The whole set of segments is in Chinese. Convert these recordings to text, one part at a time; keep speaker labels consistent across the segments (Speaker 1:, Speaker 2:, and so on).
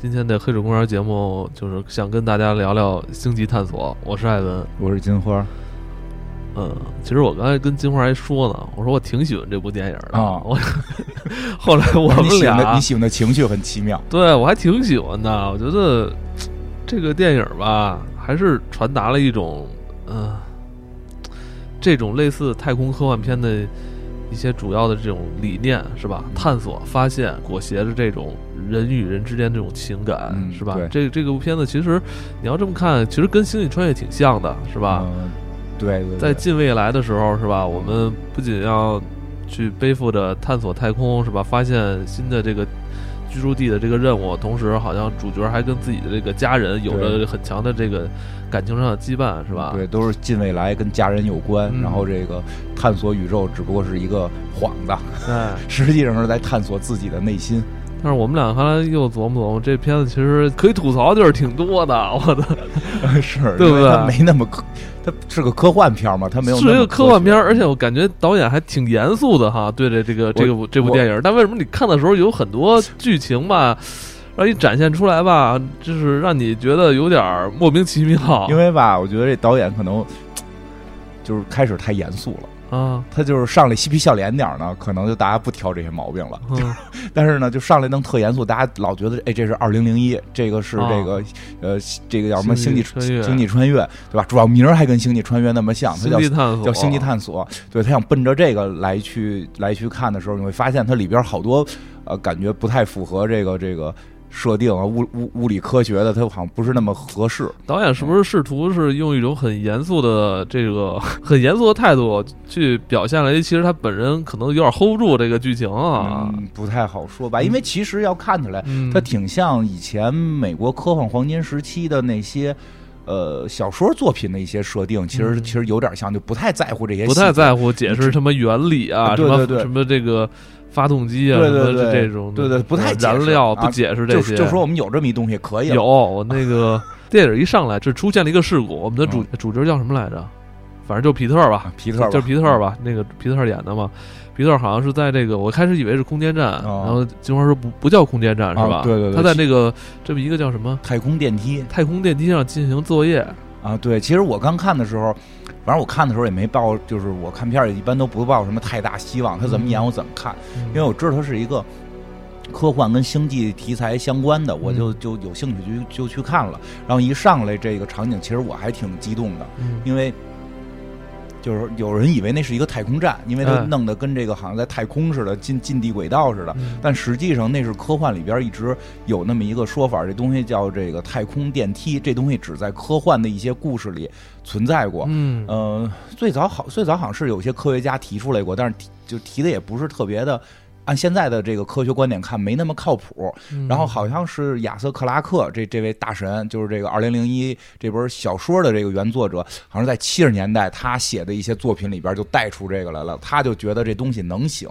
Speaker 1: 今天的黑水公园节目就是想跟大家聊聊星际探索。我是艾文，
Speaker 2: 我是金花。
Speaker 1: 嗯，其实我刚才跟金花还说呢，我说我挺喜欢这部电影的。
Speaker 2: 啊
Speaker 1: 我 后来我
Speaker 2: 你
Speaker 1: 们
Speaker 2: 喜欢
Speaker 1: 俩
Speaker 2: 的你喜欢的情绪很奇妙，
Speaker 1: 对我还挺喜欢的，我觉得这个电影吧，还是传达了一种，嗯、这种类似太空科幻片的一些主要的这种理念是吧？
Speaker 2: 嗯
Speaker 1: 探索、发现、裹挟着这种人与人之间这种情感、
Speaker 2: 嗯
Speaker 1: 是吧
Speaker 2: 对？
Speaker 1: 这这个片子其实你要这么看，其实跟《星际穿越》挺像的，是吧？
Speaker 2: 嗯？对对，对
Speaker 1: 在近未来的时候，是吧？我们不仅要去背负着探索太空，是吧？发现新的这个居住地的这个任务，同时好像主角还跟自己的这个家人有着
Speaker 2: 对
Speaker 1: 很强的这个感情上的羁绊，是吧？
Speaker 2: 对，都是近未来跟家人有关，
Speaker 1: 嗯
Speaker 2: 然后这个探索宇宙只不过是一个幌子，
Speaker 1: 哎，
Speaker 2: 实际上是在探索自己的 内心。
Speaker 1: 但是我们俩后来又琢磨琢磨，这片子其实可以吐槽地儿挺多的，我的
Speaker 2: 是，
Speaker 1: 对
Speaker 2: 因
Speaker 1: 不
Speaker 2: 为
Speaker 1: 对
Speaker 2: 它没那么科，它是个科幻片嘛，它没有
Speaker 1: 是
Speaker 2: 那
Speaker 1: 一
Speaker 2: 么
Speaker 1: 个科幻片儿，
Speaker 2: 学
Speaker 1: 而且我感觉导演还挺严肃的哈，对着这个这个部这部
Speaker 2: 我
Speaker 1: 电影。但为什么你看的时候有很多剧情吧，让你展现出来吧，就是让你觉得有点儿莫名其妙。
Speaker 2: 因为吧，我觉得这导演可能就是开始太严肃了。
Speaker 1: 啊，
Speaker 2: 他就是上来嬉皮笑脸点儿呢，可能就大家不挑这些毛病了。
Speaker 1: 嗯，
Speaker 2: 但是呢，就上来弄特严肃，大家老觉得哎，这是二零零一，这个是
Speaker 1: 啊
Speaker 2: 这个、呃，这个叫什么
Speaker 1: 星
Speaker 2: 星
Speaker 1: 际
Speaker 2: 际
Speaker 1: 穿越
Speaker 2: 星际穿越，对吧？主要名儿还跟星际穿越那么像，它
Speaker 1: 星
Speaker 2: 叫
Speaker 1: 际探索
Speaker 2: 叫星际探索。对，他想奔着这个来去来去看的时候，你会发现它里边好多呃感觉不太符合这个这个设定啊，物物物理科学的，它好像不是那么合适。
Speaker 1: 导演是不是试图是用一种很严肃的这个很严肃的态度去表现了？其实他本人可能有点 hold 不住这个剧情啊。
Speaker 2: 嗯，不太好说吧，因为其实要看起来，
Speaker 1: 嗯，
Speaker 2: 它挺像以前美国科幻黄金时期的那些。呃，小说作品的一些设定，其实
Speaker 1: 嗯
Speaker 2: 其实有点像，就不太在乎这些细
Speaker 1: 不
Speaker 2: 节，
Speaker 1: 太在乎解释
Speaker 2: 只
Speaker 1: 什么原理啊，
Speaker 2: 嗯啊对对对
Speaker 1: 什么什么这个发动机啊，
Speaker 2: 对对
Speaker 1: 什么
Speaker 2: 对
Speaker 1: 这种呃
Speaker 2: 对对不太解释
Speaker 1: 燃料
Speaker 2: 啊
Speaker 1: 不解释这
Speaker 2: 就
Speaker 1: 些，
Speaker 2: 就说我们有这么一东西可以了
Speaker 1: 有我那 个电影一上来是出现了一个事故，我们的主主角叫什么来着？反正就皮特吧
Speaker 2: 嗯啊，皮特吧
Speaker 1: 就是皮特吧，那个皮特演的嘛。皮特好像是在这个，我开始以为是空间站，
Speaker 2: 哦
Speaker 1: 然后金花说不不叫空间站是
Speaker 2: 啊
Speaker 1: 吧？
Speaker 2: 对对对
Speaker 1: 他在那个这么一个叫什么
Speaker 2: 太空电梯
Speaker 1: 太空电梯上进行作业，
Speaker 2: 啊。对，其实我刚看的时候，反正我看的时候也没抱，就是我看片儿也一般都不抱什么太大希望，它怎么
Speaker 1: 嗯
Speaker 2: 演我怎么看，因为我知道它是一个。科幻跟星际题材相关
Speaker 1: 嗯
Speaker 2: 的，我就就有兴趣就就去看了。然后一上来这个场景，其实我还挺激动的，
Speaker 1: 嗯
Speaker 2: 因为就是有人以为那是一个太空站，因为它
Speaker 1: 嗯
Speaker 2: 弄得跟这个好像在太空似的，近近地轨道似的。
Speaker 1: 嗯
Speaker 2: 但实际上，那是科幻里边一直有那么一个说法，这东西叫这个太空电梯，这东西只在科幻的一些故事里存在过。
Speaker 1: 嗯
Speaker 2: 呃，最早好，最早好像是有些科学家提出来过，但是提就提的也不是特别的，按现在的这个科学观点看，没那么靠谱。
Speaker 1: 嗯
Speaker 2: 然后好像是亚瑟·克拉克这这位大神，就是这个《二零零一》这本小说的这个原作者，好像在七十年代他写的一些作品里边就带出这个来了，他就觉得这东西能行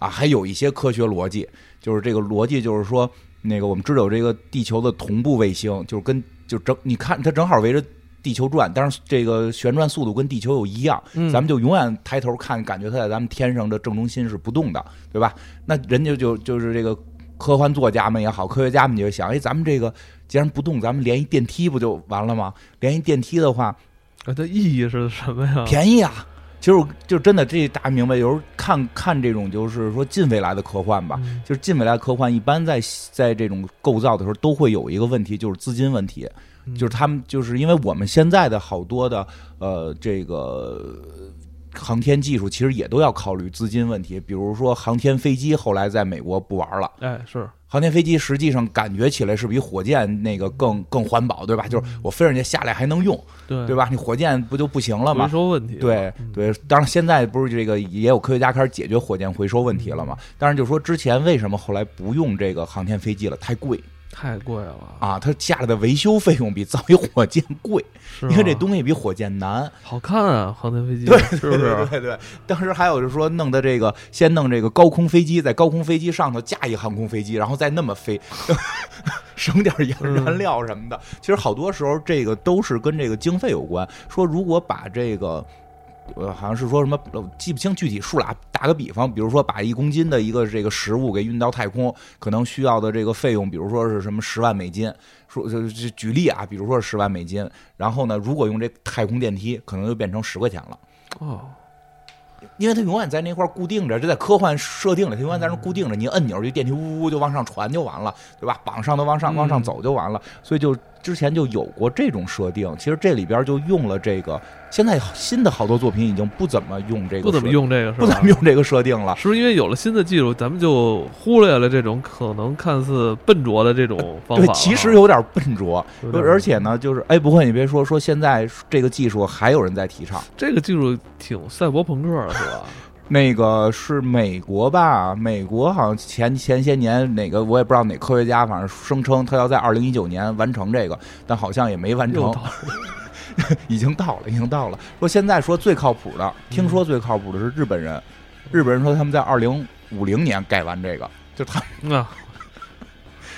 Speaker 2: 啊，还有一些科学逻辑，就是这个逻辑就是说，那个我们知道有这个地球的同步卫星，就是跟就正你看它正好围着。地球转，但是这个旋转速度跟地球有一样，
Speaker 1: 嗯
Speaker 2: 咱们就永远抬头看，感觉它在咱们天上的正中心是不动的，对吧？那人家就就是这个科幻作家们也好，科学家们就想，哎，咱们这个既然不动，咱们连一电梯不就完了吗？连一电梯的话，
Speaker 1: 啊它意义是什么 呀？
Speaker 2: 便宜啊。其实我就真的这大家明白，有时候看看这种就是说近未来的科幻吧，
Speaker 1: 嗯
Speaker 2: 就是近未来科幻一般在在这种构造的时候都会有一个问题，就是资金问题，
Speaker 1: 嗯
Speaker 2: 就是他们就是因为我们现在的好多的呃这个航天技术其实也都要考虑资金问题，比如说航天飞机后来在美国不玩了。
Speaker 1: 哎是
Speaker 2: 航天飞机实际上感觉起来是比火箭那个更更环保，对吧？就是我飞上去下来还能用，
Speaker 1: 嗯对
Speaker 2: 对吧？你火箭不就不行了
Speaker 1: 回
Speaker 2: 吗？
Speaker 1: 收问题
Speaker 2: 对
Speaker 1: 嗯
Speaker 2: 对，当然现在不是这个也有科学家开始解决火箭回收问题了嘛？
Speaker 1: 嗯
Speaker 2: 当然就说之前为什么后来不用这个航天飞机了？太贵
Speaker 1: 太贵了，
Speaker 2: 啊，它下来的维修费用比造一火箭贵，
Speaker 1: 是啊
Speaker 2: 因为这
Speaker 1: 吗
Speaker 2: 东西比火箭难。
Speaker 1: 好看啊，航天飞机
Speaker 2: 对
Speaker 1: 是不
Speaker 2: 对
Speaker 1: 是？
Speaker 2: 对对，当时还有就是说弄的这个，先弄这个高空飞机，在高空飞机上头架一航空飞机，然后再那么飞， 省点燃燃料什么
Speaker 1: 嗯
Speaker 2: 的。其实好多时候这个都是跟这个经费有关。说如果把这个呃，好像是说什么，呃记不清具体数了啊。打个比方，比如说把一公斤的一个这个食物给运到太空，可能需要的这个费用，比如说是什么十万美金，说就就举例啊，比如说是十万美金。然后呢，如果用这太空电梯，可能就变成十块钱了，
Speaker 1: 哦，
Speaker 2: 因为它永远在那块儿固定着，这在科幻设定里，它永远在那儿固定着。你按钮就电梯呜呜呜就往上传就完了，对吧？绑上的往上往上
Speaker 1: 嗯
Speaker 2: 走就完了。所以就之前就有过这种设定，其实这里边就用了这个。现在新的好多作品已经不怎么用这个，
Speaker 1: 不怎么。用这个是吧？
Speaker 2: 不怎么用这个设定了。
Speaker 1: 是不是因为有了新的技术，咱们就忽略了这种可能看似笨拙的这种方
Speaker 2: 对
Speaker 1: 法了，啊？
Speaker 2: 其实有点笨拙，
Speaker 1: 有点
Speaker 2: 而且呢，就是哎，不过你别说，说现在这个技术还有人在提倡。
Speaker 1: 这个技术挺赛博朋克的，是 吧？
Speaker 2: 那个是美国吧？美国好像前前些年哪个我也不知道哪科学家，反正声称他要在二零一九年完成这个，但好像也没完
Speaker 1: 又
Speaker 2: 成
Speaker 1: 到，
Speaker 2: 已经到了，已经到了。说现在说最靠谱的，听说最靠谱的是日本人，日本人说他们在二零五零年改完这个，就他
Speaker 1: 啊，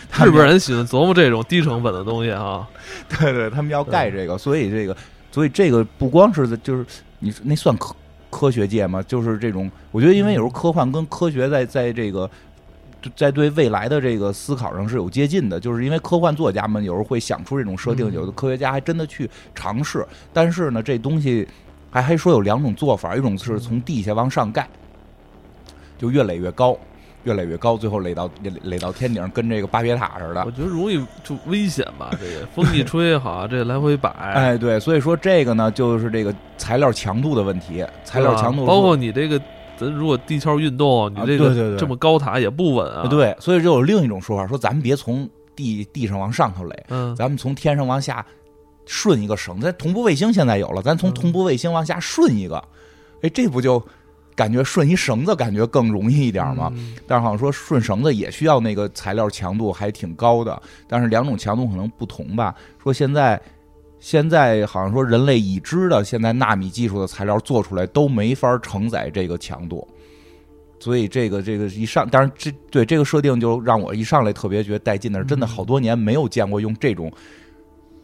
Speaker 2: 他
Speaker 1: 日
Speaker 2: 们
Speaker 1: 本人喜欢琢磨这种低成本的东西啊，
Speaker 2: 对对，他们要
Speaker 1: 对
Speaker 2: 盖这个，所以这个，所以这个不光是在就是你说那算科科学界吗？就是这种，我觉得因为有时候科幻跟科学在在这个。在对未来的这个思考上是有接近的，就是因为科幻作家们有时候会想出这种设定，
Speaker 1: 嗯
Speaker 2: 有的科学家还真的去尝试。但是呢，这东西还还说有两种做法，一种
Speaker 1: 嗯
Speaker 2: 是从地下往上盖，就越垒越高，越垒越高，最后垒到垒垒到天顶，跟这个巴别塔似的
Speaker 1: 我。觉得容易就危险吧，这也风一吹好，这来回摆，
Speaker 2: 哎，对，所以说这个呢，就是这个材料强度的问题，材料
Speaker 1: 对吧
Speaker 2: 强度
Speaker 1: 包括你这个，咱如果地壳运动，你
Speaker 2: 啊
Speaker 1: 这
Speaker 2: 对对
Speaker 1: 个
Speaker 2: 对
Speaker 1: 这么高塔也不稳啊，
Speaker 2: 说，，对，所以就有另一种说法，说咱们别从地地上往上头垒，
Speaker 1: 嗯，
Speaker 2: 咱们从天上往下顺一个绳。咱同步卫星现在有了，咱从
Speaker 1: 嗯
Speaker 2: 同步卫星往下顺一个，哎，这不就感觉顺一绳子感觉更容易一点吗？
Speaker 1: 嗯
Speaker 2: 但是好像说顺绳子也需要那个材料强度还挺高的，但是两种强度可能不同吧。说现在现在好像说人类已知的现在纳米技术的材料做出来都没法承载这个强度，所以这个这个一上，当然这对这个设定就让我一上来特别觉得带劲的是，真的
Speaker 1: 嗯
Speaker 2: 好多年没有见过用这种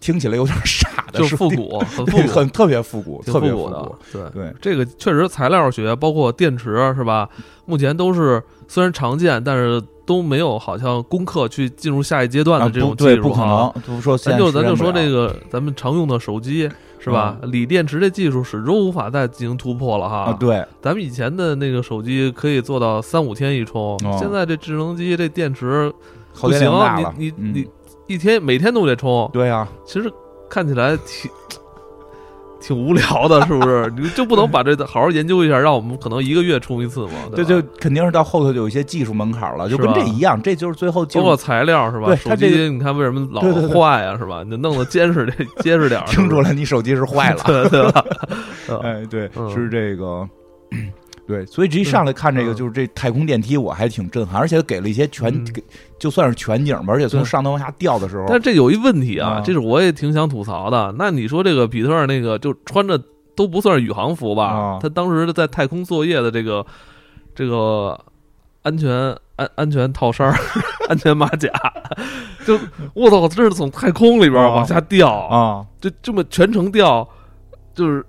Speaker 2: 听起来有点傻的
Speaker 1: 就
Speaker 2: 设
Speaker 1: 复
Speaker 2: 定，
Speaker 1: 古，很复
Speaker 2: 对，
Speaker 1: 古
Speaker 2: 很。特别复古，
Speaker 1: 挺
Speaker 2: 特别
Speaker 1: 复古的
Speaker 2: 古，，
Speaker 1: 对
Speaker 2: 对
Speaker 1: 这个确实材料学包括电池是吧？目前都是虽然常见，但是都没有好像攻克去进入下一阶段
Speaker 2: 啊
Speaker 1: 的这
Speaker 2: 不
Speaker 1: 种技
Speaker 2: 对，
Speaker 1: 术
Speaker 2: 不可
Speaker 1: 哈。
Speaker 2: 能，不说现
Speaker 1: 咱
Speaker 2: 在
Speaker 1: 就
Speaker 2: 实
Speaker 1: 咱就
Speaker 2: 现不
Speaker 1: 说
Speaker 2: 了
Speaker 1: 这个咱们常用的手机是吧？锂电池这技术始终无法再进行突破了哈。
Speaker 2: 啊，对。
Speaker 1: 咱们以前的那个手机可以做到三五天一充，
Speaker 2: 哦
Speaker 1: 现在这智能机这电池
Speaker 2: 后
Speaker 1: 不
Speaker 2: 天
Speaker 1: 行啊
Speaker 2: 量大，了，
Speaker 1: 你你、
Speaker 2: 嗯
Speaker 1: 你一天每天都得充，
Speaker 2: 对啊，
Speaker 1: 其实看起来挺挺无聊的，是不 是？你就不能把这好好研究一下，让我们可能一个月充一次 吗？对
Speaker 2: 这就
Speaker 1: 吧
Speaker 2: 肯定是到后头就有一些技术门槛了，就是啊跟这
Speaker 1: 吧
Speaker 2: 一样，这就是最后进
Speaker 1: 包括
Speaker 2: 入
Speaker 1: 材料是吧？
Speaker 2: 对
Speaker 1: 手
Speaker 2: 它这
Speaker 1: 机你看为什么老
Speaker 2: 对对对
Speaker 1: 坏啊呀、是吧？你弄得坚实点，结实点儿，
Speaker 2: 听出
Speaker 1: 来
Speaker 2: 来你手机是坏了，
Speaker 1: 对对 吧？嗯
Speaker 2: 哎，对，
Speaker 1: 嗯
Speaker 2: 是这个。对，所以这一上来看这个
Speaker 1: 嗯
Speaker 2: 就是这太空电梯，我还挺震撼，而且给了一些全
Speaker 1: 嗯，
Speaker 2: 给就算是全景吧，而且从
Speaker 1: 对
Speaker 2: 上头往下掉的时候，
Speaker 1: 但这有一问题啊
Speaker 2: 哦啊，
Speaker 1: 这是我也挺想吐槽的。那你说这个比特尔那个就穿着都不算是宇航服吧
Speaker 2: 啊？
Speaker 1: 他当时在太空作业的这个这个安全安安全套衫儿、 安全马甲，就我操，这是从太空里边
Speaker 2: 啊
Speaker 1: 往下掉，
Speaker 2: 啊，
Speaker 1: 就这么全程掉，就是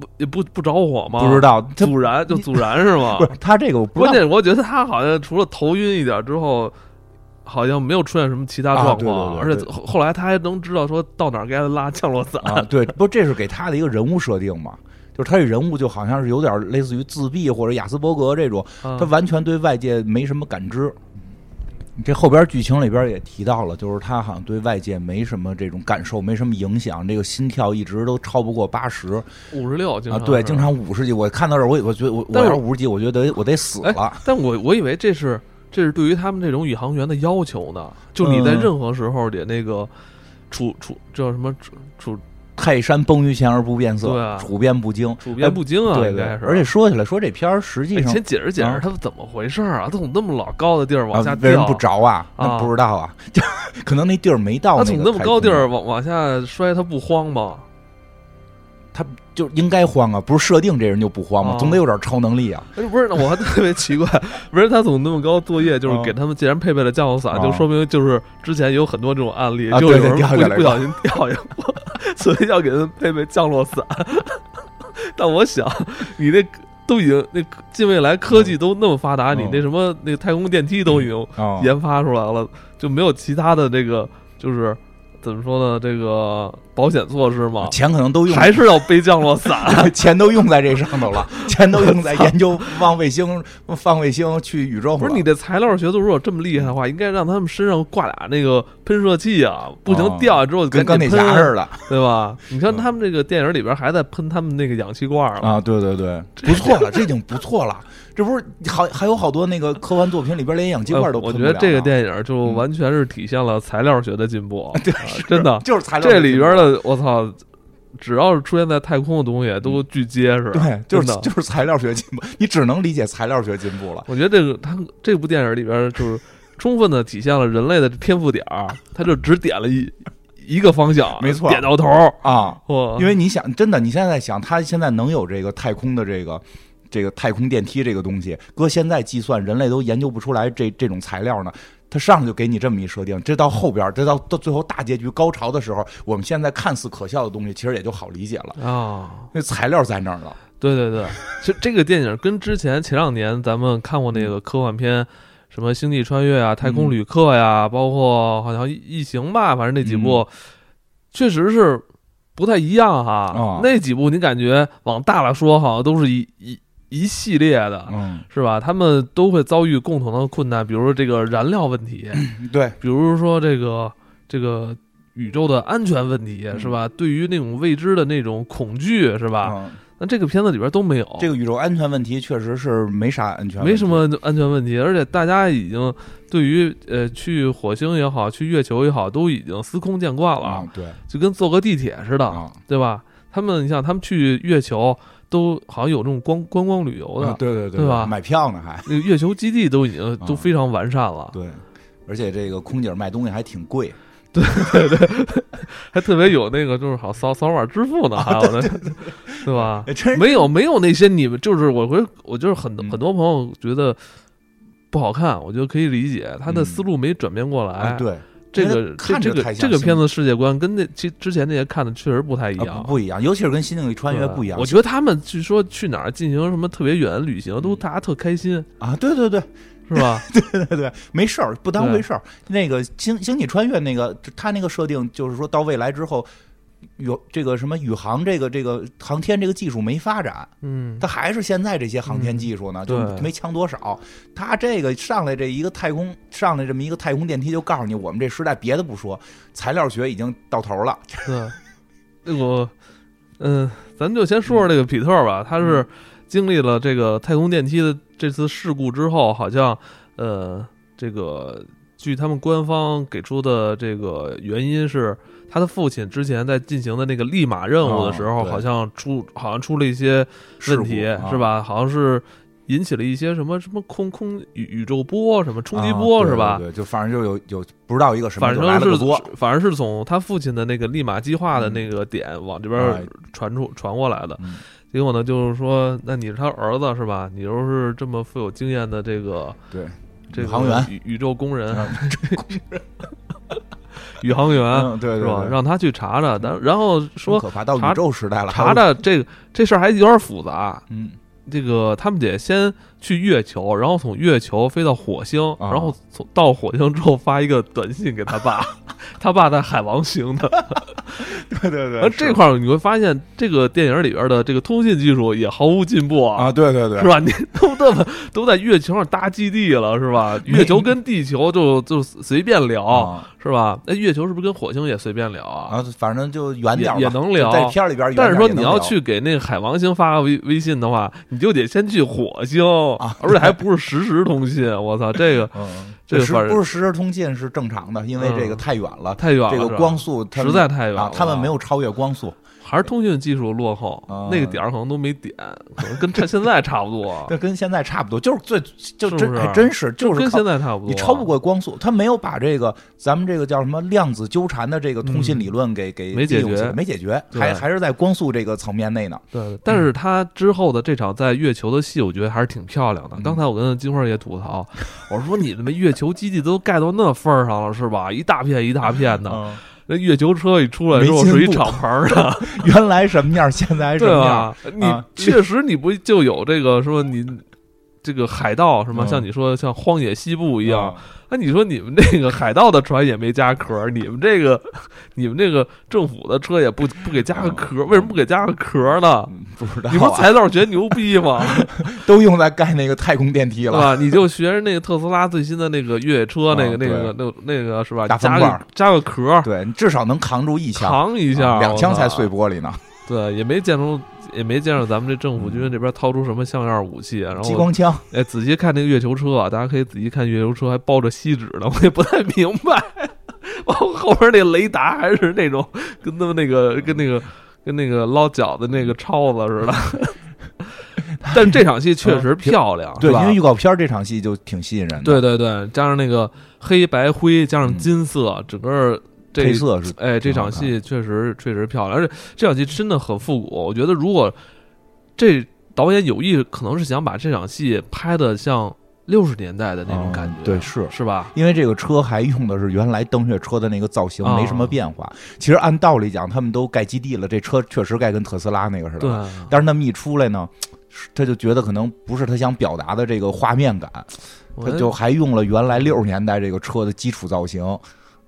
Speaker 1: 不也不不着火吗？
Speaker 2: 不知道它
Speaker 1: 阻燃就阻燃是吗
Speaker 2: 不？是它这个，我不知
Speaker 1: 关
Speaker 2: 道
Speaker 1: 键我觉得他好像除了头晕一点之后，好像没有出现什么其他状况，
Speaker 2: 啊
Speaker 1: 而
Speaker 2: 对对对
Speaker 1: 且后后来他还能知道说到哪儿该拉降落伞。
Speaker 2: 啊，对，不，这是给他的一个人物设定嘛，就是他这人物就好像是有点类似于自闭或者雅斯伯格这种，
Speaker 1: 啊
Speaker 2: 他完全对外界没什么感知。这后边剧情里边也提到了，就是他好像对外界没什么这种感受，没什么影响，这个心跳一直都超不过八十
Speaker 1: 五十六经
Speaker 2: 啊
Speaker 1: 常，
Speaker 2: 对，
Speaker 1: 是
Speaker 2: 经。常五十几。我看到这儿，我我觉得我我
Speaker 1: 但是
Speaker 2: 要是五十几，我觉得我得死了。
Speaker 1: 但我我以为这是这是对于他们这种宇航员的要求呢，就你在
Speaker 2: 嗯
Speaker 1: 任何时候得那个处处叫什么处处
Speaker 2: 泰山崩于前而不变色，
Speaker 1: 对啊
Speaker 2: 处变不惊。
Speaker 1: 处变不惊啊，
Speaker 2: 哎对
Speaker 1: 应
Speaker 2: 对
Speaker 1: 该，是。
Speaker 2: 而且说起来，说这片儿实际
Speaker 1: 哎
Speaker 2: 上
Speaker 1: 先解释解释
Speaker 2: 啊
Speaker 1: 他们怎么回事儿啊？他怎么那么老高的地儿
Speaker 2: 啊
Speaker 1: 往下，
Speaker 2: 为什么
Speaker 1: 掉？
Speaker 2: 不着啊？
Speaker 1: 啊
Speaker 2: 那不知道啊， 就可能那地儿没到
Speaker 1: 他
Speaker 2: 那
Speaker 1: 从
Speaker 2: 个
Speaker 1: 那么
Speaker 2: 太
Speaker 1: 高地
Speaker 2: 空
Speaker 1: 儿往往下摔，他不慌吗？
Speaker 2: 就应该慌啊，不是设定这人就不慌吗
Speaker 1: 哦？
Speaker 2: 总得有点超能力啊。
Speaker 1: 哎，不是，那我还特别奇怪，不是他怎么那么高作业？就是给他们既然配备了降落伞，
Speaker 2: 啊
Speaker 1: 就说明就是之前有很多这种案例，
Speaker 2: 啊
Speaker 1: 就是有
Speaker 2: 对对
Speaker 1: 人
Speaker 2: 掉下
Speaker 1: 不
Speaker 2: 来
Speaker 1: 不
Speaker 2: 过
Speaker 1: 小心掉下来过，所以要给他们配备降落伞。 但我想，你那都已经那近未来科技都那么发达，
Speaker 2: 嗯
Speaker 1: 你那什么那个太空电梯都已经
Speaker 2: 哦，
Speaker 1: 研发出来了，就没有其他的这个就是怎么说呢？这个保险措施吗？
Speaker 2: 钱可能都啊用
Speaker 1: 还是要背降落伞？
Speaker 2: 钱都用在这上 头了，钱都用在研究放卫星、放卫星去宇宙了。
Speaker 1: 不是你这材料学的如果这么厉害的话，应该让他们身上挂俩那个喷射器啊，不行
Speaker 2: 哦
Speaker 1: 掉下之后赶
Speaker 2: 跟钢
Speaker 1: 紧
Speaker 2: 铁
Speaker 1: 喷
Speaker 2: 侠似的
Speaker 1: 对吧？你看
Speaker 2: 嗯
Speaker 1: 他们这个电影里边还在喷他们那个氧气罐儿了，
Speaker 2: 啊！对对对，不错了，这已经不错了。这不是好还有好多那个科幻作品里边连氧气罐都
Speaker 1: 呃我
Speaker 2: 喷
Speaker 1: 觉
Speaker 2: 不了
Speaker 1: 得
Speaker 2: 呢
Speaker 1: 这个电影就
Speaker 2: 嗯
Speaker 1: 完全是体现了材料学的进 步，对，真的，
Speaker 2: 就是材料
Speaker 1: 这里边的我操，只要是出现在太空的东西都巨结实，
Speaker 2: 嗯
Speaker 1: 啊
Speaker 2: 对，就
Speaker 1: 真
Speaker 2: 是
Speaker 1: 的
Speaker 2: 就是材料学进步，你只能理解材料学进步了。
Speaker 1: 我觉得这个他这部电影里边就是充分的体现了人类的天赋点儿，他就只点了一一个方向，
Speaker 2: 没错
Speaker 1: 点到头儿，
Speaker 2: 啊，
Speaker 1: 哇，
Speaker 2: 因为你想，真的，你现在想，他现在能有这个太空的这个这个太空电梯这个东西，搁现在计算，人类都研究不出来这这种材料呢。他上来就给你这么一设定，这到后边，这到到最后大结局高潮的时候，我们现在看似可笑的东西，其实也就好理解了。
Speaker 1: 啊、
Speaker 2: 那材料在那儿了，
Speaker 1: 对对对，其实这个电影跟之前前两年咱们看过那个科幻片，什么《星际穿越》啊、《太空旅客》呀，包括好像《异形》吧，反正那几部、确实是不太一样哈。
Speaker 2: 哦
Speaker 1: 那几部你感觉往大了说，好像都是一一一系列的。
Speaker 2: 嗯，
Speaker 1: 是吧？他们都会遭遇共同的困难，比如说这个燃料问题，
Speaker 2: 对，
Speaker 1: 比如说这个这个宇宙的安全问题，是吧？对于那种未知的那种恐惧，是吧？
Speaker 2: 嗯，
Speaker 1: 那这个片子里边都没有，
Speaker 2: 这个宇宙安全问题确实是没啥安全，
Speaker 1: 哦没什，么安全问题，而且大家已经对于呃去火星也好，去月球也好，都已经司空见惯了，
Speaker 2: 啊，对，
Speaker 1: 就跟坐个地铁似的，
Speaker 2: 啊，
Speaker 1: 对吧？他们，你像他们去月球，都好像有那种观观光旅游的，
Speaker 2: 啊对对
Speaker 1: 对吧啊
Speaker 2: 买票呢还，
Speaker 1: 那个月球基地都已经
Speaker 2: 啊
Speaker 1: 都非常完善了，
Speaker 2: 对，而且这个空姐卖东西还挺贵，
Speaker 1: 还特别有那个就是好扫扫码支付呢，还有那， 对吧？
Speaker 2: 哎真 是
Speaker 1: 没有没有那些你们就是我回我就是很多
Speaker 2: 嗯
Speaker 1: 很多朋友觉得不好看，我觉得可以理解，他的
Speaker 2: 嗯
Speaker 1: 思路没转变过来
Speaker 2: 啊，，对。
Speaker 1: 这个这
Speaker 2: 看
Speaker 1: 这
Speaker 2: 着
Speaker 1: 个
Speaker 2: 太
Speaker 1: 这
Speaker 2: 像
Speaker 1: 个
Speaker 2: 星
Speaker 1: 片子世界观跟那其之前那些看的确实不太一
Speaker 2: 啊
Speaker 1: 样
Speaker 2: 不，不一样，尤其是跟《心境与穿越
Speaker 1: 对》
Speaker 2: 不一样
Speaker 1: 我觉得他们据说去哪儿进行什么特别远的旅行，都
Speaker 2: 嗯
Speaker 1: 大家特开心，
Speaker 2: 啊！对对对
Speaker 1: 是 吧？
Speaker 2: 对对对，没事儿，不当
Speaker 1: 对
Speaker 2: 回事儿。那个《星星际穿越》那个，它那个设定就是说到未来之后，有这个什么宇航这个这个航天这个技术没发展，
Speaker 1: 嗯，
Speaker 2: 它还是现在这些航天技术呢，就
Speaker 1: 对
Speaker 2: 没强多少。它这个上来这一个太空上来这么一个太空电梯，就告诉你我们这时代别的不说，材料学已经到头了。
Speaker 1: 对，那个，嗯，咱就先说说这个皮特
Speaker 2: 嗯
Speaker 1: 吧，他是经历了这个太空电梯的这次事故之后，好像呃，这个据他们官方给出的这个原因是，他的父亲之前在进行的那个利马任务的时候，
Speaker 2: 哦对
Speaker 1: 好像出好像出了一些问题，
Speaker 2: 事故啊
Speaker 1: 是吧？好像是。引起了一些什么什么空空宇宇宙波什么冲击
Speaker 2: 啊
Speaker 1: 波、
Speaker 2: 对
Speaker 1: 是吧？
Speaker 2: 对，对就反正就有有不知道一个什么，
Speaker 1: 反
Speaker 2: 就来
Speaker 1: 正
Speaker 2: 了个
Speaker 1: 是
Speaker 2: 多
Speaker 1: 反正是从他父亲的那个利马计划的那个点往这边儿
Speaker 2: 哎
Speaker 1: 传出、传过来的。
Speaker 2: 嗯
Speaker 1: 结果呢，就是说，那你是他儿子是吧？你又是这么富有经验的这个
Speaker 2: 对，
Speaker 1: 这个
Speaker 2: 宇航员
Speaker 1: 宇宇宙工人、
Speaker 2: 嗯
Speaker 1: 宇航员、
Speaker 2: 嗯，对
Speaker 1: 啊是
Speaker 2: 对
Speaker 1: 吧？
Speaker 2: 对，
Speaker 1: 让他去查查，然然后
Speaker 2: 真
Speaker 1: 说
Speaker 2: 可怕，到
Speaker 1: 查
Speaker 2: 宇宙时代了，还
Speaker 1: 查
Speaker 2: 有
Speaker 1: 查这个这事儿还有点复杂。
Speaker 2: 嗯。
Speaker 1: 这个他们得先去月球，然后从月球飞到火星，
Speaker 2: 啊
Speaker 1: 然后从到火星之后发一个短信给他 爸，他爸在海王星的。
Speaker 2: 对对对
Speaker 1: 而这块儿你会发现，这个电影里边的这个通信技术也毫无进步啊，
Speaker 2: 啊，对对对，
Speaker 1: 是吧？你 都这么都在月球上搭基地了，是吧？
Speaker 2: 没
Speaker 1: 月球跟地球就就随便聊，
Speaker 2: 嗯啊
Speaker 1: 是吧？那月球是不是跟火星也随便聊啊？
Speaker 2: 啊，反正就远点儿吧
Speaker 1: 也也能聊
Speaker 2: 在片儿里边儿远点
Speaker 1: 但
Speaker 2: 儿
Speaker 1: 是
Speaker 2: 也
Speaker 1: 说
Speaker 2: 能聊，
Speaker 1: 你要去给那个海王星发个微微信的话，你就得先去火星，
Speaker 2: 啊
Speaker 1: 而且还不是实时通信。我操，这 个
Speaker 2: 嗯，
Speaker 1: 这个
Speaker 2: 时
Speaker 1: 反正
Speaker 2: 不是实时通信是正常的，因为这个
Speaker 1: 嗯
Speaker 2: 太远了，
Speaker 1: 太远了，
Speaker 2: 这
Speaker 1: 是
Speaker 2: 个
Speaker 1: 吧
Speaker 2: 光速他
Speaker 1: 实
Speaker 2: 们
Speaker 1: 在太远了啊
Speaker 2: 啊，他们没有超越光速，
Speaker 1: 还是通讯技术落后，
Speaker 2: 啊
Speaker 1: 那个点儿可能都没点，可能跟这现在差不多，
Speaker 2: 这跟现在差不多，就是最就是真
Speaker 1: 不是啊
Speaker 2: 还真是 就
Speaker 1: 跟
Speaker 2: 是靠
Speaker 1: 现在差不多。
Speaker 2: 你超不过光速，他没有把这个咱们这个叫什么量子纠缠的这个通信
Speaker 1: 嗯
Speaker 2: 理论给给
Speaker 1: 没解
Speaker 2: 利用起
Speaker 1: 决
Speaker 2: 来没解决，
Speaker 1: 对
Speaker 2: 还还是在光速这个层面内呢。
Speaker 1: 对，但是他之后的这场在月球的戏，我觉得还是挺漂亮的。
Speaker 2: 嗯
Speaker 1: 刚才我跟金花也吐槽，我说你们月球基地都盖到那份儿上了是吧？一大片一大片的，
Speaker 2: 嗯
Speaker 1: 那月球车一出来之后
Speaker 2: 没进
Speaker 1: 是一
Speaker 2: 步
Speaker 1: 厂牌儿的，
Speaker 2: 原来什么样，现在什
Speaker 1: 对
Speaker 2: 么样？啊
Speaker 1: 吧？你确实你不就有这个说你这个海盗什么，
Speaker 2: 嗯
Speaker 1: 像你说的像荒野西部一样，
Speaker 2: 嗯，
Speaker 1: 那你说你们这个海盗的船也没加壳儿，你们这个你们这个政府的车也不不给加个壳儿，为什么不给加个壳儿呢？
Speaker 2: 嗯不知道
Speaker 1: 你不是
Speaker 2: 啊，
Speaker 1: 材料学牛逼 吗？
Speaker 2: 都用在盖那个太空电梯
Speaker 1: 对
Speaker 2: 了。
Speaker 1: 吧？你就学着那个特斯拉最新的那个越野车，那个那
Speaker 2: 嗯对
Speaker 1: 个那个那个是吧？
Speaker 2: 大方
Speaker 1: 加
Speaker 2: 块
Speaker 1: 个
Speaker 2: 儿
Speaker 1: 加个壳儿，
Speaker 2: 对，你至少能扛住一枪，
Speaker 1: 扛一下，
Speaker 2: 啊两枪才
Speaker 1: 我操
Speaker 2: 碎玻璃呢。
Speaker 1: 对，也没见出，也没见着咱们这政府军这边掏出什么像样武器。然
Speaker 2: 嗯激
Speaker 1: 后，
Speaker 2: 光枪，
Speaker 1: 哎，仔细看那个月球车啊，大家可以仔细看月球车还包着锡纸呢，我也不太明白。包括后边那雷达还是那种跟他们那个跟那个跟那个捞脚的那个抄子似 的。但这场戏确实漂亮，
Speaker 2: 嗯对，
Speaker 1: 是吧
Speaker 2: 因为预告片这场戏就挺吸引人的，
Speaker 1: 对对对，加上那个黑白灰，加上金色，整个这
Speaker 2: 嗯配色是
Speaker 1: 哎，这
Speaker 2: 挺好
Speaker 1: 场戏确实确实漂亮，而且这场戏真的很复古。我觉得如果这导演有意，可能是想把这场戏拍的像六十年代的那种感觉，
Speaker 2: 嗯对，是
Speaker 1: 是吧？
Speaker 2: 因为这个车还用的是原来登月车的那个造型，
Speaker 1: 啊
Speaker 2: 没什么变化。其实按道理讲，他们都盖基地了，这车确实该跟特斯拉那个似
Speaker 1: 对
Speaker 2: 的。，但是那么一出来呢，是他就觉得可能不是他想表达的这个画面感，
Speaker 1: 我
Speaker 2: 他就还用了原来六十年代这个车的基础造型，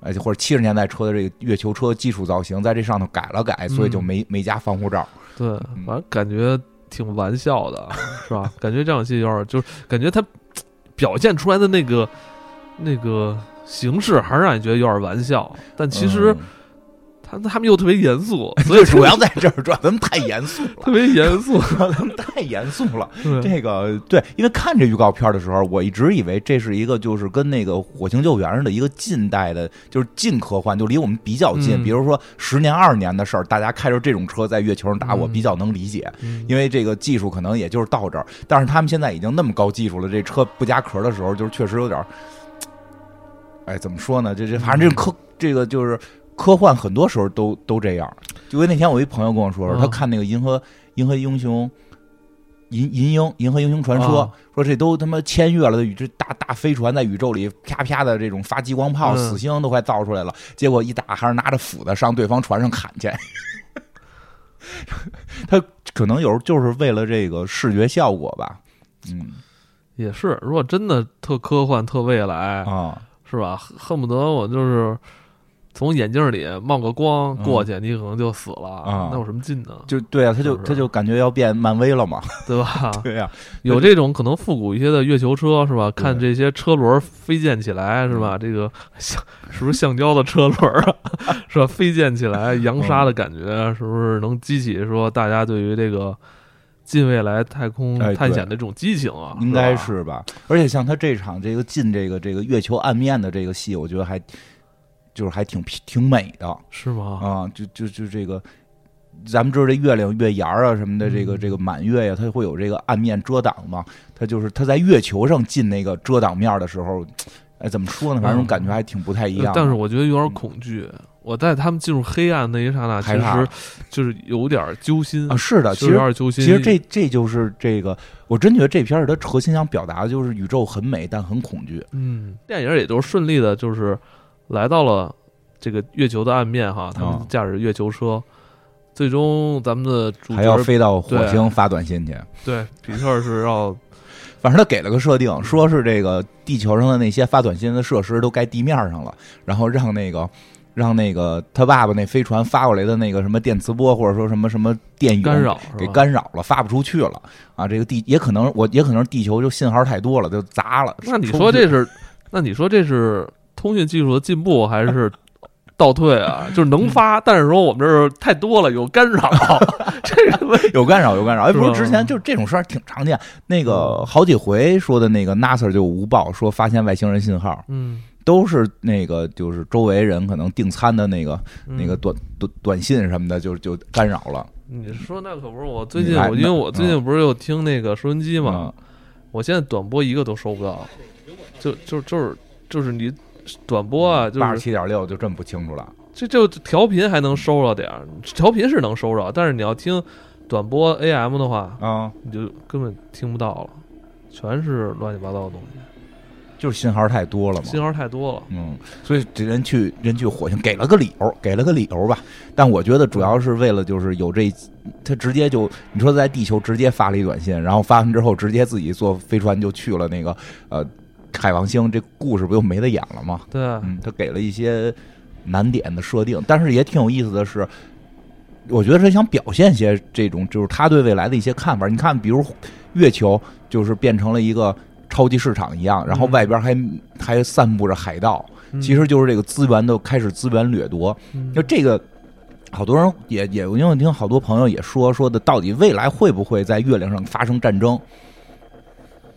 Speaker 2: 而且或者七十年代车的这个月球车基础造型，在这上头改了改，所以
Speaker 1: 嗯
Speaker 2: 就没、没加防护罩。
Speaker 1: 对，
Speaker 2: 嗯
Speaker 1: 反正感觉挺玩笑的，是吧？感觉这场戏有点，就是感觉他表现出来的那个那个形式，还是让你觉得有点玩笑，但其实。
Speaker 2: 嗯
Speaker 1: 他他们又特别严肃， 所以
Speaker 2: 主要在这儿，主要咱们太严肃了，
Speaker 1: 特别严肃。
Speaker 2: 主要咱们太严肃了。
Speaker 1: 对，
Speaker 2: 这个 对，因为看这预告片的时候，我一直以为这是一个就是跟那个《火星救援》似的一个近代的，就是近科幻，就离我们比较近。
Speaker 1: 嗯
Speaker 2: 比如说十年、二十年的事儿，大家开着这种车在月球上打，我
Speaker 1: 嗯
Speaker 2: 比较能理解，
Speaker 1: 嗯
Speaker 2: 因为这个技术可能也就是到这儿。但是他们现在已经那么高技术了，这车不加壳的时候，就是确实有点儿，哎，怎么说呢？这这反正这个科这个就是科幻，很多时候都都这样。就跟那天我一朋友跟我说说，
Speaker 1: 啊
Speaker 2: 他看那个银河银河英雄。银银鹰，银河英雄传说、
Speaker 1: 啊
Speaker 2: 说这都他妈签约了，宇宙大大飞船在宇宙里啪啪的这种发激光炮，
Speaker 1: 嗯
Speaker 2: 死星都快造出来了，结果一打还是拿着斧子上对方船上砍去。 他可能有时候就是为了这个视觉效果吧，嗯
Speaker 1: 也是，如果真的特科幻、特未来，
Speaker 2: 啊，
Speaker 1: 是吧？恨恨不得我就是从眼镜里冒个光
Speaker 2: 嗯
Speaker 1: 过去，你可能就死了，
Speaker 2: 啊
Speaker 1: 那有什么劲呢？
Speaker 2: 就对啊，他就是
Speaker 1: 不是
Speaker 2: 他就感觉要变漫威了嘛，
Speaker 1: 对吧？
Speaker 2: 对呀、
Speaker 1: 有这种可能复古一些的月球车，是吧？
Speaker 2: 对嗯
Speaker 1: 看这些车轮飞溅起来，是吧？这个橡是不是橡胶的车轮啊？ 是吧？飞溅起
Speaker 2: 嗯
Speaker 1: 来，扬沙的感觉，是不是能激起说大家对于这个近未来太空
Speaker 2: 哎对
Speaker 1: 探险的这种激情啊？
Speaker 2: 应该
Speaker 1: 吧
Speaker 2: 是吧？而且像他这场这个进这个这个月球暗面的这个戏，我觉得还就是还挺挺美的
Speaker 1: 是吗？
Speaker 2: 啊，就就就这个。咱们知道这月亮、月牙儿啊什么的，这个
Speaker 1: 嗯
Speaker 2: 这个满月呀、它会有这个暗面遮挡嘛。它就是它在月球上进那个遮挡面儿的时候，哎，怎么说呢？反正
Speaker 1: 嗯
Speaker 2: 感觉还挺不太一
Speaker 1: 呃
Speaker 2: 样的。
Speaker 1: 但是我觉得有点恐惧。我在他们进入黑暗那一刹那，其
Speaker 2: 害怕
Speaker 1: 实就是有点揪心
Speaker 2: 啊，，是的，其
Speaker 1: 就是有
Speaker 2: 实
Speaker 1: 点揪心。
Speaker 2: 其实这这就是这个，我真觉得这片儿它核心想表达的就是宇宙很美，但很恐惧。
Speaker 1: 嗯，电影也就是顺利的，就是来到了这个月球的暗面哈，他
Speaker 2: 啊
Speaker 1: 们驾驶月球车，最终咱们的主
Speaker 2: 还要
Speaker 1: 角
Speaker 2: 飞到火
Speaker 1: 对
Speaker 2: 星发短信去。
Speaker 1: 对比特是要
Speaker 2: 反正他给了个设定，说是这个地球上的那些发短信的设施都盖地面上了，然后让那个让那个他爸爸那飞船发过来的那个什么电磁波或者说什么什么电
Speaker 1: 干
Speaker 2: 涌
Speaker 1: 扰，是
Speaker 2: 给
Speaker 1: 吧？
Speaker 2: 干扰了，发不出去了啊！这个地也可能我也可能地球就信号太多了，就砸了。
Speaker 1: 那你
Speaker 2: 出不
Speaker 1: 说
Speaker 2: 去
Speaker 1: 这是，那你说这是通讯技术的进步还 是倒退啊？就是能发，但是说我们这儿太多了，有 干扰，这个问题
Speaker 2: 有干扰，有干扰。哎，
Speaker 1: 是
Speaker 2: 不
Speaker 1: 吧嗯
Speaker 2: 是之前就这种事儿挺常见，那个好几回说的那个 NASA 就无报说发现外星人信号，
Speaker 1: 嗯，
Speaker 2: 都是那个就是周围人可能订餐的那个
Speaker 1: 嗯
Speaker 2: 那个短短短信什么的就就干扰了。
Speaker 1: 你说那可不是我最
Speaker 2: 你
Speaker 1: 近
Speaker 2: 来
Speaker 1: 我因为
Speaker 2: 那啊
Speaker 1: 我最近不是又听那个收音机嘛
Speaker 2: 嗯，，
Speaker 1: 我现在短波一个都收不到，就就就是就是你短波啊，就
Speaker 2: 八十
Speaker 1: 是
Speaker 2: 七点六就这么不清楚了。
Speaker 1: 这就调频还能收着点儿，调频是能收着，但是你要听短波 AM 的话，
Speaker 2: 啊，
Speaker 1: 你就根本听不到了，全是乱七八糟的东西。
Speaker 2: 就是信号太多了嘛。
Speaker 1: 信号太多了。
Speaker 2: 嗯，所以这人去人去火星给了个理由，给了个理由吧。但我觉得主要是为了就是有这，他直接就你说在地球直接发了一短信，然后发完之后直接自己坐飞船就去了那个呃海王星，这故事不就没得演了吗？
Speaker 1: 对，啊
Speaker 2: 嗯，他给了一些难点的设定，但是也挺有意思的是，我觉得他想表现些这种就是他对未来的一些看法。你看，比如月球就是变成了一个超级市场一样，然后
Speaker 1: 嗯
Speaker 2: 外边还、还散布着海盗，
Speaker 1: 嗯
Speaker 2: 其实就是这个资源都开始资源掠夺。
Speaker 1: 嗯
Speaker 2: 就这个，好多人也也，因为我听好多朋友也说说的，到底未来会不会在月亮上发生战争？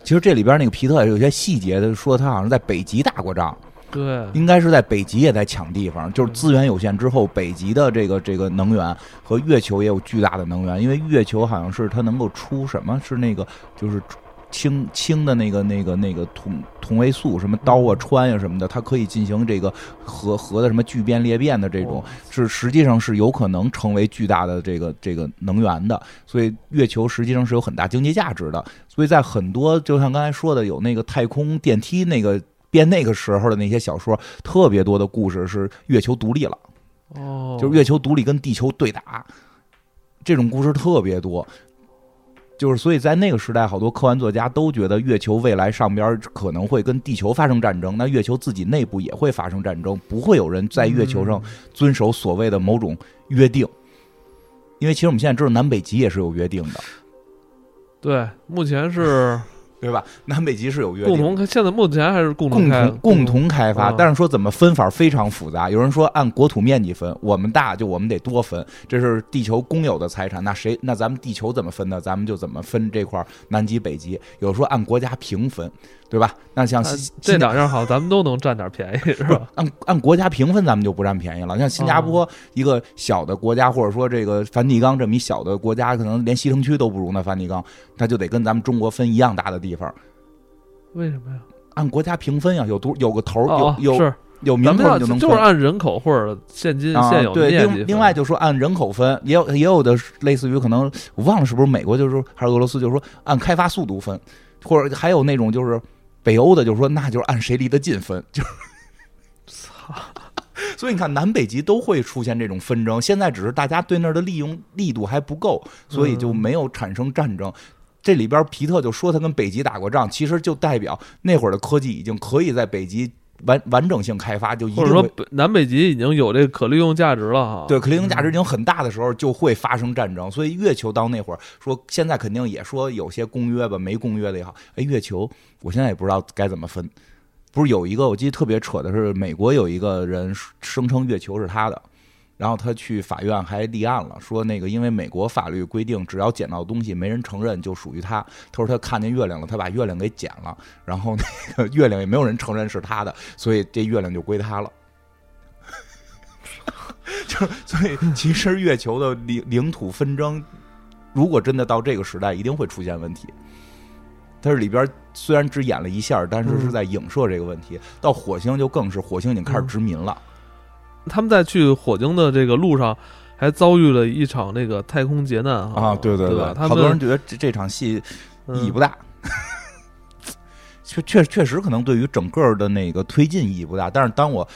Speaker 2: 其实这里边那个皮特有些细节的说，他好像在北极打过仗，
Speaker 1: 对，啊
Speaker 2: 应该是在北极也在抢地方，就是资源有限之后，北极的这个这个能源和月球也有巨大的能源，因为月球好像是它能够出什么是那个就是氢氢的那个那个那个同同位素，什么氘啊、氚啊什么的，它可以进行这个核核的什么聚变裂变的这种
Speaker 1: 哦，
Speaker 2: 是实际上是有可能成为巨大的这个这个能源的，所以月球实际上是有很大经济价值的，所以在很多就像刚才说的，有那个太空电梯那个。编那个时候的那些小说，特别多的故事是月球独立了，
Speaker 1: 哦，
Speaker 2: 就是月球独立跟地球对打，这种故事特别多。就是所以在那个时代，好多科幻作家都觉得月球未来上边可能会跟地球发生战争，那月球自己内部也会发生战争，不会有人在月球
Speaker 1: 嗯
Speaker 2: 上遵守所谓的某种约定。因为其实我们现在知道南北极也是有约定的，
Speaker 1: 对，目前是
Speaker 2: 对吧？南北极是 有约定
Speaker 1: 共
Speaker 2: 的。
Speaker 1: 同开，现在目前还是共
Speaker 2: 共
Speaker 1: 同开
Speaker 2: 同共同开发，
Speaker 1: 嗯
Speaker 2: 但是说怎么分法非常复杂。有人说按国土面积分，我们大就我们得多分，这是地球公有的财产。那谁那咱们地球怎么分呢？咱们就怎么分这块南极北极。有说按国家平分，对吧？那像
Speaker 1: 啊
Speaker 2: 新
Speaker 1: 这两样好，咱们都能占点便宜，是吧？哦
Speaker 2: 按按国家平分，咱们就不占便宜了。像新加坡一个小的国家，或者说这个梵蒂冈这么一小的国家，可能连西城区都不如那梵蒂冈，那就得跟咱们中国分一样大的地方。
Speaker 1: 为什么呀？
Speaker 2: 按国家平分呀，有多有个头
Speaker 1: 哦
Speaker 2: 儿，，有有
Speaker 1: 是，
Speaker 2: 有名
Speaker 1: 咱们
Speaker 2: 头
Speaker 1: 要
Speaker 2: 你就能
Speaker 1: 就
Speaker 2: 分
Speaker 1: 是。按人口或者现金
Speaker 2: 啊，
Speaker 1: 现有的
Speaker 2: 对，
Speaker 1: 面积
Speaker 2: 另另外就说按人口分，也有也有的是类似于可能我忘了是不是美国就是说还是俄罗斯就是说按开发速度分，或者还有那种就是北欧的就是说那就是按谁离得近分，就是。 所以你看，南北极都会出现这种纷争。现在只是大家对那儿的利用力度还不够，所以就
Speaker 1: 嗯
Speaker 2: 没有产生战争。这里边皮特就说他跟北极打过仗，其实就代表那会儿的科技已经可以在北极完完整性开发，就一
Speaker 1: 或
Speaker 2: 定
Speaker 1: 者说
Speaker 2: 会
Speaker 1: 北南北极已经有这个可利用价值了哈。
Speaker 2: 对，可利用价值已经很大的时候，就会发生战争。所以月球到那会儿说，现在肯定也说有些公约吧，没公约的也好。哎，月球我现在也不知道该怎么分。不是有一个我记得特别扯的是，美国有一个人声称月球是他的，然后他去法院还立案了，说那个因为美国法律规定，只要捡到东西没人承认就属于他。他说他看见月亮了，他把月亮给捡了，然后那个 月亮也没有人承认是他的，所以这月亮就归他了。 就是 所以其实月球的领领土纷争，如果真的到这个时代，一定会出现问题。但是里边虽然只演了一下，但是
Speaker 1: 嗯
Speaker 2: 是在影射这个问题。到火星就更是，火星已经开始殖民了。
Speaker 1: 他们在去火星的这个路上，还遭遇了一场那个太空劫难哈
Speaker 2: 啊，对
Speaker 1: 哦对
Speaker 2: 对
Speaker 1: 吧，他
Speaker 2: 好多人
Speaker 1: 们
Speaker 2: 觉得这这场戏意义
Speaker 1: 嗯
Speaker 2: 不大， 确确确实可能对于整个的那个推进意义不大。但是当我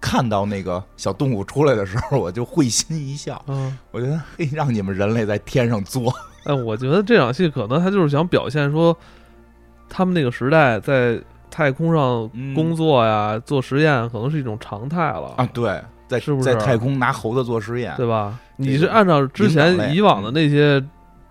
Speaker 2: 看到那个小动物出来的时候，我就会心一笑，
Speaker 1: 嗯，
Speaker 2: 我觉得嘿，让你们人类在天上作，
Speaker 1: 哎，我觉得这场戏可能他就是想表现说，他们那个时代在太空上
Speaker 2: 嗯
Speaker 1: 工作呀、做实验，可能是一种常态了
Speaker 2: 啊，对，在
Speaker 1: 是不
Speaker 2: 在
Speaker 1: 是
Speaker 2: 太空拿猴子做实验，
Speaker 1: 对吧？
Speaker 2: 这
Speaker 1: 你
Speaker 2: 个
Speaker 1: 是按照之
Speaker 2: 灵感
Speaker 1: 前
Speaker 2: 类嗯
Speaker 1: 以往的那些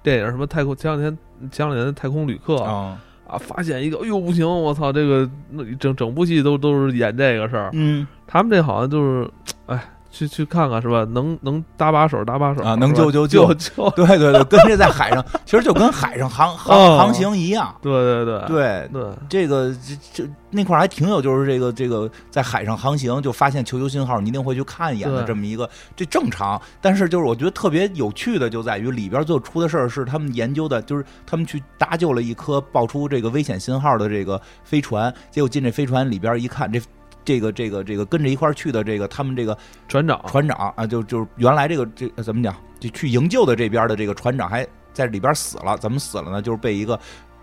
Speaker 1: 电影，什么太空前两天前两年的太空旅客
Speaker 2: 啊，
Speaker 1: 啊，发现一个，哎呦不行，我操，这个那整整部戏都都是演这个事儿，
Speaker 2: 嗯
Speaker 1: 他们这好像就是，哎，去去看看是吧？能能搭把手搭把手
Speaker 2: 啊能
Speaker 1: 是吧
Speaker 2: 救就
Speaker 1: 救
Speaker 2: 救
Speaker 1: 救，
Speaker 2: 对对对，跟这在海上其实就跟海上航航
Speaker 1: 哦啊
Speaker 2: 航行一样，
Speaker 1: 对对对
Speaker 2: 对。
Speaker 1: 对，
Speaker 2: 这个这这那块儿还挺有，就是这个这个在海上航行就发现球球信号，你一定会去看一眼的
Speaker 1: 对
Speaker 2: 这么一个，这正常。但是就是我觉得特别有趣的就在于里边最后出的事儿是他们研究的，就是他们去搭救了一颗爆出这个危险信号的这个飞船，结果进这飞船里边一看，这这个这个这个跟着一块儿去的这个他们这个
Speaker 1: 船长
Speaker 2: 船长啊，就就是原来这个这呃怎么讲，就去营救的这边的这个船长还在里边死了，怎么死了呢？就是被一个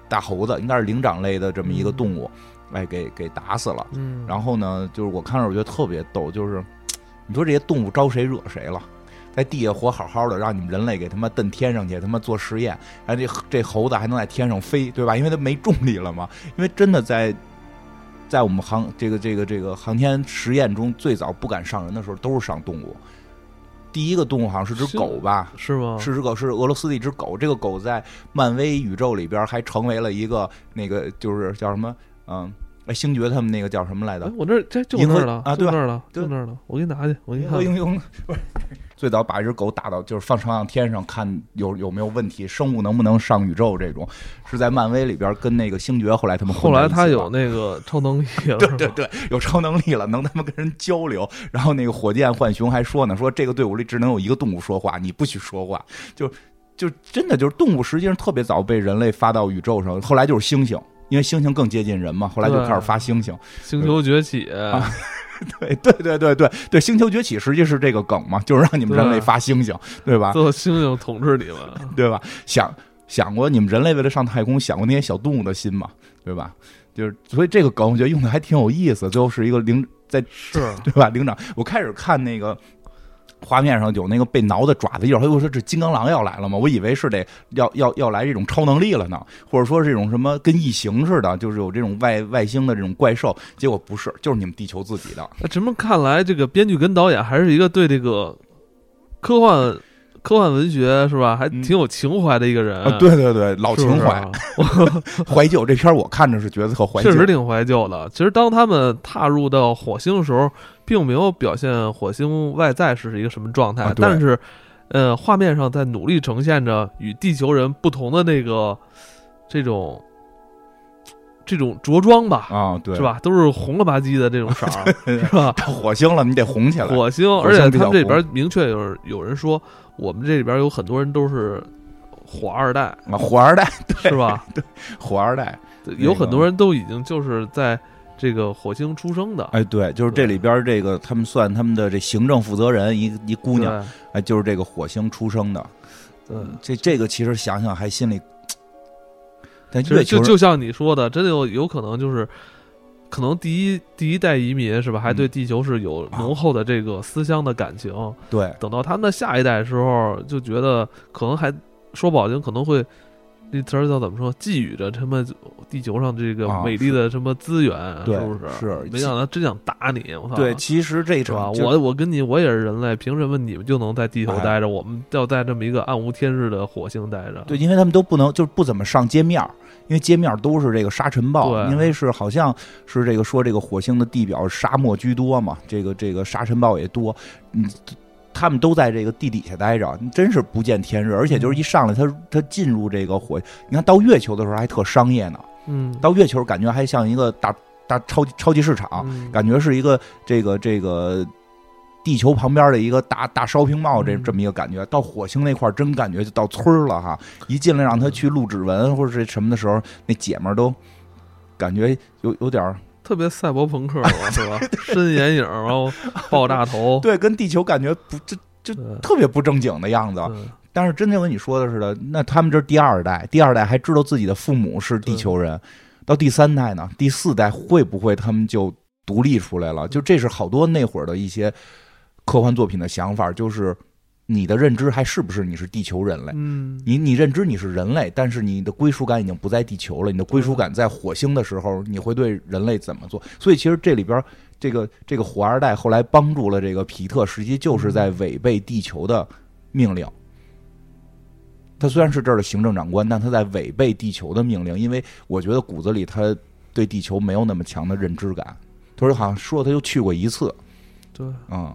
Speaker 2: 大猴子，应该是灵长类的这么一个动物。哎给给打死了。
Speaker 1: 嗯，
Speaker 2: 然后呢，就是我看着我觉得特别逗，就是你说这些动物招谁惹谁了？在地下活好好的，让你们人类给他妈蹬天上去，他妈做实验，然后这这猴子还能在天上飞，对吧？因为它没重力了嘛。因为真的在在我们航这个这个这个航天实验中，最早不敢上人的时候，都是上动物。第一个动物好像是只
Speaker 1: 是
Speaker 2: 狗吧？
Speaker 1: 是吗？
Speaker 2: 是只狗，是俄罗斯的一只狗。这个狗在漫威宇宙里边还成为了一个那个，就是叫什么？嗯，哎，星爵他们那个叫什么来
Speaker 1: 哎
Speaker 2: 的？
Speaker 1: 我那儿这就
Speaker 2: 银
Speaker 1: 那
Speaker 2: 河
Speaker 1: 儿了
Speaker 2: 啊
Speaker 1: 就
Speaker 2: 对吧
Speaker 1: 那儿了，
Speaker 2: 对
Speaker 1: 就那儿了。我给你拿去，我给你看
Speaker 2: 英雄不是 最早把一只狗打到就是放朝向天上看有有没有问题，生物能不能上宇宙这种，是在漫威里边跟那个星爵后来他们
Speaker 1: 后
Speaker 2: 混在
Speaker 1: 来
Speaker 2: 一起
Speaker 1: 他
Speaker 2: 了
Speaker 1: 有那个超能力了，
Speaker 2: 对
Speaker 1: 是吧
Speaker 2: 对对，有超能力了，能他妈跟人交流。然后那个火箭浣熊还说呢，说这个队伍里只能有一个动物说话，你不许说话。就就真的就是动物，实际上特别早被人类发到宇宙上，后来就是猩猩。因为猩猩更接近人嘛，后来就开始发猩猩。
Speaker 1: 星球崛起，
Speaker 2: 啊对对对对对对，星球崛起实际是这个梗嘛，就是让你们人类发猩猩，对吧？
Speaker 1: 最后猩猩统治你们。
Speaker 2: 对吧？想想过你们人类为了上太空，想过那些小动物的心嘛，对吧？就是所以这个梗我觉得用的还挺有意思，最后是一个零在
Speaker 1: 是，啊
Speaker 2: 对吧？领长，我开始看那个画面上有那个被挠的爪子印儿，哎呦我说这金刚狼要来了吗？我以为是得要要要来这种超能力了呢，或者说是这种什么跟异形似的，就是有这种外外星的这种怪兽，结果不是，就是你们地球自己的。
Speaker 1: 那这么看来，这个编剧跟导演还是一个对这个科幻、科幻文学是吧，还
Speaker 2: 嗯
Speaker 1: 挺有情怀的一个人。
Speaker 2: 啊，对对对，老
Speaker 1: 是
Speaker 2: 情
Speaker 1: 不是
Speaker 2: 怀、
Speaker 1: 啊，
Speaker 2: 怀旧这片儿我看着是觉得特怀旧
Speaker 1: 确，实挺怀旧的。其实当他们踏入到火星的时候，并没有表现火星外在是一个什么状态，
Speaker 2: 啊对
Speaker 1: 但是，呃，画面上在努力呈现着与地球人不同的那个这种这种着装吧，
Speaker 2: 啊，对，
Speaker 1: 是？吧？都是红了吧唧的这种色 儿，是吧？
Speaker 2: 到火星了，你得红起来。
Speaker 1: 火星，
Speaker 2: 火
Speaker 1: 而
Speaker 2: 星
Speaker 1: 且
Speaker 2: 比
Speaker 1: 他们
Speaker 2: 较
Speaker 1: 这里边明确有有人说，我们这里边有很多人都是火二 代，
Speaker 2: 啊，火二代，
Speaker 1: 是吧？
Speaker 2: 火二代，
Speaker 1: 有很多人都已经就是在这个火星出生的。
Speaker 2: 哎，对，就是这里边儿这个，他们算他们的这行政负责人，一一姑娘，嗯哎，就是这个火星出生的，
Speaker 1: 对，对，
Speaker 2: 这这个其实想想还心里，但
Speaker 1: 就
Speaker 2: 月球
Speaker 1: 就
Speaker 2: 人
Speaker 1: 就像你说的，真的有有可能就是，可能第一第一代移民是吧，
Speaker 2: 嗯
Speaker 1: 还对地球是有
Speaker 2: 啊
Speaker 1: 浓厚的这个思乡的感情。
Speaker 2: 对
Speaker 1: 等到他们的下一代的时候，就觉得可能还说不好听，可能会那词儿叫怎么说，寄予着他们地球上这个
Speaker 2: 啊
Speaker 1: 美丽的什么资源，
Speaker 2: 对
Speaker 1: 是不是？
Speaker 2: 是
Speaker 1: 没想到真想打你，我操！
Speaker 2: 对，其实这一
Speaker 1: 啊是吧？
Speaker 2: 场就
Speaker 1: 我我跟你我也是人类，凭什么你们就能在地球
Speaker 2: 哎
Speaker 1: 待着，我们要在这么一个暗无天日的火星待着？
Speaker 2: 对，因为他们都不能就是不怎么上街面儿。因为街面儿都是这个沙尘暴，
Speaker 1: 对
Speaker 2: 因为是好像是这个说这个火星的地表沙漠居多嘛，这个这个沙尘暴也多，嗯，他们都在这个地底下待着，真是不见天日。而且就是一上来他他进入这个火，你看到月球的时候还特商业呢，
Speaker 1: 嗯，
Speaker 2: 到月球感觉还像一个大大超级超级市场，
Speaker 1: 嗯
Speaker 2: 感觉是一个这个这个地球旁边的一个大大 shopping mall 这
Speaker 1: 嗯
Speaker 2: 这么一个感觉。到火星那块儿真感觉就到村儿了哈，一进来让他去录指纹或者是什么的时候，那姐们儿都感觉有有点儿
Speaker 1: 特别赛博朋克嘛，是 吧？深眼影，然后爆炸头，
Speaker 2: 对，跟地球感觉不这
Speaker 1: 对，
Speaker 2: 特别不正经的样子。
Speaker 1: 嗯
Speaker 2: 但是真的跟你说的似的，那他们这是第二代，第二代还知道自己的父母是地球人，到第三代呢，第四代会不会他们就独立出来了？就这是好多那会儿的一些科幻作品的想法，就是你的认知还是不是你是地球人类？
Speaker 1: 嗯，
Speaker 2: 你你认知你是人类，但是你的归属感已经不在地球了，你的归属感在火星的时候，你会对人类怎么做？所以其实这里边儿这个这个火二代后来帮助了这个皮特，实际就是在违背地球的命令。他虽然是这儿的行政长官，但他在违背地球的命令，因为我觉得骨子里他对地球没有那么强的认知感。他说好像说他就去过一次，
Speaker 1: 对，
Speaker 2: 嗯，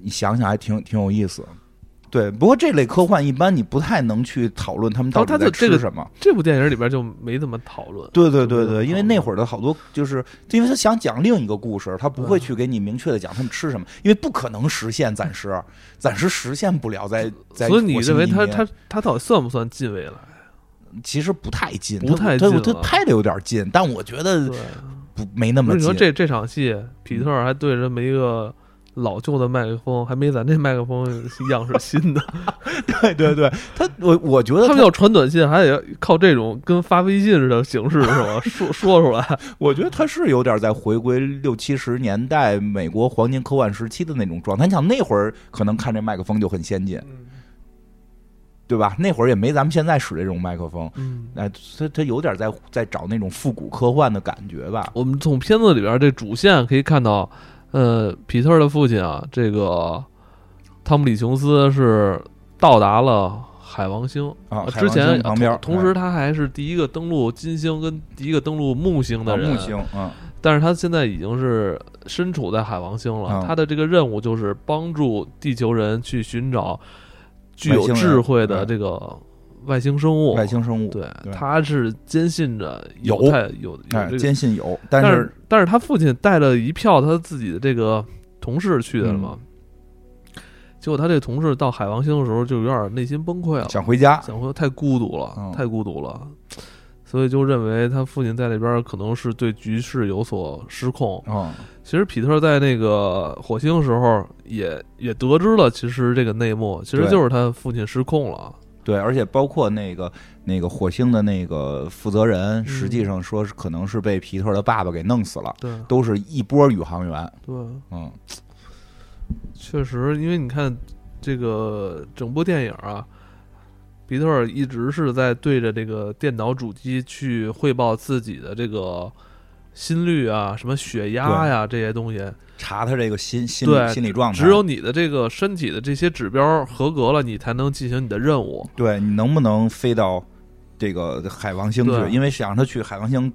Speaker 2: 你想想还挺挺有意思。对，不过这类科幻一般你不太能去讨论他们到
Speaker 1: 哦
Speaker 2: 底
Speaker 1: 它
Speaker 2: 在
Speaker 1: 的这
Speaker 2: 吃
Speaker 1: 个
Speaker 2: 什么。嗯
Speaker 1: 这部电影里边就没怎么讨论，
Speaker 2: 对对
Speaker 1: 不
Speaker 2: 对
Speaker 1: 太
Speaker 2: 对，因
Speaker 1: 讨
Speaker 2: 为
Speaker 1: 论
Speaker 2: 那会儿的好多就是，因为他想讲另一个故事，他不会
Speaker 1: 对
Speaker 2: 去给你明确的讲他们吃什么，因为不可能实现，暂时暂时实现不了在在火
Speaker 1: 所以
Speaker 2: 星移
Speaker 1: 你
Speaker 2: 民。
Speaker 1: 认为他他他到底算不算近未来？
Speaker 2: 其实不太近，
Speaker 1: 不
Speaker 2: 他
Speaker 1: 太
Speaker 2: 他
Speaker 1: 近
Speaker 2: 他
Speaker 1: 了
Speaker 2: 拍的有点近，但我觉得
Speaker 1: 对，
Speaker 2: 不没那
Speaker 1: 不
Speaker 2: 么
Speaker 1: 是你说
Speaker 2: 近。
Speaker 1: 这这场戏，皮特还对着这么一个老旧的麦克风，还没咱这麦克风样式新的。
Speaker 2: 对 对对，他我我觉得
Speaker 1: 他
Speaker 2: 他
Speaker 1: 们要传短信，还得靠这种跟发微信似的形式，是吧？说说出来，
Speaker 2: 我觉得他是有点在回归六七十年代美国黄金科幻时期的那种状态。你想那会儿可能看这麦克风就很先进，对吧？那会儿也没咱们现在使这种麦克风，
Speaker 1: 嗯，
Speaker 2: 哎，他他有点在在找那种复古科幻的感觉吧？
Speaker 1: 我们从片子里边这主线可以看到，呃，皮特的父亲啊，这个汤姆·李·琼斯是到达了海王星
Speaker 2: 啊，海
Speaker 1: 呃之
Speaker 2: 王星
Speaker 1: 前
Speaker 2: 旁边，哎
Speaker 1: 同时他还是第一个登陆金星跟第一个登陆木星
Speaker 2: 哎
Speaker 1: 的
Speaker 2: 啊
Speaker 1: 人，
Speaker 2: 木星，嗯，
Speaker 1: 但是他现在已经是身处在海王星了，
Speaker 2: 嗯
Speaker 1: 他的这个任务就是帮助地球人去寻找具
Speaker 2: 外
Speaker 1: 有
Speaker 2: 星人
Speaker 1: 智慧的
Speaker 2: 嗯
Speaker 1: 这个外星生物。
Speaker 2: 外星生物，
Speaker 1: 对，
Speaker 2: 对
Speaker 1: 他是坚信着
Speaker 2: 有
Speaker 1: 太有有
Speaker 2: 哎，
Speaker 1: 这个，
Speaker 2: 坚信有，
Speaker 1: 但
Speaker 2: 但
Speaker 1: 是但是他父亲带了一票他自己的这个同事去的嘛，
Speaker 2: 嗯
Speaker 1: 结果他这同事到海王星的时候就有点内心崩溃了，
Speaker 2: 想回家，
Speaker 1: 想回太孤独了，
Speaker 2: 啊嗯
Speaker 1: 太孤独了，所以就认为他父亲在那边可能是对局势有所失控。
Speaker 2: 嗯，
Speaker 1: 其实皮特在那个火星的时候也也得知了，其实这个内幕其实
Speaker 2: 对
Speaker 1: 就是他父亲失控了。啊
Speaker 2: 对，而且包括那个那个火星的那个负责人，实
Speaker 1: 嗯
Speaker 2: 际上说是可能是被皮特的爸爸给弄死了，
Speaker 1: 对
Speaker 2: 都是一波宇航员，
Speaker 1: 对，
Speaker 2: 嗯，
Speaker 1: 确实，因为你看这个整部电影啊，皮特一直是在对着这个电脑主机去汇报自己的这个心率啊、什么血压呀、这些东西。
Speaker 2: 查他这个心心
Speaker 1: 对
Speaker 2: 理心理状态，
Speaker 1: 只有你的这个身体的这些指标合格了，你才能进行你的任务。
Speaker 2: 对你能不能飞到这个海王星
Speaker 1: 对
Speaker 2: 去？因为想让他去海王星，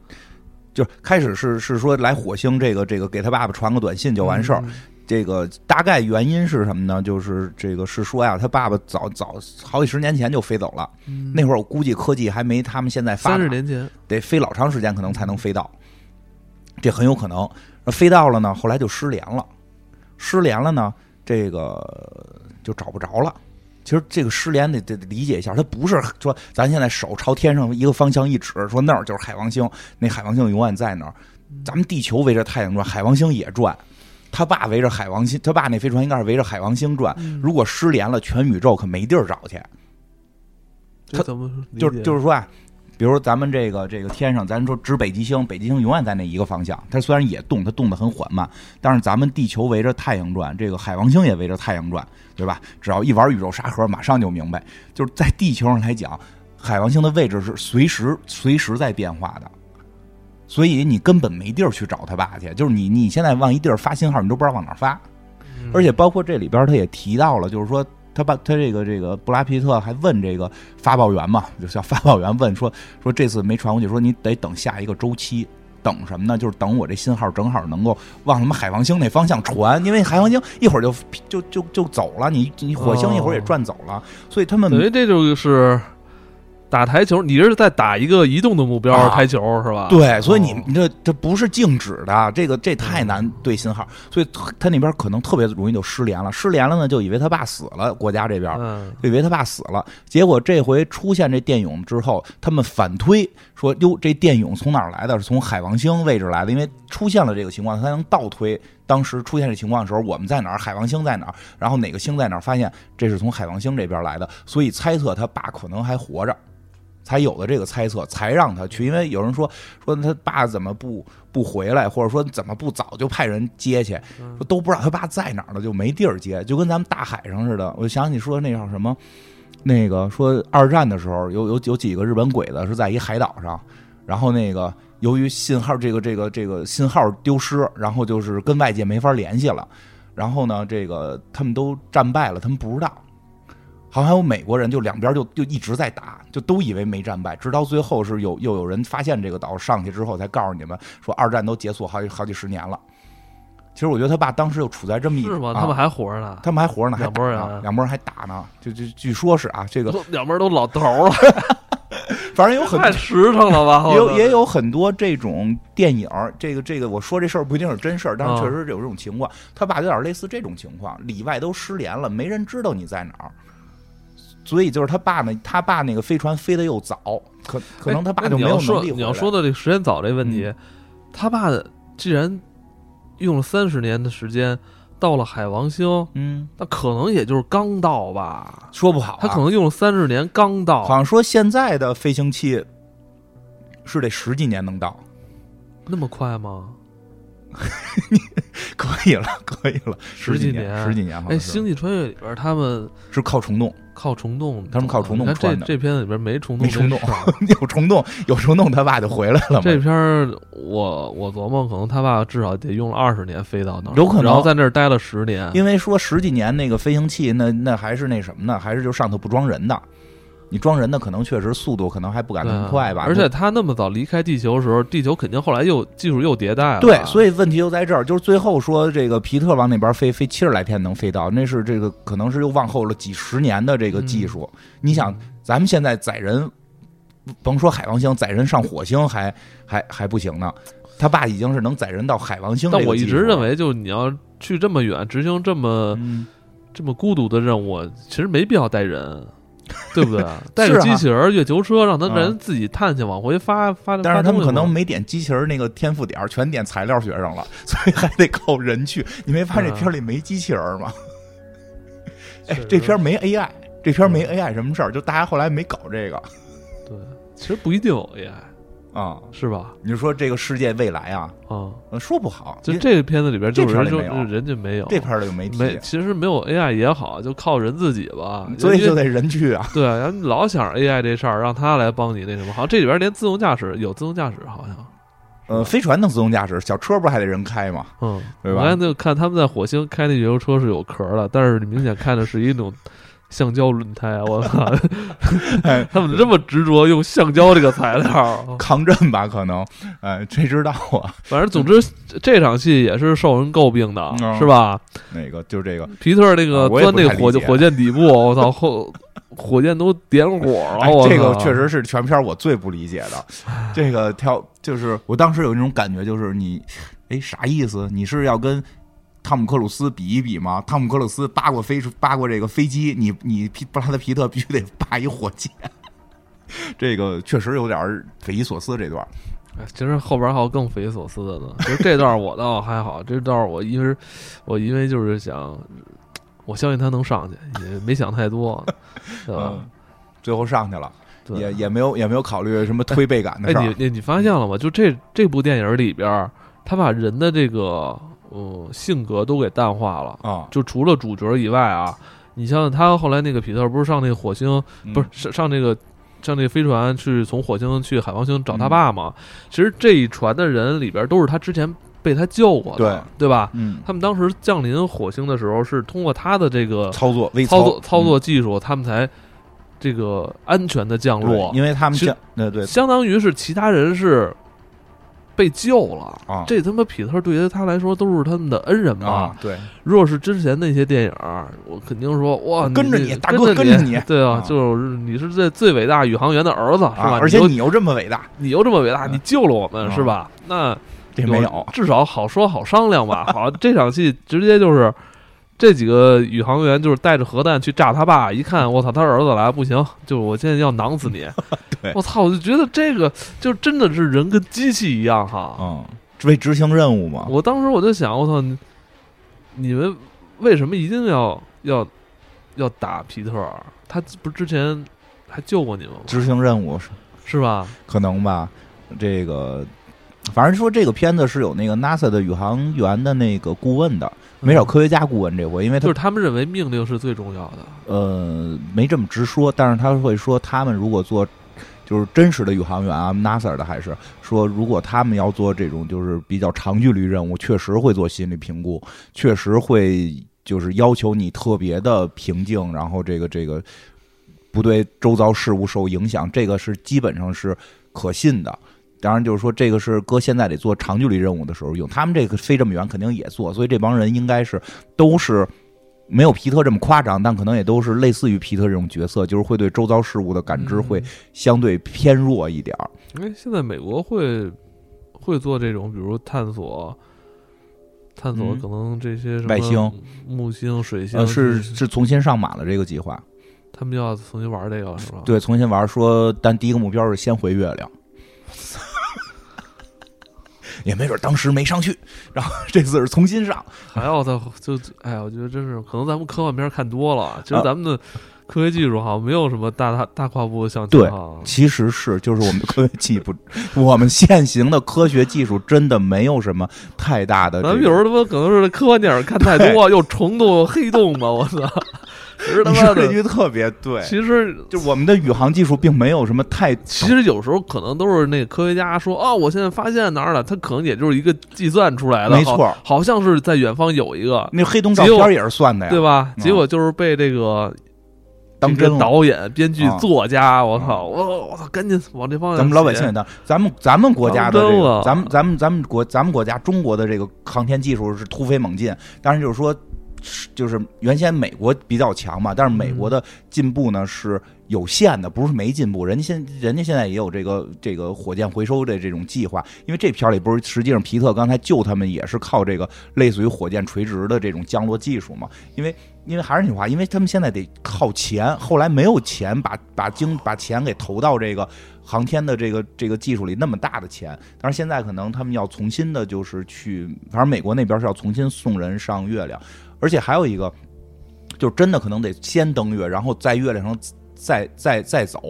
Speaker 2: 就是开始是是说来火星这个这个给他爸爸传个短信就完事儿。
Speaker 1: 嗯
Speaker 2: 这个大概原因是什么呢？就是这个是说呀，他爸爸早早好几十年前就飞走了，
Speaker 1: 嗯
Speaker 2: 那会儿我估计科技还没他们现在发
Speaker 1: 三十
Speaker 2: 达，
Speaker 1: 年前，
Speaker 2: 得飞老长时间可能才能飞到，这很有可能。那飞到了呢，后来就失联了，失联了呢，这个就找不着了。其实这个失联得得得理解一下，它不是说咱现在手朝天上一个方向一指，说那儿就是海王星，那海王星永远在那儿。咱们地球围着太阳转，海王星也转。他爸围着海王星，他爸那飞船应该是围着海王星转。如果失联了，全宇宙可没地儿找去。
Speaker 1: 这
Speaker 2: 他
Speaker 1: 怎么理
Speaker 2: 就
Speaker 1: 解
Speaker 2: 是就是说啊，比如咱们这个这个天上，咱说指北极星，北极星永远在那一个方向，它虽然也动，它动得很缓慢，但是咱们地球围着太阳转，这个海王星也围着太阳转，对吧？只要一玩宇宙沙盒，马上就明白，就是在地球上来讲，海王星的位置是随时随时在变化的。所以你根本没地儿去找他爸去，就是你你现在往一地儿发信号，你都不知道往哪儿发。
Speaker 1: 嗯
Speaker 2: 而且包括这里边儿他也提到了，就是说他把他这个这个布拉皮特还问这个发报员嘛，就叫发报员问说 说这次没传过去，说你得等下一个周期。等什么呢？就是等我这信号正好能够往他们海王星那方向传，因为海王星一会儿就就就就走了，你你火星一会儿也转走了，所以他们
Speaker 1: 等于这就是打台球，你是在打一个移动的目标、
Speaker 2: 啊
Speaker 1: 台球是吧？
Speaker 2: 对，所以你
Speaker 1: 哦
Speaker 2: 你这这不是静止的，这个这太难对信号，所以他他那边可能特别容易就失联了，失联了呢就以为他爸死了，国家这边，
Speaker 1: 嗯，
Speaker 2: 就以为他爸死了。结果这回出现这电泳之后，他们反推说：“哟，这电泳从哪儿来的？是从海王星位置来的，因为出现了这个情况，他能倒推当时出现这情况的时候，我们在哪儿，海王星在哪儿，然后哪个星在哪儿，发现这是从海王星这边来的，所以猜测他爸可能还活着。”才有的这个猜测，才让他去。因为有人说说他爸怎么不不回来，或者说怎么不早就派人接去，说都不知道他爸在哪儿了，就没地儿接，就跟咱们大海上似的。我想起说那叫什么，那个说二战的时候，有有有几个日本鬼子是在一海岛上，然后那个由于信号这个这个这个信号丢失，然后就是跟外界没法联系了，然后呢，这个他们都战败了，他们不知道。好像还有美国人，就两边就就一直在打，就都以为没战败，直到最后是有又有人发现这个岛上去之后，才告诉你们说二战都结束好几好几十年了。其实我觉得他爸当时就处在这么一
Speaker 1: 是吗？
Speaker 2: 啊
Speaker 1: 他们还活着呢，
Speaker 2: 他们还活着呢，还
Speaker 1: 两拨人
Speaker 2: 打呢
Speaker 1: 啊
Speaker 2: 两拨人还打呢，就就据说是啊，这个
Speaker 1: 都两边都老头儿了，
Speaker 2: 反正有 很
Speaker 1: 太实诚了吧？
Speaker 2: 也
Speaker 1: 我
Speaker 2: 有
Speaker 1: 操
Speaker 2: 也有很多这种电影儿，这个这个，我说这事儿不一定是真事儿，但
Speaker 1: 啊
Speaker 2: 是确实是有这种情况。他爸有点类似这种情况，里外都失联了，没人知道你在哪儿。所以就是他爸呢，他爸那个飞船飞得又早，可可能他爸
Speaker 1: 哎
Speaker 2: 就没
Speaker 1: 那
Speaker 2: 有
Speaker 1: 你要说
Speaker 2: 能力嗯
Speaker 1: 你
Speaker 2: 回
Speaker 1: 要
Speaker 2: 来。
Speaker 1: 说的这个时间早这问题，他爸既然用了三十年的时间到了海王星，
Speaker 2: 嗯，
Speaker 1: 那可能也就是刚到吧，
Speaker 2: 说不好啊、
Speaker 1: 他可能用了三十年刚
Speaker 2: 好
Speaker 1: 到，
Speaker 2: 像说现在的飞行器是得十几年能到，
Speaker 1: 那么快吗？
Speaker 2: 可以了，可以了，十
Speaker 1: 几
Speaker 2: 年，
Speaker 1: 年
Speaker 2: 十几年好
Speaker 1: 哎，
Speaker 2: 像
Speaker 1: 《
Speaker 2: 是
Speaker 1: 星际穿越》里边他们
Speaker 2: 是靠虫洞，
Speaker 1: 靠虫洞，
Speaker 2: 他们靠虫
Speaker 1: 你
Speaker 2: 洞
Speaker 1: 看
Speaker 2: 穿的
Speaker 1: 这这片子里边没虫洞
Speaker 2: 没
Speaker 1: 这
Speaker 2: 虫
Speaker 1: 事
Speaker 2: 洞
Speaker 1: 儿，
Speaker 2: 有虫洞，有虫洞，他爸就回来了
Speaker 1: 这
Speaker 2: 嘛。
Speaker 1: 片儿我我琢磨，可能他爸至少得用了二十年飞到那儿，
Speaker 2: 有可能
Speaker 1: 然后在那儿待了十年。
Speaker 2: 因为说十几年那个飞行器，那那还是那什么呢？还是就上头不装人的。你装人的可能确实速度可能还不敢
Speaker 1: 对啊
Speaker 2: 那么快吧，
Speaker 1: 而且他那么早离开地球的时候，地球肯定后来又技术又迭代了。
Speaker 2: 对，
Speaker 1: 以
Speaker 2: 所以问题就在这儿，就是最后说这个皮特往那边飞，飞七十来天能飞到，那是这个可能是又往后了几十年的这个
Speaker 1: 嗯
Speaker 2: 技术。你想，咱们现在载人，甭说海王星，载人上火星还还还不行呢。他爸已经是能载人到海王星这
Speaker 1: 但
Speaker 2: 个
Speaker 1: 我一
Speaker 2: 技术
Speaker 1: 直
Speaker 2: 了，
Speaker 1: 认为，就你要去这么远，执行这么、
Speaker 2: 嗯，
Speaker 1: 这么孤独的任务，其实没必要带 人，对不对？带
Speaker 2: 是
Speaker 1: 个
Speaker 2: 啊
Speaker 1: 机器人儿、月球车，让他
Speaker 2: 啊
Speaker 1: 人自己探去，往回发发。
Speaker 2: 但
Speaker 1: 发
Speaker 2: 是他们
Speaker 1: 东西
Speaker 2: 可能
Speaker 1: 嘛
Speaker 2: 没点机器人那个天赋点儿，全点材料学上了， 所以还得靠人去。你没
Speaker 1: 嗯
Speaker 2: 发现这片儿里没机器人 吗？哎，这片儿没 AI，这片儿
Speaker 1: 嗯
Speaker 2: 没 AI 什么事儿，就大家后来没搞这个
Speaker 1: 对，其实不一定有 AI，
Speaker 2: 啊。
Speaker 1: 是吧？
Speaker 2: 你说这个世界未来啊，
Speaker 1: 啊、
Speaker 2: 呃说不好，
Speaker 1: 就
Speaker 2: 因为
Speaker 1: 这个片子里边，就
Speaker 2: 这片儿
Speaker 1: 人
Speaker 2: 里
Speaker 1: 就
Speaker 2: 没有
Speaker 1: 人家没有
Speaker 2: 这片儿就没
Speaker 1: 没，
Speaker 2: 提，嗯
Speaker 1: 其实没有 AI 也好，就靠人自己吧。
Speaker 2: 所以
Speaker 1: 因为
Speaker 2: 就得人去啊。
Speaker 1: 对，然后你老想 AI 这事儿，让他来帮你那什么，好像这里边连自动驾驶有自动驾驶，好像，
Speaker 2: 呃，飞船能自动驾驶，小车不是还得人开吗？
Speaker 1: 嗯，
Speaker 2: 对吧
Speaker 1: 我刚才就看他们在火星开那月球车是有壳的，但是你明显看的是一种橡胶轮胎，啊我 操，他们这么执着用橡胶这个材料，
Speaker 2: 抗震吧，可能，呃，谁知道啊？
Speaker 1: 反正总之这场戏也是受人诟病的，
Speaker 2: 嗯
Speaker 1: 是吧？
Speaker 2: 那个就这个，
Speaker 1: 皮特那个
Speaker 2: 啊我也
Speaker 1: 钻
Speaker 2: 不
Speaker 1: 那
Speaker 2: 太
Speaker 1: 个火
Speaker 2: 理
Speaker 1: 箭
Speaker 2: 解
Speaker 1: 火箭底部，我操，后火箭都点火了，
Speaker 2: 哎
Speaker 1: 我，操
Speaker 2: 这个确实是全片我最不理解的。这个挑就是我当时有一种感觉，就是你，哎，啥意思？你是要跟汤姆克鲁斯比一比吗？汤姆克鲁斯扒过飞扒过这个飞机，你你皮布拉德皮特必须得 扒一火箭。这个确实有点儿匪夷所思，这段儿
Speaker 1: 哎其实后边还有更匪夷所思的呢。其实这段我倒还好，这段我因为我因为就是想，我相信他能上去，也没想太多，对吧？
Speaker 2: 嗯，最后上去了，
Speaker 1: 对
Speaker 2: 也也没有也没有考虑什么推背感的
Speaker 1: 哎
Speaker 2: 事，儿
Speaker 1: 你。你你发现了吗？就这这部电影里边儿，他把人的这个嗯性格都给淡化了，
Speaker 2: 啊，
Speaker 1: 就除了主角以外啊，你像他后来那个皮特不是上那个火星，
Speaker 2: 嗯
Speaker 1: 不是上上那个上那个飞船去从火星去海王星找
Speaker 2: 嗯
Speaker 1: 他爸嘛？其实这一船的人里边都是他之前被他救过的，对吧？
Speaker 2: 嗯，
Speaker 1: 他们当时降临火星的时候，是通过他的这个
Speaker 2: 操作微
Speaker 1: 操作
Speaker 2: 嗯
Speaker 1: 操作技术，他们才这个安全的降
Speaker 2: 嗯对
Speaker 1: 落，
Speaker 2: 因为他们
Speaker 1: 其实
Speaker 2: 像对对
Speaker 1: 相当于是其他人是被救了。
Speaker 2: 啊
Speaker 1: 这他妈皮特对于他来说都是他们的恩人嘛。
Speaker 2: 啊对，
Speaker 1: 若是之前那些电影儿，我肯定说哇，
Speaker 2: 跟着
Speaker 1: 你
Speaker 2: 你大哥
Speaker 1: 跟
Speaker 2: 跟着你
Speaker 1: 对啊
Speaker 2: 啊，
Speaker 1: 就是你是这最伟大宇航员的儿子是吧
Speaker 2: 啊？而且
Speaker 1: 你又
Speaker 2: 你又这么伟大，
Speaker 1: 你又这么伟大，
Speaker 2: 嗯
Speaker 1: 你救了我们
Speaker 2: 啊
Speaker 1: 是吧？那
Speaker 2: 这没有，
Speaker 1: 至少好说好商量吧。 好，这场戏直接就是这几个宇航员就是带着核弹去炸他爸，一看我操，他儿子来不行，就我现在要囊 死你
Speaker 2: 对。
Speaker 1: 我操，我就觉得这个就真的是人跟机器一样哈。
Speaker 2: 嗯，为执行任务嘛，
Speaker 1: 我当时我就想，我操，你你们为什么一定要要要打皮特尔？他不是之前还救过你们吗？
Speaker 2: 执行任务是
Speaker 1: 是吧？
Speaker 2: 可能吧？这个，反正说这个片子是有那个 NASA 的宇航员的那个顾问的，没找
Speaker 1: 嗯
Speaker 2: 科学家顾问这回，因为
Speaker 1: 就
Speaker 2: 他
Speaker 1: 是他们认为命令是最重要的。
Speaker 2: 呃没这么直说，但是他会说他们如果做。就是真实的宇航员啊，NASA 的还是说，如果他们要做这种就是比较长距离任务，确实会做心理评估，确实会就是要求你特别的平静，然后这个这个不对周遭事物受影响，这个是基本上是可信的。当然，就是说这个是搁现在得做长距离任务的时候用，他们这个飞这么远肯定也做，所以这帮人应该是都是没有皮特这么夸张，但可能也都是类似于皮特这种角色，就是会对周遭事物的感知
Speaker 1: 嗯
Speaker 2: 会相对偏弱一点儿。
Speaker 1: 因为现在美国会会做这种，比如探索探索
Speaker 2: 嗯
Speaker 1: 可能这些什么
Speaker 2: 外星、
Speaker 1: 木星、水星，
Speaker 2: 呃，是是重新上马了这个计划，
Speaker 1: 他们要重新玩这个是吧？
Speaker 2: 对，重新玩儿说，但第一个目标是先回月亮。 也没准当时没上去，然后 这次是重新上。
Speaker 1: 还要他就哎呀，我觉得真是可能咱们科幻片看多了，
Speaker 2: 啊
Speaker 1: 其实咱们的科学技术好像没有什么大大大跨步的向前啊。
Speaker 2: 其实是，就是我们科学技术，我们现行的科学技术真的没有什么太大的这
Speaker 1: 咱
Speaker 2: 个、
Speaker 1: 们有时 候他妈可能是科幻电影看太多，又虫洞、黑洞吧，我 操！其实他
Speaker 2: 你
Speaker 1: 妈
Speaker 2: 说这
Speaker 1: 的，
Speaker 2: 句特别对，
Speaker 1: 其实
Speaker 2: 就我们的宇航技术并没有什么太
Speaker 1: 其实有时候可能都是那科学家说啊、我现在发现哪儿了，他可能也就是一个计算出来的，
Speaker 2: 没错
Speaker 1: 好，好像是在远方有一个，
Speaker 2: 那黑洞照片也是算的呀，
Speaker 1: 对吧？
Speaker 2: 嗯
Speaker 1: 结果就是被这个
Speaker 2: 当
Speaker 1: 这
Speaker 2: 真
Speaker 1: 个
Speaker 2: 了。
Speaker 1: 导演、编剧
Speaker 2: 啊、
Speaker 1: 作家，我操，我我操，赶紧往这方向写。
Speaker 2: 咱们老百姓也当，咱们咱们国家的
Speaker 1: 当
Speaker 2: 这
Speaker 1: 真
Speaker 2: 个
Speaker 1: 了，
Speaker 2: 咱们咱们咱们国咱们国家中国的这个航天技术是突飞猛进，当然就是说，是就是原先美国比较强嘛，但是美国的进步呢是有限的，不是没进步。人家现人家现在也有这个这个火箭回收的这种计划，因为这片儿里不是实际上皮特刚才救他们也是靠这个类似于火箭垂直的这种降落技术嘛，因为。因为还是那句话，因为他们现在得靠钱，后来没有钱把把经把钱给投到这个航天的这个这个技术里那么大的钱，但是现在可能他们要重新的，就是去，反正美国那边是要重新送人上月亮，而且还有一个，就是真的可能得先登月，然后在月亮上再再再走，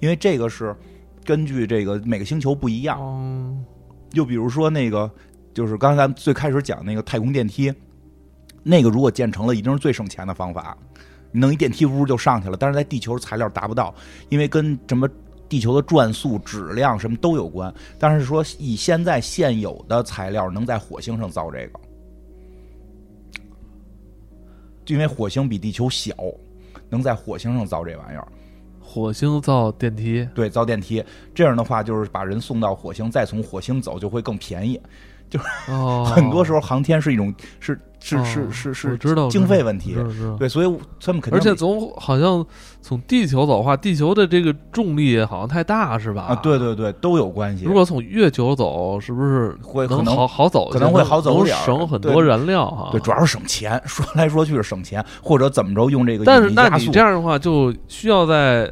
Speaker 2: 因为这个是根据这个每个星球不一样，
Speaker 1: 嗯，
Speaker 2: 就比如说那个，就是刚才咱们最开始讲那个太空电梯，那个如果建成了，一定是最省钱的方法。你弄一电梯屋就上去了，但是在地球材料达不到，因为跟什么地球的转速、质量什么都有关。但是说以现在现有的材料，能在火星上造这个，因为火星比地球小，能在火星上造这玩意儿。
Speaker 1: 火星造电梯，
Speaker 2: 对，造电梯，这样的话就是把人送到火星，再从火星走就会更便宜。
Speaker 1: 哦，
Speaker 2: 很多时候航天是一种是是
Speaker 1: 哦
Speaker 2: 是是
Speaker 1: 我
Speaker 2: 是
Speaker 1: 知道
Speaker 2: 经费问题
Speaker 1: 我知，道知道。
Speaker 2: 对，所以他们肯定
Speaker 1: 而且总好像从地球走的话，地球的这个重力好像太大，是吧？
Speaker 2: 啊，。对对对，都有关系。
Speaker 1: 如果从月球走，是不是
Speaker 2: 会可
Speaker 1: 能
Speaker 2: 能
Speaker 1: 好好走一些？
Speaker 2: 可能会好走
Speaker 1: 能
Speaker 2: 点儿
Speaker 1: 省很
Speaker 2: 对
Speaker 1: 多燃料哈。
Speaker 2: 对，主要是省钱，说来说去是省钱，或者怎么着用这个
Speaker 1: 但是
Speaker 2: 引力
Speaker 1: 那
Speaker 2: 加
Speaker 1: 你
Speaker 2: 速
Speaker 1: 这样的话，就需要在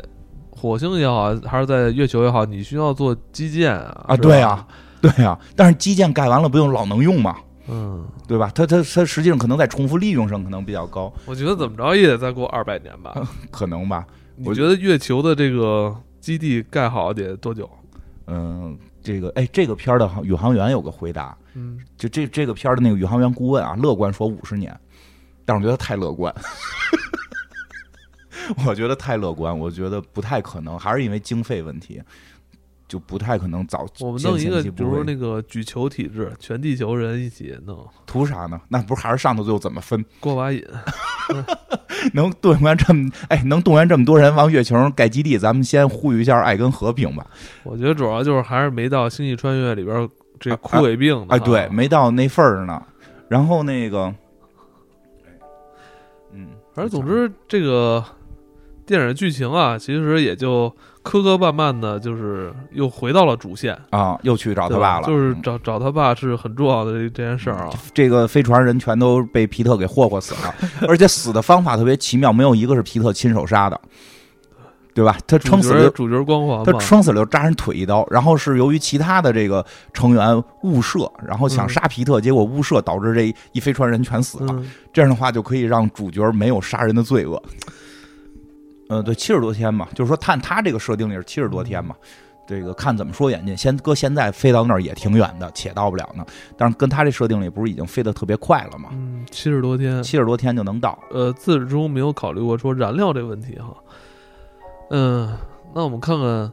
Speaker 1: 火星也好，还是在月球也好，你需要做基建啊。
Speaker 2: 啊，
Speaker 1: 是吧
Speaker 2: 对啊，，对啊，但是基建盖完了不用老能用嘛，
Speaker 1: 嗯，
Speaker 2: 对吧？它它它实际上可能在重复利用上可能比较高，
Speaker 1: 我觉得怎么着也得再过二百年吧。
Speaker 2: 可能吧，
Speaker 1: 你觉得月球的这个基地盖好得多久？
Speaker 2: 嗯。这个哎，这个片儿的宇航员有个回答，
Speaker 1: 嗯，
Speaker 2: 就这这个片儿的那个宇航员顾问啊，乐观说五十年，但是我觉得太乐观， 我觉得太乐观，我觉得不太可能，还是因为经费问题，就不太可能早。
Speaker 1: 我们弄一个，
Speaker 2: 先前期
Speaker 1: 比
Speaker 2: 不
Speaker 1: 如说
Speaker 2: 会
Speaker 1: 那个举球体制，全地球人一起弄
Speaker 2: 图啥呢？那不是还是上头最后怎么分？
Speaker 1: 过把瘾，
Speaker 2: 能动员这么哎，能动员这么多人往月球上盖基地，咱们先呼吁一下爱跟和平吧。
Speaker 1: 我觉得主要就是还是没到《星际穿越》里边儿这
Speaker 2: 啊
Speaker 1: 枯萎病呢
Speaker 2: 哎，对，没到那份儿呢。然后那个，嗯，
Speaker 1: 反正总之这个电影剧情啊，其实也就磕磕绊绊的，就是又回到了主线，
Speaker 2: 啊，又去找他
Speaker 1: 对吧？
Speaker 2: 爸了，
Speaker 1: 就是
Speaker 2: 嗯
Speaker 1: 找找他爸是很重要的这这件事儿啊。
Speaker 2: 这个飞船人全都被皮特给霍霍死 了，而且死的方法特别奇妙，没有一个是皮特亲手杀的，对吧？他撑
Speaker 1: 主
Speaker 2: 死
Speaker 1: 角
Speaker 2: 了，
Speaker 1: 主角光环
Speaker 2: 他
Speaker 1: 嘛，
Speaker 2: 撑死了就扎人腿一刀，然后是由于其他的这个成员误射，然后
Speaker 1: 嗯
Speaker 2: 想杀皮特，结果误射导致这一飞船人全死了。
Speaker 1: 嗯，
Speaker 2: 这样的话就可以让主角没有杀人的罪恶。呃，对，七十多天嘛，就是说看他这个设定里是七十多天嘛。这个看怎么说远近，先搁现在飞到那儿也挺远的，且到不了呢。但是跟他这设定里不是已经飞得特别快了吗？
Speaker 1: 嗯，七十多天，
Speaker 2: 七十多天就能到。
Speaker 1: 呃，自始至终没有考虑过说燃料这问题哈。嗯，那我们看看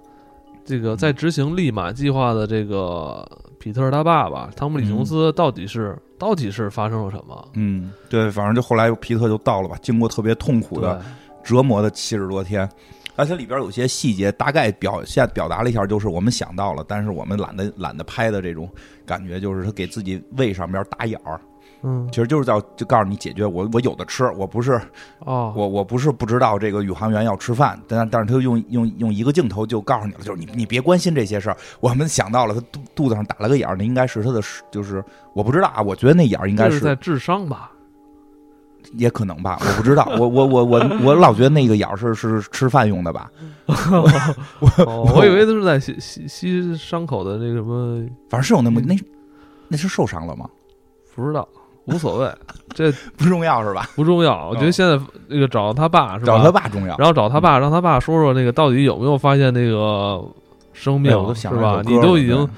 Speaker 1: 这个在执行利马计划的这个皮特他爸爸汤姆·李琼斯到底是、到底是发生了什么？
Speaker 2: 嗯，对，反正就后来皮特就到了吧，经过特别痛苦的
Speaker 1: 对，
Speaker 2: 折磨的七十多天。而且里边有些细节，大概表现表达了一下，就是我们想到了，但是我们懒得懒得拍的这种感觉，就是他给自己胃上边打眼儿，
Speaker 1: 嗯，
Speaker 2: 其实就是叫就告诉你解决我我有的吃，我不是
Speaker 1: 哦，
Speaker 2: 我我不是不知道这个宇航员要吃饭，但但是他用用用一个镜头就告诉你了，就是你你别关心这些事儿。我们想到了他肚肚子上打了个眼儿，那应该是他的是，就是我不知道啊，我觉得那眼儿应该
Speaker 1: 这
Speaker 2: 是
Speaker 1: 是 在智商吧？
Speaker 2: 也可能吧，我不知道，我我我我我老觉得那个眼儿是是吃饭用的吧，
Speaker 1: 哦，我以为他是在吸吸吸伤口的那个什么，
Speaker 2: 反正是有那么那那是受伤了吗？
Speaker 1: 不知 道，无所谓，哦这
Speaker 2: 不重要是吧？
Speaker 1: 不重要。我觉得现在那个找他爸是吧？
Speaker 2: 找他爸重要。
Speaker 1: 然后找他爸，让他爸说说那个到底有没有发现那个生命
Speaker 2: 哎我都
Speaker 1: 是
Speaker 2: 想
Speaker 1: 吧
Speaker 2: 着？这
Speaker 1: 你
Speaker 2: 首歌
Speaker 1: 都
Speaker 2: 了
Speaker 1: 已经
Speaker 2: 对嗯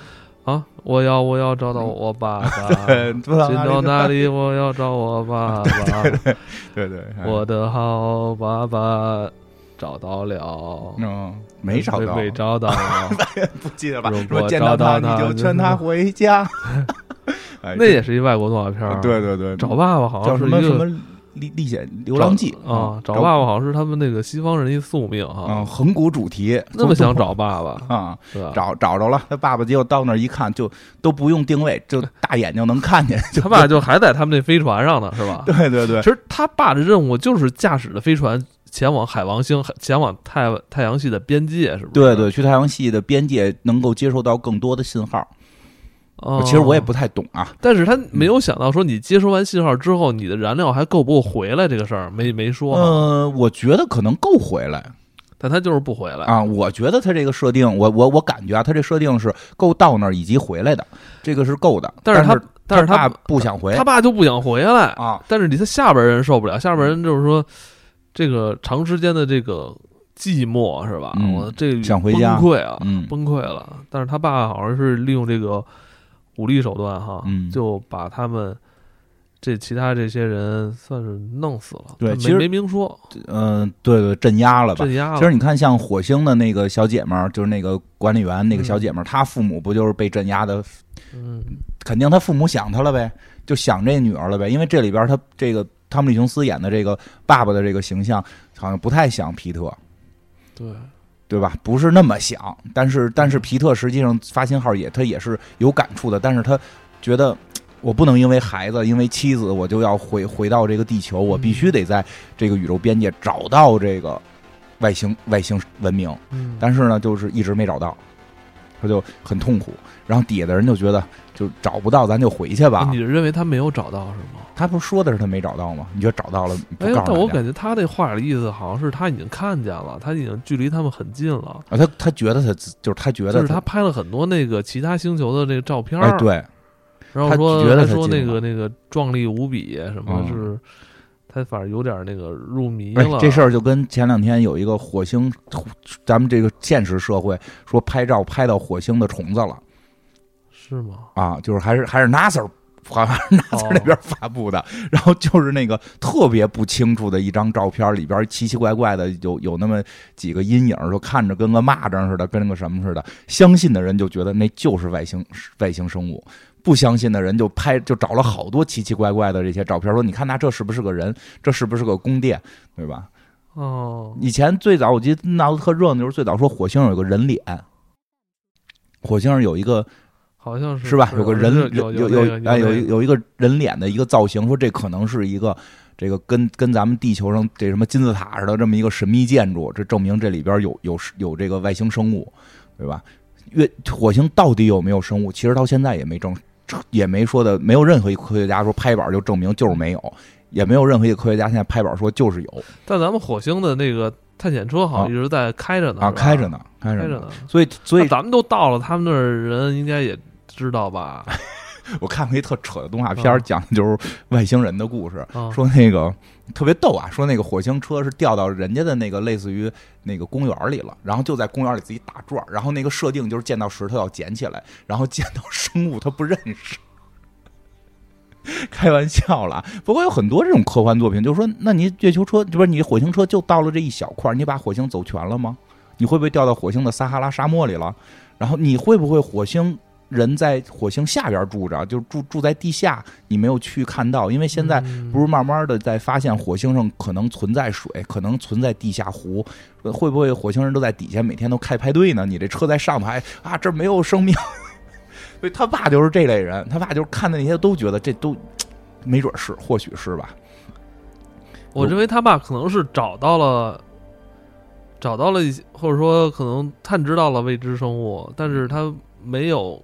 Speaker 1: 啊，我要我要找到我爸爸，
Speaker 2: 对不知道
Speaker 1: 寻
Speaker 2: 哪里
Speaker 1: 找
Speaker 2: 就
Speaker 1: 哪里？我要找我爸爸，
Speaker 2: 对对，哎
Speaker 1: 我的好爸爸找到了，
Speaker 2: 嗯没找到，哎
Speaker 1: 没 找到。
Speaker 2: 不记得吧？
Speaker 1: 如果
Speaker 2: 说见到
Speaker 1: 找到
Speaker 2: 你
Speaker 1: 他
Speaker 2: 就劝他回家。 哎
Speaker 1: 那
Speaker 2: 这
Speaker 1: 也是一外国动画片儿，
Speaker 2: 对对对，
Speaker 1: 找爸爸好像
Speaker 2: 叫
Speaker 1: 是一
Speaker 2: 什么
Speaker 1: 个
Speaker 2: 什么历历险流浪记
Speaker 1: 找啊，找爸爸好像是他们那个西方人一宿命
Speaker 2: 嗯，
Speaker 1: 啊，
Speaker 2: 恒古主题，
Speaker 1: 那么想找爸爸
Speaker 2: 啊，
Speaker 1: 是吧？
Speaker 2: 找找着了，他爸爸结果到那儿一看，就都不用定位， 就大眼睛能看见，就
Speaker 1: 他爸就还在他们那飞船上呢，啊是吧？
Speaker 2: 对对对
Speaker 1: 其，实他爸的任务就是驾驶着飞船前往海王星，前往太太阳系的边界，是不是？
Speaker 2: 对对，去太阳系的边界能够接受到更多的信号。
Speaker 1: 哦。
Speaker 2: 其实我也不太懂啊，
Speaker 1: 但是他没有想到说，你接收完信号之后，你的燃料还够不够回来这个事儿，没没说哈。
Speaker 2: 呃，我觉得可能够回来
Speaker 1: 但他就是不回来。
Speaker 2: 啊。我觉得他这个设定，我我我感觉啊，他这设定是够到那儿以及回来的，这个是够的。
Speaker 1: 但
Speaker 2: 但
Speaker 1: 是他，但是
Speaker 2: 他
Speaker 1: 他
Speaker 2: 爸不想回
Speaker 1: 他爸就不想回来。
Speaker 2: 啊，
Speaker 1: 但是你他下边人受不
Speaker 2: 嗯
Speaker 1: 了，下边人就是说，这个长时间的这个寂寞是吧？
Speaker 2: 嗯
Speaker 1: 我这
Speaker 2: 想回
Speaker 1: 崩
Speaker 2: 家
Speaker 1: 溃啊，
Speaker 2: 嗯
Speaker 1: 崩溃了。但是他爸好像是利用这个武力手段哈，
Speaker 2: 嗯
Speaker 1: 就把他们这其他这些人算是弄死了，
Speaker 2: 对
Speaker 1: 但
Speaker 2: 其实
Speaker 1: 没没明说，
Speaker 2: 嗯、对对，镇压了吧？
Speaker 1: 镇压
Speaker 2: 其实
Speaker 1: 了。
Speaker 2: 你看，像火星的那个小姐们儿，就是那个管理员那个小姐们儿，她父母不就是被镇压的？
Speaker 1: 嗯，
Speaker 2: 肯定她父母想她了呗，就想这女儿了呗。因为这里边儿她这个汤姆·李琼斯演的这个爸爸的这个形象，好像不太像皮特，
Speaker 1: 对，
Speaker 2: 对吧？不是那么想，但是但
Speaker 1: 嗯
Speaker 2: 是皮特实际上发信号也他也是有感触的，但是他觉得。嘖我不能因为孩子，因为妻子，我就要回回到这个地球，我
Speaker 1: 嗯
Speaker 2: 必须得在这个宇宙边界找到这个外星外星文明。
Speaker 1: 嗯，
Speaker 2: 但是呢，就是一直没找到，他就很痛苦。然后底下的人就觉得，就找不到，咱就回去吧
Speaker 1: 你。是认为他没有找到是吗？
Speaker 2: 他不是说的是他没找到吗？你觉得找到了不
Speaker 1: 哎
Speaker 2: 告，
Speaker 1: 但
Speaker 2: 诉
Speaker 1: 我
Speaker 2: 大家
Speaker 1: 感觉他那话里的意思好像是他已经看见了，他已经距离他们很近了，
Speaker 2: 啊？他他觉得他自就是他觉
Speaker 1: 就
Speaker 2: 得
Speaker 1: 是他拍了很多那个其他星球的那个照片儿
Speaker 2: 哎，对，
Speaker 1: 然后
Speaker 2: 他
Speaker 1: 说
Speaker 2: 觉得
Speaker 1: 还
Speaker 2: 他
Speaker 1: 说
Speaker 2: 进
Speaker 1: 那
Speaker 2: 了
Speaker 1: 个那个壮丽无比什么，
Speaker 2: 嗯
Speaker 1: 就是他反正有点那个入迷
Speaker 2: 哎
Speaker 1: 了。
Speaker 2: 这事儿就跟前两天有一个火星，咱们这个现实社会说拍照拍到火星的虫子了
Speaker 1: 是 吗？
Speaker 2: 啊，就是还是还是 NASA 好像是 NASA 那边发布的，然后就是那个特别不清楚的一张照片，里边奇奇怪怪的有有那么几个阴影，就看着跟个蚂蚱似的，跟个什么似的。相信的人就觉得那就是外星外星生物，不相信的人就拍就找了好多奇奇怪怪的这些照片，说你看那这是不是个人？这是不是个宫殿？对吧？
Speaker 1: 哦，
Speaker 2: 以前最早我记得闹得特热闹，就是最早说火星上有个人脸，火星上有一个
Speaker 1: 好像是
Speaker 2: 是吧？有
Speaker 1: 有
Speaker 2: 个人人
Speaker 1: 有
Speaker 2: 有
Speaker 1: 有那个
Speaker 2: 哎
Speaker 1: 有
Speaker 2: 有
Speaker 1: 那
Speaker 2: 一
Speaker 1: 个
Speaker 2: 有一个人脸的一个造型，说这可能是一个这个跟跟咱们地球上这什么金字塔似的这么一个神秘建筑，这证明这里边有有有这个外星生物，对吧？月火星到底有没有生物？其实到现在也没证，也没说的，没有任何一个科学家说拍板就证明就是没有，也没有任何一个科学家现在拍板说就是有
Speaker 1: 但咱们火星的那个探险车好
Speaker 2: 啊
Speaker 1: 像一直在开着呢
Speaker 2: 啊，
Speaker 1: 是吧
Speaker 2: 开着呢，
Speaker 1: 开
Speaker 2: 开着
Speaker 1: 着
Speaker 2: 呢。
Speaker 1: 呢。
Speaker 2: 所以，所以
Speaker 1: 那 咱们都到了，他们那儿人应该也知道 吧？
Speaker 2: 我看过一特扯的动画片儿，
Speaker 1: 啊
Speaker 2: 讲的就是外星人的故事，
Speaker 1: 啊，
Speaker 2: 说那个特别逗啊，说那个火星车是掉到人家的那个类似于那个公园里了，然后就在公园里自己打转儿，然后那个设定就是见到石头要捡起来，然后见到生物他不认识。开玩笑了，不过有很多这种科幻作品，就是说，那你月球车不是你火星车就到了这一小块儿，你把火星走全了吗？你会不会掉到火星的撒哈拉沙漠里了？然后你会不会火星人在火星下边住着，就是住住在地下，你没有去看到，因为现在
Speaker 1: 嗯
Speaker 2: 不是慢慢的在发现火星上可能存在水，可能存在地下湖，呃会不会火星人都在底下每天都开派对呢？你这车在上头还啊，这儿没有生命。 所以他爸就是这类人，他爸就是看的那些都觉得这都没准是，或许是吧？
Speaker 1: 我认为他爸可能是找到了，找到了一些，或者说可能探知到了未知生物，但是他没有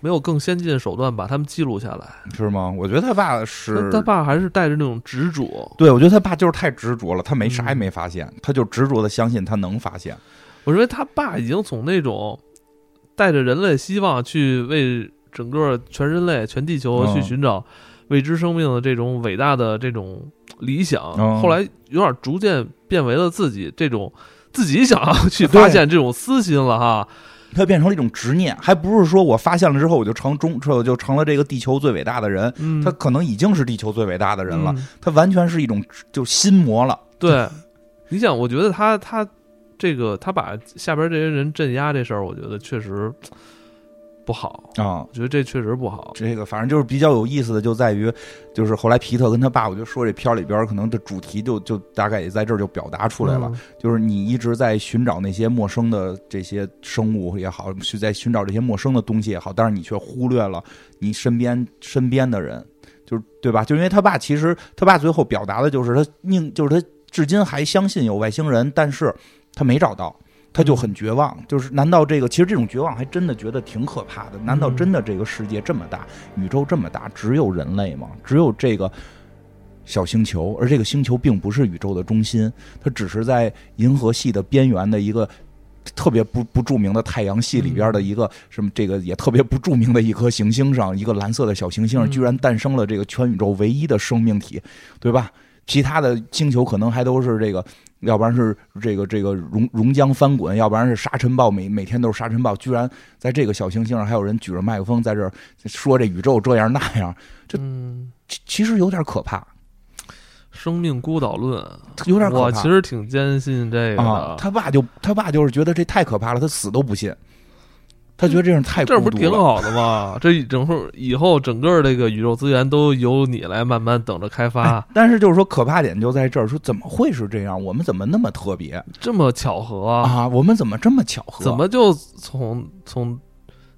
Speaker 1: 没有更先进的手段把他们记录下来。
Speaker 2: 是吗？我觉得他爸是
Speaker 1: 他他爸还是带着那种执着。
Speaker 2: 对，我觉得他爸就是太执着了，他没啥
Speaker 1: 嗯
Speaker 2: 也没发现，他就执着的相信他能发现。
Speaker 1: 我认为他爸已经从那种带着人类希望去为整个全人类、全地球
Speaker 2: 嗯
Speaker 1: 去寻找未知生命的这种伟大的这种理想，
Speaker 2: 嗯
Speaker 1: 后来有点逐渐变为了自己这种自己想要去发现这种私心了哈。
Speaker 2: 它变成了一种执念，还不是说我发现了之后我就成中，我就成了这个地球最伟大的人，
Speaker 1: 嗯，
Speaker 2: 他可能已经是地球最伟大的人了，
Speaker 1: 嗯
Speaker 2: 他完全是一种就心魔了。
Speaker 1: 对，你想，我觉得他他这个他把下边这些人镇压这事儿，我觉得确实不好，
Speaker 2: 啊、
Speaker 1: 我觉得这确实不好。
Speaker 2: 这个反正就是比较有意思的，就在于，就是后来皮特跟他爸，我就说这片儿里边儿可能的主题就就大概也在这儿就表达出来了，
Speaker 1: 嗯
Speaker 2: 就是你一直在寻找那些陌生的这些生物也好，去在寻找这些陌生的东西也好，但是你却忽略了你身边身边的人，就是对吧？就因为他爸其实他爸最后表达的就是他宁就是他至今还相信有外星人，但是他没找到。他就很绝望，就是难道这个其实这种绝望还真的觉得挺可怕的？难道真的这个世界这么大，宇宙这么大，只有人类吗？只有这个小星球，而这个星球并不是宇宙的中心，它只是在银河系的边缘的一个特别不不著名的太阳系里边的一个什么，这个也特别不著名的一颗行星上，一个蓝色的小行星上，
Speaker 1: 嗯
Speaker 2: 居然诞生了这个全宇宙唯一的生命体，对吧？其他的星球可能还都是这个，嗯要不然是这个这个熔熔浆翻滚，要不然是沙尘暴，每每天都是沙尘暴。居然在这个小行星上还有人举着麦克风在这儿说这宇宙这样那样，这
Speaker 1: 嗯，
Speaker 2: 其其实有点可怕，
Speaker 1: 生命孤岛论，
Speaker 2: 有点可怕。
Speaker 1: 我其实挺坚信这个
Speaker 2: 啊，
Speaker 1: 的。
Speaker 2: 他爸就他爸就是觉得这太可怕了，他死都不信，他觉得这样太
Speaker 1: 这不
Speaker 2: 孤
Speaker 1: 是
Speaker 2: 独
Speaker 1: 挺
Speaker 2: 了。
Speaker 1: 好的吗？这整后以后整个这个宇宙资源都由你来慢慢等着开发，
Speaker 2: 哎但是就是说，可怕点就在这儿，说怎么会是这样？我们怎么那么特别
Speaker 1: 这么巧合啊？
Speaker 2: 啊？我们怎么这么巧合？
Speaker 1: 怎么就从从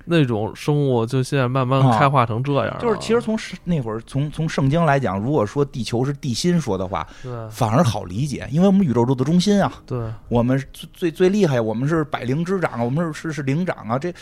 Speaker 1: 那种生物就现在慢慢
Speaker 2: 啊
Speaker 1: 开化成这样了？
Speaker 2: 就是其实从是那会儿从从圣经来讲，如果说地球是地心说的话，
Speaker 1: 对
Speaker 2: 反而好理解，因为我们宇宙中的中心啊，
Speaker 1: 对，
Speaker 2: 我们是最最最厉害，我们是百灵之长，我们是是是灵长啊，这。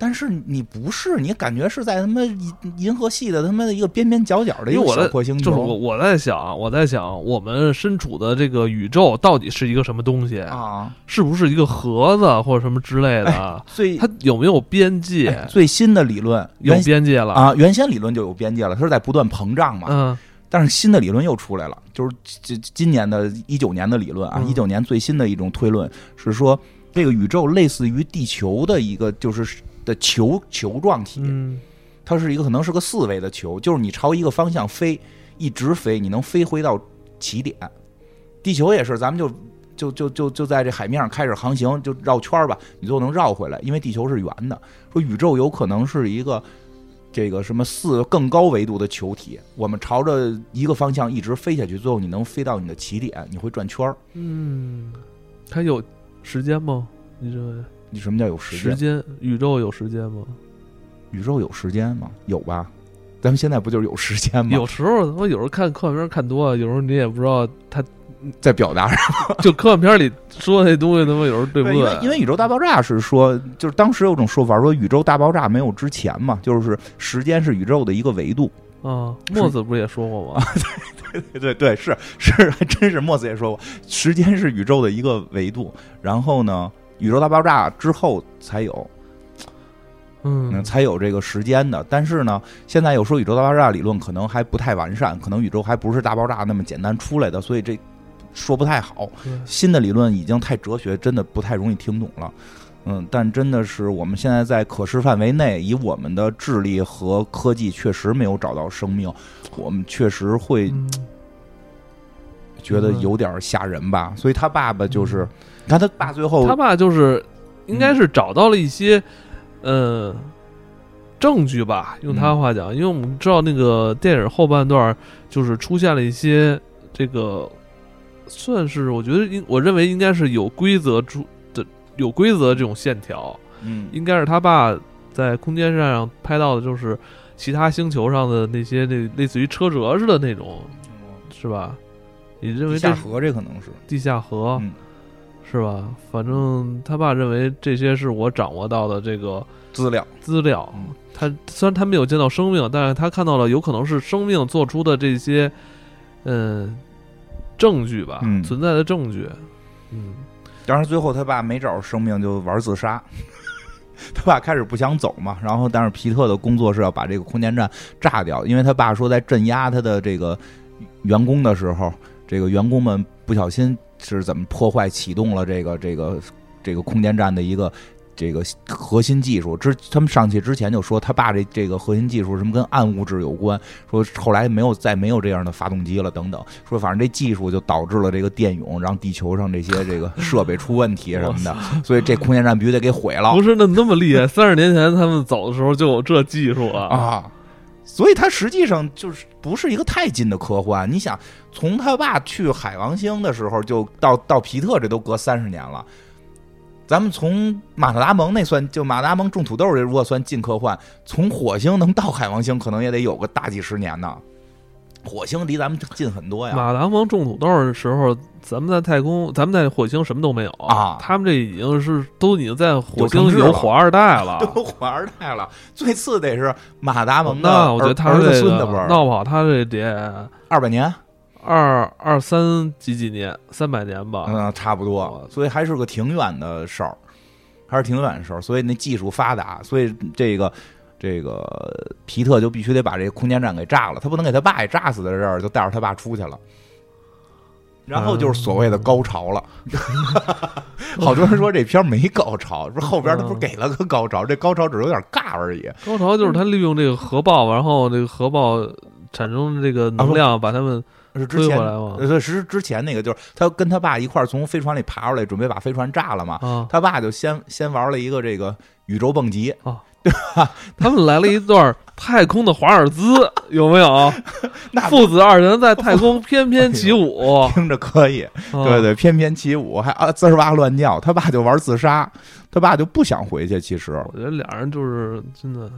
Speaker 2: 但是你不是，你感觉是在他妈银银河系的他妈的一个边边角角的一
Speaker 1: 因为
Speaker 2: 个
Speaker 1: 我
Speaker 2: 小
Speaker 1: 在
Speaker 2: 破星
Speaker 1: 就是
Speaker 2: 球
Speaker 1: 我我在想，我在想，我们身处的这个宇宙到底是一个什么东西？
Speaker 2: 啊，
Speaker 1: 是不是一个盒子或者什么之类的？
Speaker 2: 最
Speaker 1: 它有没有边界？
Speaker 2: 哎最新的理论
Speaker 1: 有
Speaker 2: 原
Speaker 1: 边界了？
Speaker 2: 啊，原先理论就有边界了，它是在不断膨胀嘛。
Speaker 1: 嗯
Speaker 2: 但是新的理论又出来了，就是今今年的一九年的理论啊，
Speaker 1: 嗯
Speaker 2: 一九年最新的一种推论是说，这个宇宙类似于地球的一个就是的球球状体，
Speaker 1: 嗯
Speaker 2: 它是一个可能是个四维的球，就是你朝一个方向飞，一直飞，你能飞回到起点。地球也是，咱们就就就就就在这海面上开始航行，就绕圈儿吧，你最后能绕回来，因为地球是圆的。说宇宙有可能是一个这个什么四更高维度的球体，我们朝着一个方向一直飞下去，最后你能飞到你的起点，你会转圈儿。
Speaker 1: 嗯，它有时间吗？你认为
Speaker 2: 你什么叫有时
Speaker 1: 时
Speaker 2: 间？
Speaker 1: 间宇宙有时间吗？
Speaker 2: 宇宙有时间吗？有吧？咱们现在不就是有时间吗？
Speaker 1: 有时候他妈有时候看科幻片看多了，有时候你也不知道他
Speaker 2: 在表达
Speaker 1: 就科幻片里说那东西他妈有时候对不
Speaker 2: 因为因为宇宙大爆炸是说，就是当时有种说法说宇宙大爆炸没有之前嘛，就是时间是宇宙的一个维度。
Speaker 1: 啊，
Speaker 2: 是
Speaker 1: 墨子不是也说过 吗？
Speaker 2: 对对对，是是，还真是。墨子也说过，时间是宇宙的一个维度。然后呢，宇宙大爆炸之后才有，嗯，
Speaker 1: 嗯，
Speaker 2: 才有这个时间的。但是呢，现在又说宇宙大爆炸理论可能还不太完善，可能宇宙还不是大爆炸那么简单出来的，所以这说不太好。
Speaker 1: 对
Speaker 2: 新的理论已经太哲学，真的不太容易听懂了。嗯，但真的是我们现在在可视范围内，以我们的智力和科技，确实没有找到生命，我们确实会
Speaker 1: 嗯
Speaker 2: 觉得有点吓人吧。所以他爸爸就是，你看他爸最后
Speaker 1: 嗯他爸就是应该是找到了一些呃证据吧，用他话讲，因为我们知道那个电影后半段就是出现了一些这个算是我觉得应我认为应该是有规则出的有规则这种线条，
Speaker 2: 嗯
Speaker 1: 应该是他爸在空间站上拍到的，就是其他星球上的那些那类似于车辙似的那种，是吧？你认为
Speaker 2: 地
Speaker 1: 这
Speaker 2: 下
Speaker 1: 是
Speaker 2: 河这可能是
Speaker 1: 地下河、
Speaker 2: 嗯
Speaker 1: 是吧？反正他爸认为这些是我掌握到的这个
Speaker 2: 资料，
Speaker 1: 资料。
Speaker 2: 嗯
Speaker 1: 他虽然他没有见到生命，但是他看到了有可能是生命做出的这些，嗯、证据吧，
Speaker 2: 嗯
Speaker 1: 存在的证据。嗯，
Speaker 2: 当然最后他爸没找着生命就玩自杀，他爸开始不想走嘛，然后但是皮特的工作是要把这个空间站炸掉，因为他爸说在镇压他的这个员工的时候，这个员工们不小心是怎么破坏启动了这个这个这个空间站的一个。这个核心技术之，他们上去之前就说他爸这这个核心技术什么跟暗物质有关，说后来没有再没有这样的发动机了等等，说反正这技术就导致了这个电涌，让地球上这些这个设备出问题什么的，所以这空间站必须得给毁了
Speaker 1: 不是那那么厉害， 三十年前他们走的时候就有这技术了。
Speaker 2: 啊。所以它实际上就是不是一个太近的科幻。你想，从他爸去海王星的时候，就到到皮特，这都隔三十年了。咱们从马特达蒙那算，就马特达蒙种土豆这如果算近科幻，从火星能到海王星，可能也得有个大几十年呢。火星离咱们近很多呀，
Speaker 1: 马达蒙种土豆的时候，咱们在太空，咱们在火星什么都没有
Speaker 2: 啊
Speaker 1: 他们这已经是都已经在火星
Speaker 2: 有城市了
Speaker 1: 有火二代了
Speaker 2: 都。 有火二代了，最次得是马特达蒙的
Speaker 1: 哦那我觉得他
Speaker 2: 儿儿
Speaker 1: 这
Speaker 2: 子孙
Speaker 1: 个
Speaker 2: 子辈儿，
Speaker 1: 闹不好他这得
Speaker 2: 二百年，
Speaker 1: 二二三几几年，三百年吧。
Speaker 2: 嗯，差不多，所以还是个挺远的事儿，还是挺远的事儿。所以那技术发达，所以这个这个皮特就必须得把这个空间站给炸了，他不能给他爸也炸死在这儿，就带着他爸出去了。然后就是所谓的高潮了， 好多人说这片儿没高潮，说后边他不是给了个高潮，这高潮只是有点尬而已。
Speaker 1: 高潮就是他利用这个核爆，然后这个核爆产生这
Speaker 2: 啊
Speaker 1: 个能量，把他们
Speaker 2: 是之
Speaker 1: 推回
Speaker 2: 前，
Speaker 1: 来吗？
Speaker 2: 呃，是之前那个就是他跟他爸一块儿从飞船里爬出来，准备把飞船炸了嘛。
Speaker 1: 啊，
Speaker 2: 他爸就先先玩了一个这个宇宙蹦极，
Speaker 1: 他们来了一段太空的华尔兹，有没有？
Speaker 2: 那
Speaker 1: 父子二人在太空翩 翩起舞。
Speaker 2: 听着可以，
Speaker 1: 啊
Speaker 2: 对对，翩翩起舞，还啊滋儿哇乱叫。他爸就玩自杀，他爸就不想回去。其实
Speaker 1: 我觉得俩人就是真的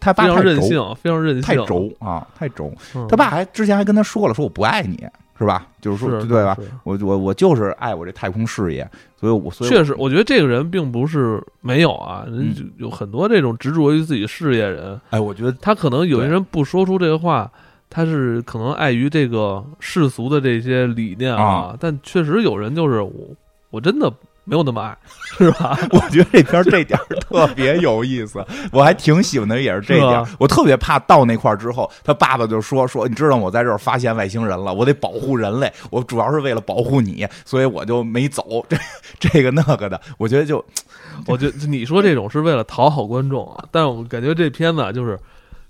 Speaker 2: 他爸
Speaker 1: 非常
Speaker 2: 太
Speaker 1: 任
Speaker 2: 轴，
Speaker 1: 性，非常任性。
Speaker 2: 太轴啊，太轴。
Speaker 1: 嗯，
Speaker 2: 他爸还之前还跟他说了，说我不爱你，是吧？就是说
Speaker 1: 是
Speaker 2: 对吧？？
Speaker 1: 是
Speaker 2: 我我我就是爱我这太空事业，所以我所以嗯
Speaker 1: 确实，我觉得这个人并不是没有啊，人就有很多这种执着于自己事业人，
Speaker 2: 哎，我觉得
Speaker 1: 他可能有些
Speaker 2: 对
Speaker 1: 人不说出这个话，他是可能碍于这个世俗的这些理念啊。但确实有人就是我，我真的没有那么爱，是吧？
Speaker 2: 我觉得这片儿这点儿特别有意 思，我还挺喜欢的，也是这一点儿
Speaker 1: 是。
Speaker 2: 我特别怕到那块儿之后，他爸爸就说说，你知道我在这儿发现外星人了，我得保护人类，我主要是为了保护你，所以我就没走。 这这个那个的，我觉得就
Speaker 1: 我觉得你说这种是为了讨好观众啊，但我感觉这片子啊，就是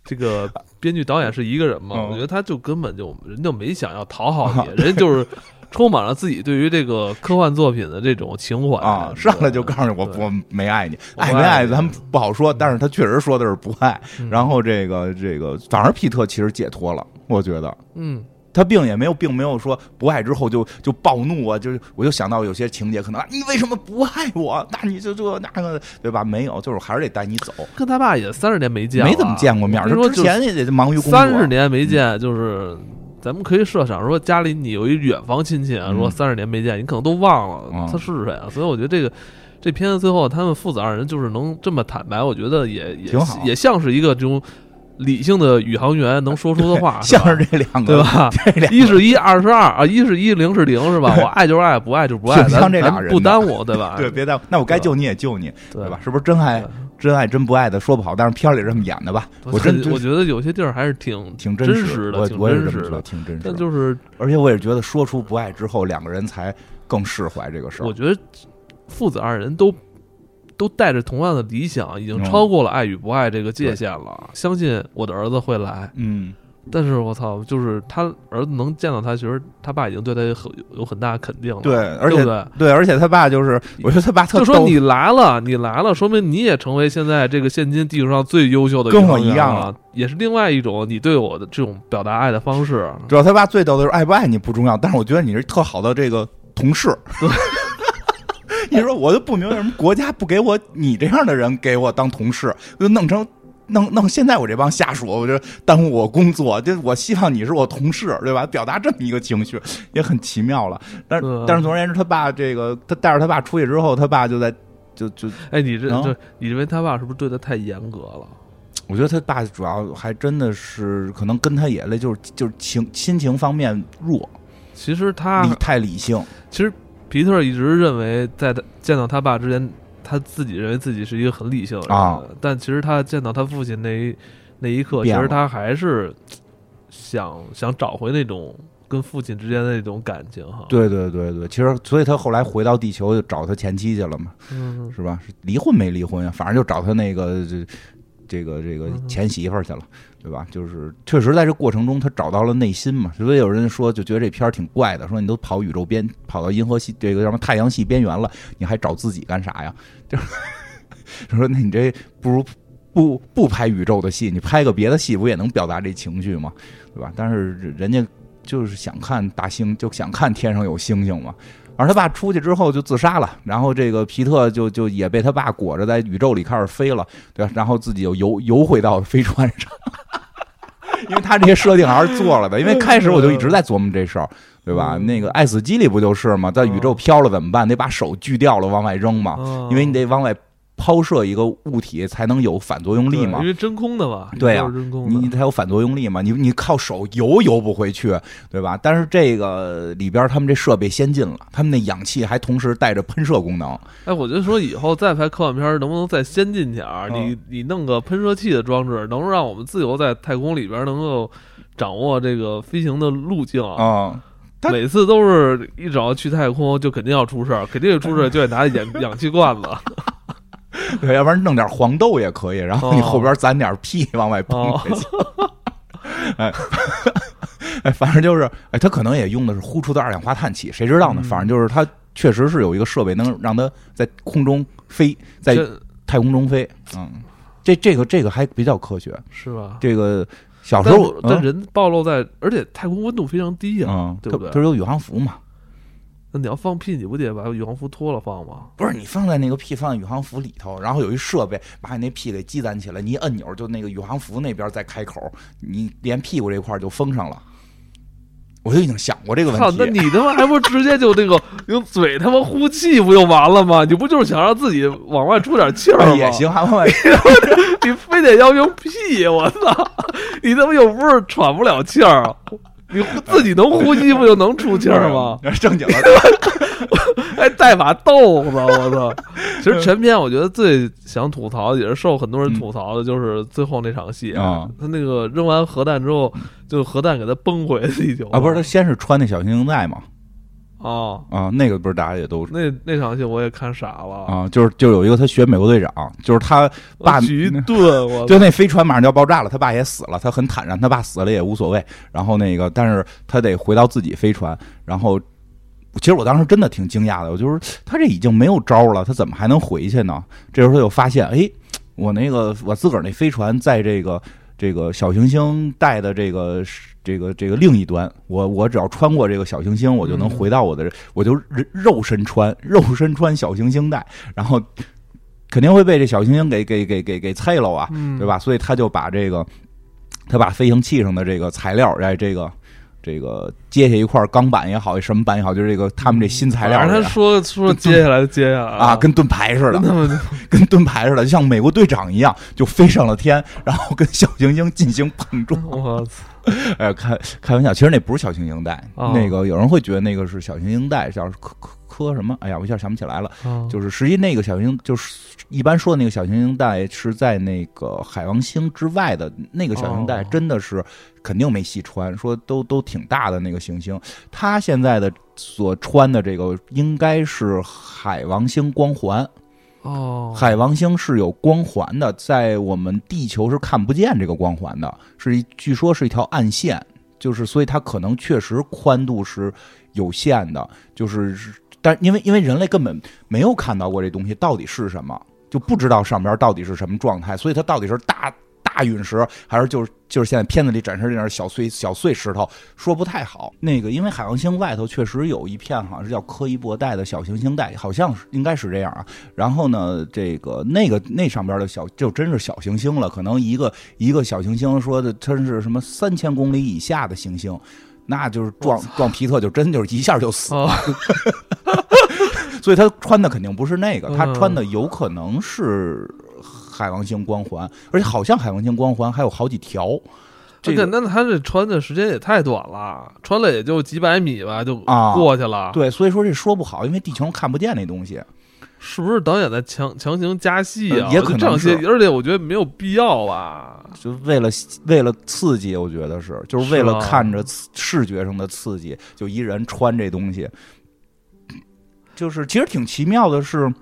Speaker 1: 这个编剧导演是一个人嘛，
Speaker 2: 嗯
Speaker 1: 我觉得他就根本就人就没想要讨好你，人就是充满了自己对于这个科幻作品的这种情怀
Speaker 2: 啊，上来就告诉你我
Speaker 1: 哎对
Speaker 2: 我没爱你，
Speaker 1: 我不
Speaker 2: 爱
Speaker 1: 爱
Speaker 2: 没爱
Speaker 1: 你
Speaker 2: 咱们不好说，但是他确实说的是不爱。
Speaker 1: 嗯
Speaker 2: 然后这个这个，反而皮特其实解脱了，我觉得。
Speaker 1: 嗯，
Speaker 2: 他并也没有，并没有说不爱之后就就暴怒啊，就是我就想到有些情节可能啊你为什么不爱我？那你就这那个对吧？没有，就是还是得带你走，
Speaker 1: 跟他爸也三十年没见了，啊
Speaker 2: 没怎么见过面
Speaker 1: 我
Speaker 2: 儿。
Speaker 1: 跟你说
Speaker 2: 他之前也得忙于工作，
Speaker 1: 三 十年没
Speaker 2: 嗯
Speaker 1: 见，就是咱们可以设想说，家里你有一远房亲戚啊，
Speaker 2: 嗯
Speaker 1: 如果三十年没见，你可能都忘
Speaker 2: 嗯
Speaker 1: 了他是谁啊。所以我觉得这个这片子最后他们父子二人就是能这么坦白，我觉得也也
Speaker 2: 挺好
Speaker 1: 也像是一个这种理性的宇航员能说出的话，
Speaker 2: 像
Speaker 1: 吧
Speaker 2: 是这两
Speaker 1: 对
Speaker 2: 个
Speaker 1: 吧？
Speaker 2: 这两
Speaker 1: 一是一，二是二啊，一是一，零是零，是 吧？我爱就是爱，不爱就不爱，
Speaker 2: 挺像
Speaker 1: 咱
Speaker 2: 这俩
Speaker 1: 咱
Speaker 2: 人
Speaker 1: 不
Speaker 2: 的
Speaker 1: 耽误，对吧
Speaker 2: ？对，别耽误。那我该
Speaker 1: 对吧
Speaker 2: 救你也救你，
Speaker 1: 对
Speaker 2: 吧？？是不是真爱
Speaker 1: 对
Speaker 2: 真爱真不爱的说不好，但是片儿里这么演的吧？我真
Speaker 1: 我觉得有些地儿还是挺
Speaker 2: 挺
Speaker 1: 真
Speaker 2: 实
Speaker 1: 的，
Speaker 2: 我
Speaker 1: 挺
Speaker 2: 我也是
Speaker 1: 真
Speaker 2: 这
Speaker 1: 实
Speaker 2: 么说，
Speaker 1: 的。
Speaker 2: 挺真实
Speaker 1: 但
Speaker 2: 的。
Speaker 1: 就是
Speaker 2: 而且我也觉得说出不爱之后，两个人才更释怀这个事儿
Speaker 1: 我。觉得父子二人都都带着同样的理想，已经
Speaker 2: 嗯
Speaker 1: 超过了爱与不爱这个界限了。相信我的儿子会来，
Speaker 2: 嗯，
Speaker 1: 但是我操，就是他儿子能见到他，其实他爸已经对他有很有很大的肯定了。
Speaker 2: 对，而
Speaker 1: 对
Speaker 2: 且
Speaker 1: 不对
Speaker 2: 对，而且他爸就是，我觉得他爸特
Speaker 1: 就说
Speaker 2: 逗
Speaker 1: 你来了，你来了，说明你也成为现在这个现今地球上最优秀的
Speaker 2: 跟
Speaker 1: 宇
Speaker 2: 我
Speaker 1: 航
Speaker 2: 一
Speaker 1: 员
Speaker 2: 样
Speaker 1: 了，也是另外一种你对我的这种表达爱的方式。
Speaker 2: 主要他爸最逗的是爱不爱你不重要，但是我觉得你是特好的这个 同事。你说我就不明白为什么国家不给我你这样的人给我当同事，就弄成弄弄现在我这帮下属，我就耽误我工作。就我希望你是我同事，对吧？表达这么一个情绪也很奇妙了。但是
Speaker 1: 对啊
Speaker 2: 但是总而言之，他爸这个他带着他爸出去之后，他爸就在就就
Speaker 1: 哎，你这
Speaker 2: 能
Speaker 1: 这，你认为他爸是不是对他太严格了？
Speaker 2: 我觉得他爸主要还真的是可能跟他也类，就是就是情亲情方面弱，
Speaker 1: 其实他
Speaker 2: 理太理性。
Speaker 1: 其实皮特一直认为，在他见到他爸之前，他自己认为自己是一个很理性的人，
Speaker 2: 啊
Speaker 1: 但其实他见到他父亲那一那一刻，其
Speaker 2: 变了
Speaker 1: 实他还是想想找回那种跟父亲之间的那种感情哈。，
Speaker 2: 对对对对，其实所以他后来回到地球就找他前妻去了嘛，
Speaker 1: 嗯，
Speaker 2: 是吧？是离婚没离婚呀？反正就找他那个这这个这个
Speaker 1: 嗯哼
Speaker 2: 前媳妇儿去了，对吧？就是确实在这过程中，他找到了内心嘛。所以有人说，就觉得这片儿挺怪的，说你都跑宇宙边，跑到银河系这个什么太阳系边缘了，你还找自己干啥呀？ 就是就说那你这不如。不不拍宇宙的戏，你拍个别的戏，不也能表达这情绪吗？对吧？但是人家就是想看大星，就想看天上有星星嘛。而他爸出去之后就自杀了，然后这个皮特就就也被他爸裹着在宇宙里开始飞了，对吧？然后自己又游游回到飞船上， 因为他这些设定还是做了的。因为开始我就一直在琢磨这事儿，对吧？
Speaker 1: 嗯
Speaker 2: 那个爱死机里不就是吗？在宇宙飘了怎么办？得把手锯掉了往外扔嘛，
Speaker 1: 啊
Speaker 2: 因为你得往外抛射一个物体才能有反作用力嘛
Speaker 1: 对因。为真空的嘛，
Speaker 2: 对啊
Speaker 1: 都是真空
Speaker 2: 你你
Speaker 1: 的。
Speaker 2: 才有反作用力嘛，你你靠手游游不回去，对吧？但是这个里边他们这设备先进了，他们那氧气还同时带着喷射功能，
Speaker 1: 哎，我就说以后再拍科幻片儿，能不能再先进点儿？
Speaker 2: 嗯
Speaker 1: 你你弄个喷射器的装置，能让我们自由在太空里边能够掌握这个飞行的路径啊
Speaker 2: 嗯，他
Speaker 1: 每次都是一只要去太空就肯定要出事儿，肯定出事儿就得拿氧氧气罐子。
Speaker 2: 对，要不然弄点黄豆也可以，然后你
Speaker 1: 哦
Speaker 2: 后边攒点屁往外喷
Speaker 1: 哦
Speaker 2: 回去。哎，哎，反正就是，哎，他可能也用的是呼出的二氧化碳气，谁知道呢？
Speaker 1: 嗯
Speaker 2: 反正就是他确实是有一个设备能让他在空中飞，在
Speaker 1: 这
Speaker 2: 太空中飞，嗯，这这个这个还比较科学，
Speaker 1: 是吧？
Speaker 2: 这个小时
Speaker 1: 但
Speaker 2: 候
Speaker 1: 但
Speaker 2: 嗯
Speaker 1: 人暴露在，而且太空温度非常低啊。
Speaker 2: 嗯，
Speaker 1: 对
Speaker 2: 它
Speaker 1: 不对
Speaker 2: 它有宇航服嘛？
Speaker 1: 那你要放屁，你不得把宇航服脱了放吗？
Speaker 2: 不是，你放在那个屁放在宇航服里头，然后有一设备把你那屁给积攒起来，你一摁钮就那个宇航服那边再开口，你连屁股这块就封上了。我就已经想过这个
Speaker 1: 操，那
Speaker 2: 问题，
Speaker 1: 你他妈还不直接就那 个用嘴他妈呼气不就完了吗？你不就是想让自己往外出点气儿
Speaker 2: 哎
Speaker 1: 吗？
Speaker 2: 也，行，还往外
Speaker 1: 你非得要用屁，我操！你他妈又不是喘不了气儿，啊你自己能呼吸不就能出气儿 吗？？
Speaker 2: 正经的，
Speaker 1: 还哎带把豆子，我操！其实全篇我觉得最想吐槽，也是受很多人吐槽的，就是最后那场戏
Speaker 2: 嗯啊
Speaker 1: 他那个扔完核弹之后，就核弹给他崩回地球
Speaker 2: 啊，不是，他先是穿那小行星带嘛，
Speaker 1: 哦，
Speaker 2: 啊，那个不是大家也都
Speaker 1: 那那场戏我也看傻了，
Speaker 2: 啊，就是就有一个他学美国队长，就是他爸
Speaker 1: 我举一顿，我
Speaker 2: 就那飞船马上就要爆炸了，他爸也死了，他很坦然，他爸死了也无所谓。然后那个，但是他得回到自己飞船。然后，其实我当时真的挺惊讶的，我就是他这已经没有招了，他怎么还能回去呢？这时候他就发现，哎，我那个我自个儿那飞船在这个这个小行星带的这个这个这个另一端，我我只要穿过这个小行星，我就能
Speaker 1: 嗯
Speaker 2: 回到我的，我就人肉身穿肉身穿小行星带，然后肯定会被这小行星给给给给给碎了啊，
Speaker 1: 嗯
Speaker 2: 对吧？所以他就把这个他把飞行器上的这个材料，哎，这个。这个接下一块钢板也好，什么板也好，就是这个他们这新材料
Speaker 1: 嗯反正
Speaker 2: 也
Speaker 1: 他嗯
Speaker 2: 好
Speaker 1: 说说接下来就接下来了
Speaker 2: 啊，跟盾牌似的
Speaker 1: 真，他妈
Speaker 2: 跟盾牌似的，就像美国队长一样，就飞上了天，然后跟小行星进行碰撞。
Speaker 1: 我操！
Speaker 2: 哎，开开玩笑，其实那不是小行星带，
Speaker 1: 嗯哦
Speaker 2: 那个有人会觉得那个是小行星带，叫科科科什么？哎呀，我一下想不起来了。
Speaker 1: 啊
Speaker 2: 就是实际那个小行星，就是一般说的那个小行星带是在那个海王星之外的那个小行星带，
Speaker 1: 哦
Speaker 2: 真的是肯定没细穿，说都都挺大的那个行星。它现在的所穿的这个应该是海王星光环，
Speaker 1: 哦，
Speaker 2: 海王星是有光环的，在我们地球是看不见这个光环的，是一据说是一条暗线，就是所以它可能确实宽度是有限的，就是但因为因为人类根本没有看到过这东西到底是什么，就不知道上边到底是什么状态，所以它到底是大。大陨石还是就是就是现在片子里展示这样小碎小碎石头，说不太好。那个因为海王星外头确实有一片好像是叫柯伊伯带的小行星带，好像是应该是这样啊。然后呢，这个那个那上边的小就真是小行星了，可能一个一个小行星说的真是什么三千公里以下的行星，那就是撞撞皮特就真就是一下就死，
Speaker 1: 哦
Speaker 2: 所以他穿的肯定不是那个，
Speaker 1: 嗯
Speaker 2: 他穿的有可能是海王星光环，而且好像海王星光环还有好几条，这
Speaker 1: 而且
Speaker 2: 个。
Speaker 1: 那他这穿的时间也太短了，穿了也就几百米吧，就
Speaker 2: 啊
Speaker 1: 过去了。
Speaker 2: 对，所以说这说不好，因为地球上看不见那东西。
Speaker 1: 是不是导演在强强行加戏啊？
Speaker 2: 呃也可能
Speaker 1: 这样些
Speaker 2: 是，
Speaker 1: 而且我觉得没有必要吧。
Speaker 2: 就为了为了刺激，我觉得是，就是为
Speaker 1: 是
Speaker 2: 了
Speaker 1: 吗
Speaker 2: 看着刺视觉上的刺激，就一人穿这东西，就是其实挺奇妙的是。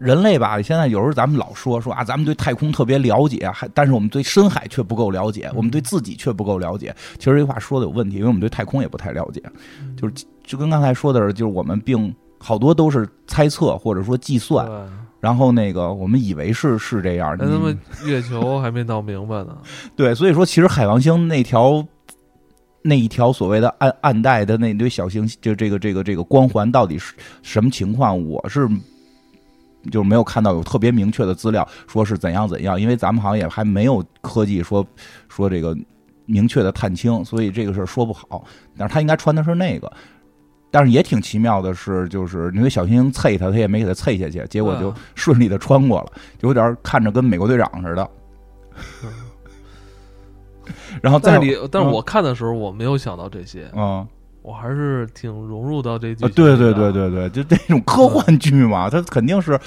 Speaker 2: 人类吧，现在有时候咱们老说说啊，咱们对太空特别了解，还但是我们对深海却不够了
Speaker 1: 嗯
Speaker 2: 解，我们对自己却不够了解。其实这话说的有问题，因为我们对太空也不太了解。
Speaker 1: 嗯
Speaker 2: 就是就跟刚才说的是，就是我们并好多都是猜测或者说计算，
Speaker 1: 对，哎
Speaker 2: 然后那个我们以为是是这样。
Speaker 1: 那他
Speaker 2: 你
Speaker 1: 们月球还没闹明白呢。
Speaker 2: 对，所以说其实海王星那条那一条所谓的暗暗带的那堆小行星，就这个这个这个光环到底是什么情况，我是。就是没有看到有特别明确的资料，说是怎样怎样，因为咱们好像也还没有科技说说这个明确的探清，所以这个事儿说不好。但是他应该穿的是那个，但是也挺奇妙的是，就是因为小行星蹭他，他也没给他蹭下去，结果就
Speaker 1: 啊
Speaker 2: 顺利的穿过了，就有点儿看着跟美国队长 似的
Speaker 1: 嗯。
Speaker 2: 然后
Speaker 1: 但
Speaker 2: 再
Speaker 1: 是你，但是
Speaker 2: 嗯
Speaker 1: 我看的时候，我没有想到这些，
Speaker 2: 嗯，
Speaker 1: 我还是挺融入到这剧情
Speaker 2: 啊
Speaker 1: 里
Speaker 2: 对
Speaker 1: 的。
Speaker 2: 对对对对，就这种科幻剧
Speaker 1: 嗯
Speaker 2: 嘛，它肯定是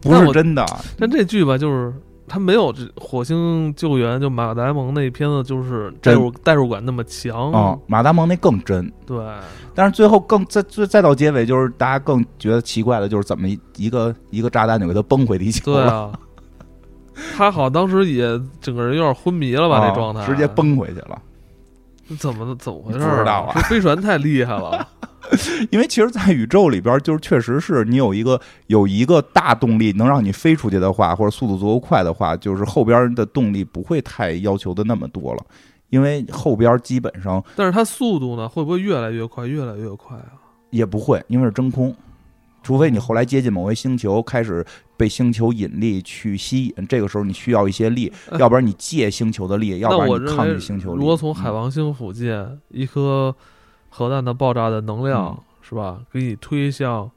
Speaker 2: 不
Speaker 1: 那
Speaker 2: 是
Speaker 1: 我
Speaker 2: 真的。
Speaker 1: 但这剧吧，就是它没有这火星救援，就马达蒙那片子，就是代入代入感那嗯么强。
Speaker 2: 啊，马达蒙那更真，
Speaker 1: 对，
Speaker 2: 但是最后更再再再到结尾，就是大家更觉得奇怪的，就是怎么一一个一个炸弹就给它崩回地球
Speaker 1: 对
Speaker 2: 了，
Speaker 1: 啊。 他好，当时也整个人有点昏迷了吧？
Speaker 2: 啊
Speaker 1: 这状态
Speaker 2: 直接，崩回去了。
Speaker 1: 怎么怎么回事、
Speaker 2: 不知道啊
Speaker 1: 这飞船太厉害了，
Speaker 2: 因为其实，在宇宙里边，就是确实是你有一个有一个大动力能让你飞出去的话，或者速度足够快的话，就是后边的动力不会太要求的那么多了，因为后边基本上
Speaker 1: 但是它速度呢，会不会越来越快，越来越快啊？
Speaker 2: 也不会，因为是真空。除非你后来接近某位星球，开始被星球引力去吸引，这个时候你需要一些力，
Speaker 1: 哎
Speaker 2: 要不然你借星球的力，要不然
Speaker 1: 我
Speaker 2: 你
Speaker 1: 认
Speaker 2: 抗
Speaker 1: 为
Speaker 2: 拒星球力。
Speaker 1: 如果从海
Speaker 2: 嗯
Speaker 1: 王星附近一颗核弹的爆炸的能量、
Speaker 2: 嗯
Speaker 1: 是吧，给你推向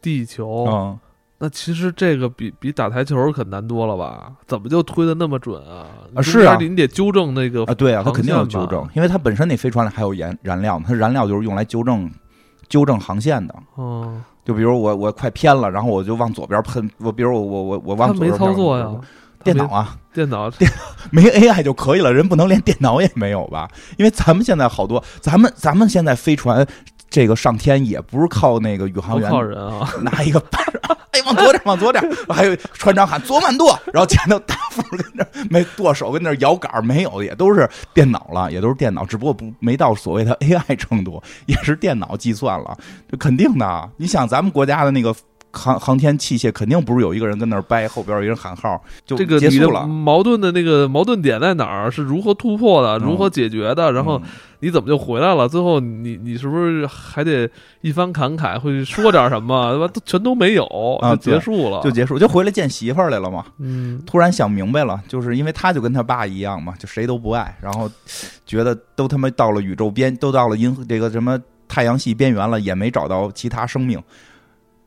Speaker 1: 地球，
Speaker 2: 嗯，
Speaker 1: 那其实这个比比打台球可难多了吧？怎么就推的那么准啊？
Speaker 2: 啊是啊
Speaker 1: 中间你得纠正那个
Speaker 2: 啊，对啊，它
Speaker 1: 航
Speaker 2: 肯定有
Speaker 1: 线
Speaker 2: 纠
Speaker 1: 吧
Speaker 2: 正，因为它本身那飞船里还有燃燃料呢，它燃料就是用来纠正纠正航线的。
Speaker 1: 嗯，
Speaker 2: 就比如我我快偏了，然后我就往左边喷，我比如我我我我
Speaker 1: 他
Speaker 2: 往左
Speaker 1: 没
Speaker 2: 边
Speaker 1: 操
Speaker 2: 偏
Speaker 1: 作
Speaker 2: 往
Speaker 1: 呀
Speaker 2: 左边，
Speaker 1: 他
Speaker 2: 电
Speaker 1: 没
Speaker 2: 脑啊，
Speaker 1: 电脑
Speaker 2: 没 AI 就可以了，人不能连电脑也没有吧？因为咱们现在好多，咱们咱们现在飞船这个上天也不是靠那个宇航
Speaker 1: 不
Speaker 2: 员
Speaker 1: 靠人啊，
Speaker 2: 拿一个板儿， 哎，往左点，往左点，还有船长喊左慢舵，然后前头大副跟那儿 没舵手跟那儿摇杆儿，没有，也都是电脑了，也都是电脑，只不过不没到所谓的 AI 程度，也是电脑计算了，这肯定的。你想咱们国家的那个航航天器械，肯定不是有一个人跟那儿掰，后边有一人喊号就
Speaker 1: 这个
Speaker 2: 结
Speaker 1: 你的
Speaker 2: 束了。
Speaker 1: 矛盾的那个矛盾点在哪儿？是如何突破的？
Speaker 2: 嗯
Speaker 1: 如何解决的？然后
Speaker 2: 嗯
Speaker 1: 你怎么就回来了？最后你你是不是还得一番感慨，会说点什 么？对吧？都全都没有，
Speaker 2: 啊
Speaker 1: 就结束了。
Speaker 2: 就结束，就回来见媳妇儿来了嘛。
Speaker 1: 嗯，
Speaker 2: 突然想明白了，就是因为他就跟他爸一样嘛，就谁都不爱，然后觉得都他妈到了宇宙边，都到了银河这个什么太阳系边缘了，也没找到其他生命，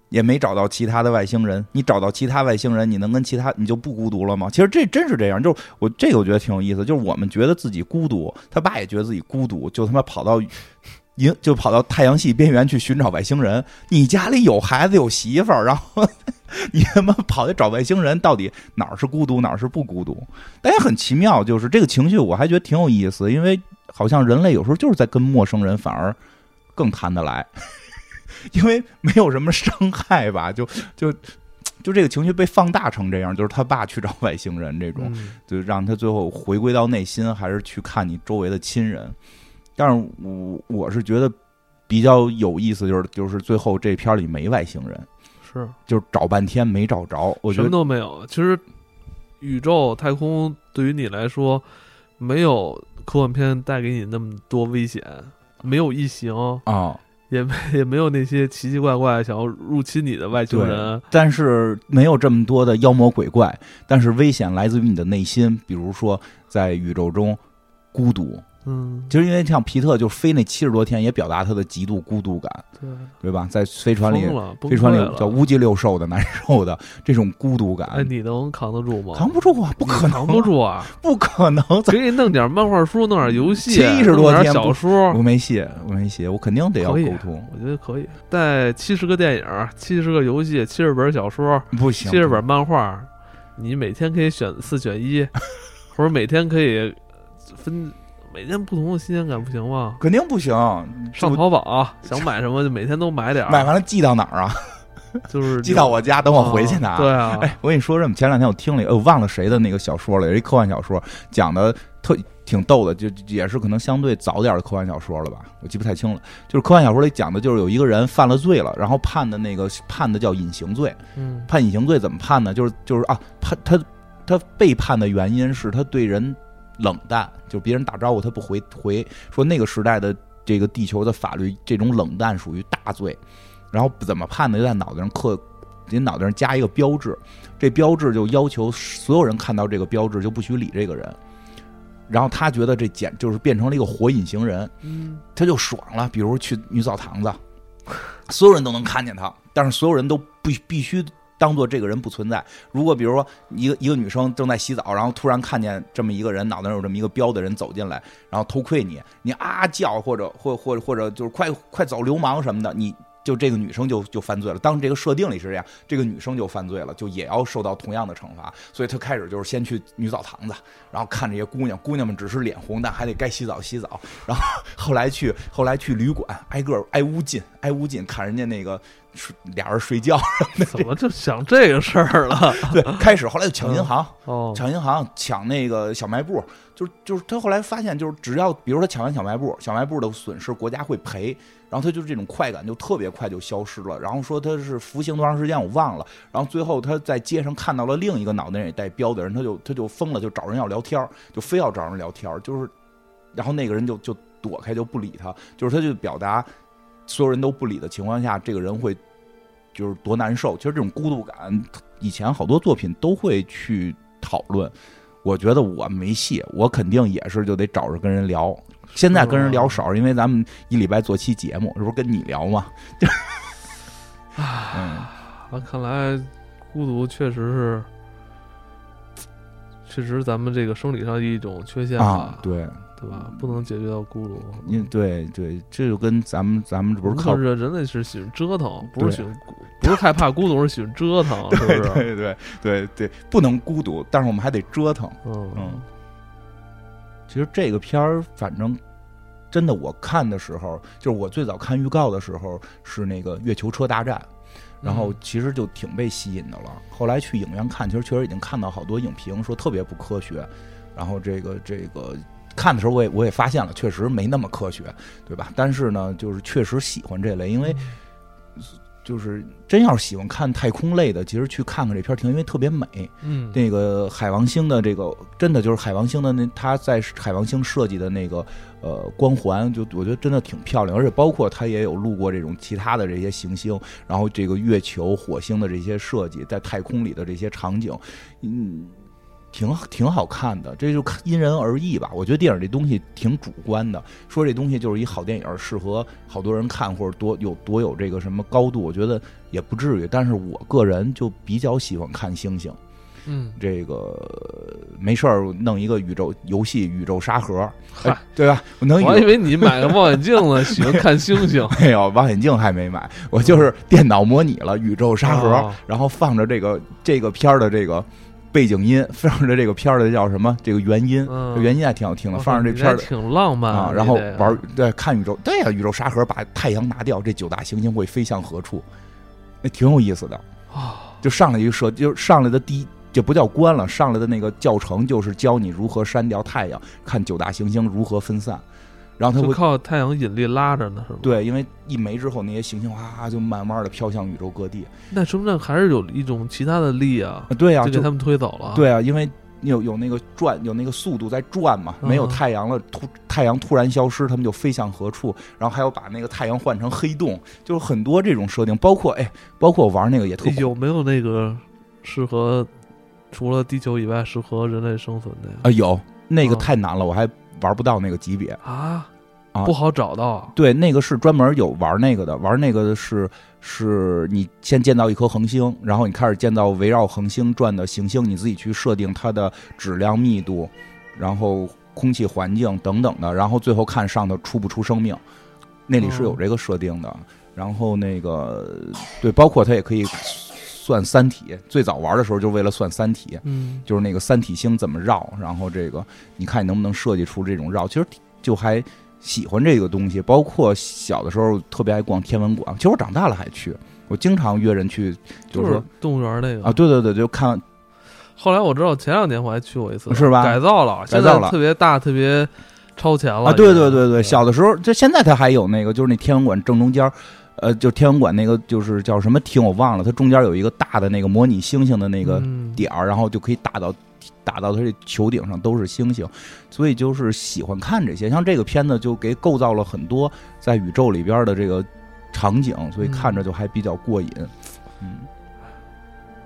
Speaker 2: 也没找到其他的外星人。你找到其他外星人，你能跟其他你就不孤独了吗？其实这真是这样，就是我这个我觉得挺有意思，就是我们觉得自己孤独，他爸也觉得自己孤独，就他妈跑到。银就跑到太阳系边缘去寻找外星人。你家里有孩子有媳妇儿，然后 你他妈跑去找外星人，到底哪儿是孤独，哪儿是不孤独？但也很奇妙，就是这个情绪我还觉得挺有意思，因为好像人类有时候就是在跟陌生人反而更谈得来， 因为没有什么伤害吧，就就。就这个情绪被放大成这样，就是他爸去找外星人这种，
Speaker 1: 嗯
Speaker 2: 就让他最后回归到内心，还是去看你周围的亲人。但是我我是觉得比较有意思，就是就是最后这片儿里没外星人，
Speaker 1: 是
Speaker 2: 就是找半天没找着。我
Speaker 1: 什
Speaker 2: 觉
Speaker 1: 么
Speaker 2: 得
Speaker 1: 都没有。其实宇宙太空对于你来说，没有科幻片带给你那么多危险，没有异形，
Speaker 2: 啊、
Speaker 1: 也没也没有那些奇奇怪怪想要入侵你的外星人。
Speaker 2: 但是没有这么多的妖魔鬼怪，但是危险来自于你的内心，比如说在宇宙中孤独，
Speaker 1: 嗯，
Speaker 2: 就是因为像皮特就飞那七十多天，也表达他的极度孤独感，
Speaker 1: 对，
Speaker 2: 对吧？在飞船里
Speaker 1: 疯，了，崩
Speaker 2: 飞船
Speaker 1: 溃
Speaker 2: 里
Speaker 1: 了
Speaker 2: 叫乌鸡六兽的、难受的这种孤独感，
Speaker 1: 哎，你能扛得住吗？
Speaker 2: 扛不住啊，不可
Speaker 1: 扛
Speaker 2: 能，
Speaker 1: 不，住 啊！
Speaker 2: 不可能， 咱
Speaker 1: 给你弄点漫画书，弄点游戏，
Speaker 2: 70多
Speaker 1: 弄
Speaker 2: 天
Speaker 1: 点小
Speaker 2: 不嗯
Speaker 1: 说
Speaker 2: 我，没戏，我没戏，我肯定得要
Speaker 1: 可以
Speaker 2: 沟通，
Speaker 1: 我觉得可以。带七十个电影，七十个游戏，七十本小说，
Speaker 2: 不行，
Speaker 1: 七十本漫画，你每天可以选四选 一，或者每天可以分每天不同的新鲜感，不行吗？
Speaker 2: 肯定不行，
Speaker 1: 上淘宝啊想买什么就每天都买点儿，
Speaker 2: 买完了寄到哪儿啊？
Speaker 1: 就是
Speaker 2: 寄到我家，等我回去
Speaker 1: 啊
Speaker 2: 拿。
Speaker 1: 对啊，
Speaker 2: 哎，我跟你说这么，前两天我听了一，呃，我忘了谁的那个小说了，有一科幻小说，讲的特挺逗的，就就也是可能相对早点的科幻小说了吧，我记不太清了。就是科幻小说里讲的，就是有一个人犯了罪了，然后判的那个判的叫隐形罪，
Speaker 1: 嗯
Speaker 2: 判隐形罪怎么判呢？就是就是啊，判他他被判的原因是他对人冷淡，就别人打招呼他不回回，说那个时代的这个地球的法律这种冷淡属于大罪，然后怎么判呢？就在脑袋上刻。您脑袋上加一个标志，这标志就要求所有人看到这个标志就不许理这个人，然后他觉得这简就是变成了一个活隐形人，
Speaker 1: 嗯，
Speaker 2: 他就爽了。比如去女澡堂子，所有人都能看见他，但是所有人都必必须当做这个人不存在。如果比如说一个一个女生正在洗澡，然后突然看见这么一个人脑袋上有这么一个标的人走进来，然后偷窥你，你啊叫或者或或或者就是快快走流氓什么的，你。就这个女生就就犯罪了，当这个设定里是这样，这个女生就犯罪了，就也要受到同样的惩罚，所以她开始就是先去女澡堂子，然后看这些姑娘，姑娘们只是脸红，但还得该洗澡洗澡，然后后来去后来去旅馆，挨个挨屋进挨屋进，看人家那个睡俩人睡觉，
Speaker 1: 怎么就想这个事儿了？
Speaker 2: 对，开始后来就抢银行，
Speaker 1: 哦，
Speaker 2: 抢银行，抢那个小卖部，就是就是他后来发现，就是只要比如他抢完小卖部，小卖部的损失国家会赔，然后他就这种快感就特别快就消失了。然后说他是服刑多长时间我忘了，然后最后他在街上看到了另一个脑袋也带标的人，他就他就疯了，就找人要聊天儿，就非要找人聊天儿，就是，然后那个人就就躲开就不理他，就是他就表达所有人都不理的情况下，这个人会就是多难受。其实这种孤独感，以前好多作品都会去讨论。我觉得我没戏，我肯定也是就啊得找着跟人聊。现在跟人聊少，因为咱们一礼拜做期节目，这不是跟你聊吗？嗯，
Speaker 1: 那看来孤独确实是，确实咱们这个生理上一种缺陷吧，
Speaker 2: 啊，对，
Speaker 1: 对吧？不能解决到孤独。
Speaker 2: 因对对，这就跟咱们咱们这不是靠
Speaker 1: 就是人类是喜欢折腾，不
Speaker 2: 对
Speaker 1: 是喜欢孤，不是害怕孤独，是喜欢折 腾，是不
Speaker 2: 对
Speaker 1: 是？
Speaker 2: 对对对对，不能孤独，但是我们还得折腾。嗯
Speaker 1: 嗯，
Speaker 2: 其实这个片儿，反正真的，我看的时候，就是我最早看预告的时候是那个《月球车大战》，然
Speaker 1: 嗯
Speaker 2: 后其实就挺被吸引的了。后来去影院看，其实确实已经看到好多影评说特别不科学，然后这个这个。看的时候，我也我也发现了，确实没那么科学，对吧？但是呢，就是确实喜欢这类，因为就是真要是喜欢看太空类的，其实去看看这片儿挺，因为特别美。
Speaker 1: 嗯，
Speaker 2: 那个海王星的这个真的就是海王星的那它在海王星设计的那个呃光环，就我觉得真的挺漂亮，而且包括它也有路过这种其他的这些行星，然后这个月球、火星的这些设计，在太空里的这些场景，嗯，挺挺好看的，这就看因人而异吧。我觉得电影这东西挺主观的，说这东西就是一好电影，适合好多人看或者多有多有这个什么高度，我觉得也不至于。但是我个人就比较喜欢看星星。
Speaker 1: 嗯，
Speaker 2: 这个没事儿弄一个宇宙游戏《宇宙沙盒》
Speaker 1: 嗨
Speaker 2: 哎，对吧？我能
Speaker 1: 我还以
Speaker 2: 宇宙
Speaker 1: 为你买个望远镜呢，喜欢看星星。
Speaker 2: 没有望远镜还没买，我就是电脑模拟了《宇宙沙盒》
Speaker 1: 嗯哦
Speaker 2: 然后放着这个这个片儿的这个背景音， 放着这个片儿的叫什么？这个原音，
Speaker 1: 嗯
Speaker 2: 这原音还挺好听的，
Speaker 1: 我看
Speaker 2: 放上这
Speaker 1: 你
Speaker 2: 片儿
Speaker 1: 还
Speaker 2: 的。
Speaker 1: 挺浪漫
Speaker 2: 啊，
Speaker 1: 你
Speaker 2: 然后
Speaker 1: 这个
Speaker 2: 玩儿对啊看宇宙，对呀、宇宙沙盒把太阳拿掉，这九大行星会飞向何处？那挺有意思的。
Speaker 1: 啊，
Speaker 2: 就上来一个设，就是上来的第一，这不叫关了，上来的那个教程就是教你如何删掉太阳，看九大行星如何分散，然后它
Speaker 1: 就
Speaker 2: 会。
Speaker 1: 靠太阳引力拉着呢，是吗？，
Speaker 2: 对，因为一没之后，那些行星哗就慢慢的飘向宇宙各地。
Speaker 1: 那说明还是有一种其他的力啊
Speaker 2: 啊，对呀、
Speaker 1: 就给
Speaker 2: 就
Speaker 1: 他们推走了。，
Speaker 2: 对啊，因为有有那个转，有那个速度在转嘛，没有
Speaker 1: 嗯
Speaker 2: 太阳了，突太阳突然消失，他们就飞向何处？然后还有把那个太阳换成黑洞，就是很多这种设定，包括哎，包括我玩那个也特
Speaker 1: 有没有那个适合除了地球以外适合人类生存的呀？
Speaker 2: 啊，有那个
Speaker 1: 嗯
Speaker 2: 太难了，我还玩不到那个级别。
Speaker 1: 啊
Speaker 2: 啊
Speaker 1: 不好找到啊
Speaker 2: 对，那个是专门有玩那个的，玩那个的是是你先建造一颗恒星，然后你开始建造围绕恒星转的行星，你自己去设定它的质量、密度，然后空气环境等等的，然后最后看上头出不出生命，那里是有这个设定的。然后那个对，包括它也可以算三体，最早玩的时候就为了算三体，
Speaker 1: 嗯，
Speaker 2: 就是那个三体星怎么绕，然后这个你看你能不能设计出这种绕，其实就还喜欢这个东西。包括小的时候特别爱逛天文馆，其实我长大了还去，我经常约人去，
Speaker 1: 就
Speaker 2: 就
Speaker 1: 是是
Speaker 2: 说
Speaker 1: 动物园那个
Speaker 2: 啊，。对对对，就看
Speaker 1: 后来我知道，前两年我还去过一次，
Speaker 2: 是吧
Speaker 1: 改造了，
Speaker 2: 改造
Speaker 1: 现
Speaker 2: 了
Speaker 1: 在特别大，特别超前了
Speaker 2: 啊，对对
Speaker 1: 已经
Speaker 2: 对对，小的时候，就现在它还有那个，就是那天文馆正中间儿。呃，就天文馆那个就是叫什么厅我忘了，它中间有一个大的那个模拟星星的那个
Speaker 1: 嗯
Speaker 2: 点儿，然后就可以打到打到它这球顶上都是星星，所以就是喜欢看这些。像这个片子就给构造了很多在宇宙里边的这个场景，所以看着就还比较过瘾。 嗯，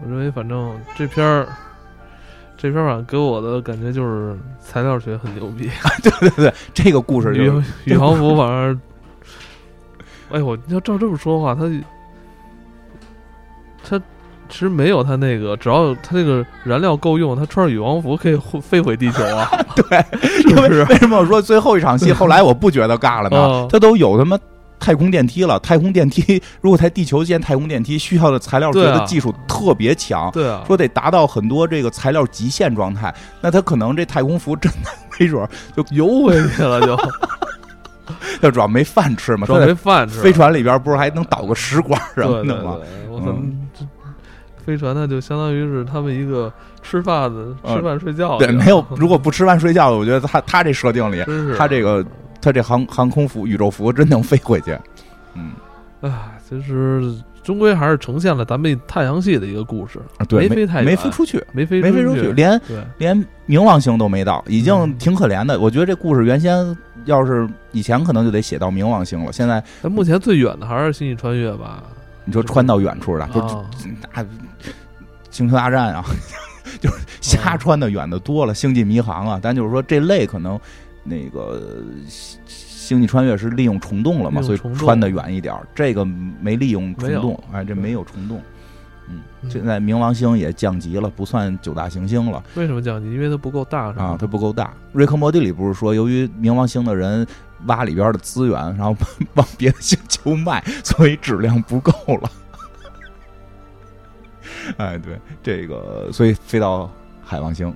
Speaker 1: 我认为反正这片儿，这片儿反正给我的感觉就是材料学很牛逼，
Speaker 2: 对对对，这个故事
Speaker 1: 宇
Speaker 2: 就
Speaker 1: 航宇航服反正，哎，我要照这么说的话，它它其实没有它那个，只要它那个燃料够用，它穿上宇航服可以飞飞毁地球 啊，
Speaker 2: 对，
Speaker 1: 是
Speaker 2: 因
Speaker 1: 不
Speaker 2: 为
Speaker 1: 是啊
Speaker 2: 为什么我说最后一场戏后来我不觉得尬了呢
Speaker 1: 哦？
Speaker 2: 它都有他妈。太空电梯了，太空电梯如果在地球建太空电梯，需要的材料学
Speaker 1: 对
Speaker 2: 的
Speaker 1: 啊
Speaker 2: 技术特别强，
Speaker 1: 对啊，
Speaker 2: 说得达到很多这个材料极限状态，那它可能这太空服真的 没准儿
Speaker 1: 游回去了 就，
Speaker 2: 要主要没饭吃嘛，
Speaker 1: 主要
Speaker 2: 他
Speaker 1: 没
Speaker 2: 在
Speaker 1: 饭吃，
Speaker 2: 飞船里边不是还能导个食管什
Speaker 1: 对
Speaker 2: 么
Speaker 1: 对
Speaker 2: 的吗？
Speaker 1: 对，我操
Speaker 2: 嗯，
Speaker 1: 这飞船那就相当于是他们一个吃饭的、
Speaker 2: 嗯
Speaker 1: 吃饭睡觉的
Speaker 2: 对，
Speaker 1: 地方，
Speaker 2: 没有，如果不吃饭睡觉的，我觉得他他这设定里，
Speaker 1: 真是
Speaker 2: 他这个他这航航空服宇宙服真能飞回去。嗯，
Speaker 1: 啊，其实终归还是呈现了咱们太阳系的一个故事，
Speaker 2: 啊对，
Speaker 1: 没
Speaker 2: 没
Speaker 1: 飞太远
Speaker 2: 没飞出去，
Speaker 1: 没飞
Speaker 2: 没飞出
Speaker 1: 去，
Speaker 2: 连
Speaker 1: 对，
Speaker 2: 连冥王星都没到，已经
Speaker 1: 嗯
Speaker 2: 挺可怜的。我觉得这故事原先要是以前可能就得写到冥王星了，现在
Speaker 1: 咱目前最远的还是星际穿越吧，
Speaker 2: 你说穿到远处了，就
Speaker 1: 啊，
Speaker 2: 那《星球大战》啊， 就是瞎穿的远的多了，《星际迷航》啊，咱就是说这类可能那个《星星际穿越》是利用虫洞了嘛，
Speaker 1: 利
Speaker 2: 所
Speaker 1: 用
Speaker 2: 以
Speaker 1: 虫洞
Speaker 2: 穿的远一点儿，这个没利用虫
Speaker 1: 没
Speaker 2: 洞
Speaker 1: 有，
Speaker 2: 哎，这
Speaker 1: 对
Speaker 2: 没有虫洞。嗯，
Speaker 1: 嗯
Speaker 2: 现在冥王星也降级了，不算九大行星了
Speaker 1: 为什么降级？因为它不够大，是吧
Speaker 2: 啊，它不够大。瑞克莫蒂里不是说，由于冥王星的人挖里边的资源，然后 往别的星球卖，所以质量不够了。 哎，对，这个，所以飞到海王星，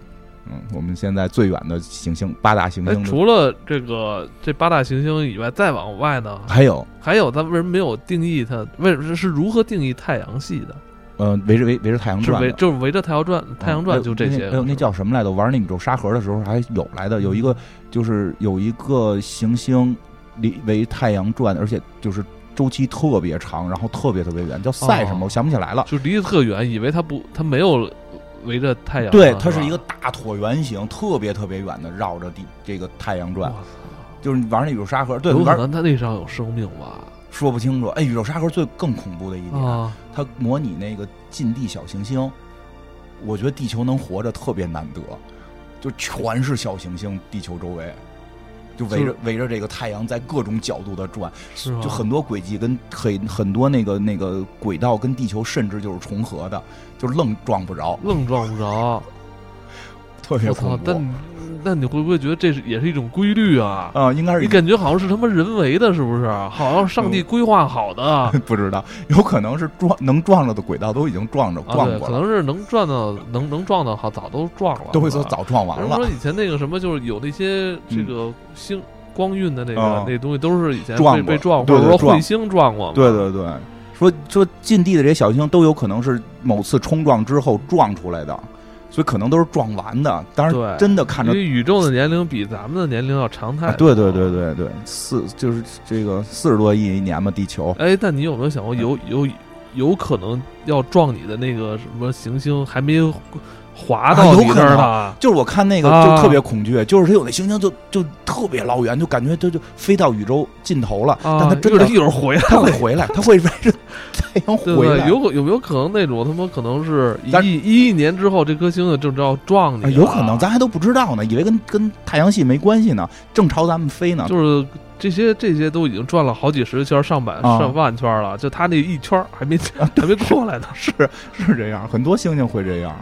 Speaker 2: 嗯，我们现在最远的行星八大行
Speaker 1: 哎，
Speaker 2: 星的，
Speaker 1: 除了这个这八大行星以外，再往外呢，
Speaker 2: 还有，
Speaker 1: 还有咱们为什么没有定义它？为什么是如何定义太阳系的？
Speaker 2: 呃，围着围围着太阳
Speaker 1: 是
Speaker 2: 转
Speaker 1: 围
Speaker 2: 的。
Speaker 1: 就是围着太阳转，太阳转
Speaker 2: 嗯
Speaker 1: 就这些。
Speaker 2: 哎呦那哎呦，那叫什么来着？玩那宇宙沙盒的时候还有来的，有一个就是有一个行星离围太阳转，而且就是周期特别长，然后特别特别远，叫赛什么？
Speaker 1: 哦
Speaker 2: 我想不起来了。
Speaker 1: 就离得特远，以为它不它没有围着太阳啊，
Speaker 2: 对，它
Speaker 1: 它
Speaker 2: 是一个大椭圆形，特别特别远的绕着地这个太阳转
Speaker 1: 哇，
Speaker 2: 就是你玩那宇宙沙盒，对，
Speaker 1: 有可
Speaker 2: 玩
Speaker 1: 能它那上有生命吧？
Speaker 2: 说不清楚。哎，宇宙沙盒最更恐怖的一点，
Speaker 1: 啊，
Speaker 2: 它模拟那个近地小行星，我觉得地球能活着特别难得，就全是小行星，地球周围。就围着
Speaker 1: 就
Speaker 2: 围着这个太阳在各种角度的转，
Speaker 1: 是吗
Speaker 2: 就很多轨迹跟很很多那个那个轨道跟地球甚至就是重合的，就愣撞不着，
Speaker 1: 愣撞不着。
Speaker 2: 特别
Speaker 1: 我
Speaker 2: 恐
Speaker 1: 操！
Speaker 2: 怖。
Speaker 1: 但你那你会不会觉得这是也是一种规律啊？
Speaker 2: 啊、应该是
Speaker 1: 你感觉好像是他妈人为的，是不是？好像上帝规划好 的啊？
Speaker 2: 不知道，有可能是撞能撞着的轨道都已经撞着撞
Speaker 1: 啊对，
Speaker 2: 过
Speaker 1: 可
Speaker 2: 了，
Speaker 1: 能是能撞到能能撞到，好早都撞了，
Speaker 2: 都会
Speaker 1: 是
Speaker 2: 说
Speaker 1: 吧
Speaker 2: 早撞完
Speaker 1: 比如说
Speaker 2: 了，
Speaker 1: 以前那个什么，就是有那些这个星光晕的那
Speaker 2: 啊
Speaker 1: 个那东西，都是以前
Speaker 2: 撞
Speaker 1: 被
Speaker 2: 过
Speaker 1: 被撞，
Speaker 2: 对
Speaker 1: 或者
Speaker 2: 对
Speaker 1: 说
Speaker 2: 撞
Speaker 1: 彗星撞过嘛。
Speaker 2: 对对对。说说近地的这些小行星都有可能是某次冲撞之后撞出来的，所以可能都是撞完的。当然，
Speaker 1: 对
Speaker 2: 真的看着
Speaker 1: 因为宇宙的年龄比咱们的年龄要长太
Speaker 2: 啊，
Speaker 1: 多
Speaker 2: 对
Speaker 1: 了
Speaker 2: 对对。对对，四就是这个四十多亿一年嘛，地球
Speaker 1: 哎，但你有没有想过，有有有可能要撞你的那个什么行星还没滑到
Speaker 2: 啊有
Speaker 1: 你
Speaker 2: 可
Speaker 1: 那儿
Speaker 2: 能
Speaker 1: 了。
Speaker 2: 就是我看那个
Speaker 1: 啊
Speaker 2: 就特别恐惧，就是它有的行星就就特别老远，就感觉它就飞到宇宙尽头了，
Speaker 1: 啊，
Speaker 2: 但它真
Speaker 1: 一会
Speaker 2: 的
Speaker 1: 儿一会儿回来，
Speaker 2: 它会回来，它会围着太阳
Speaker 1: 对
Speaker 2: 回
Speaker 1: 对
Speaker 2: 来，，
Speaker 1: 有可有没有可能那种他妈可能是
Speaker 2: 咱
Speaker 1: 一一亿年之后这颗星星正要撞你
Speaker 2: 啊
Speaker 1: 了、
Speaker 2: 有可能咱还都不知道呢，以为跟跟太阳系没关系呢，正朝咱们飞呢。
Speaker 1: 就是这些这些都已经转了好几十圈、上百、
Speaker 2: 啊
Speaker 1: 上万 圈了，就他那一圈儿还没、还没过来呢。
Speaker 2: 是是这样，很多星星会这样。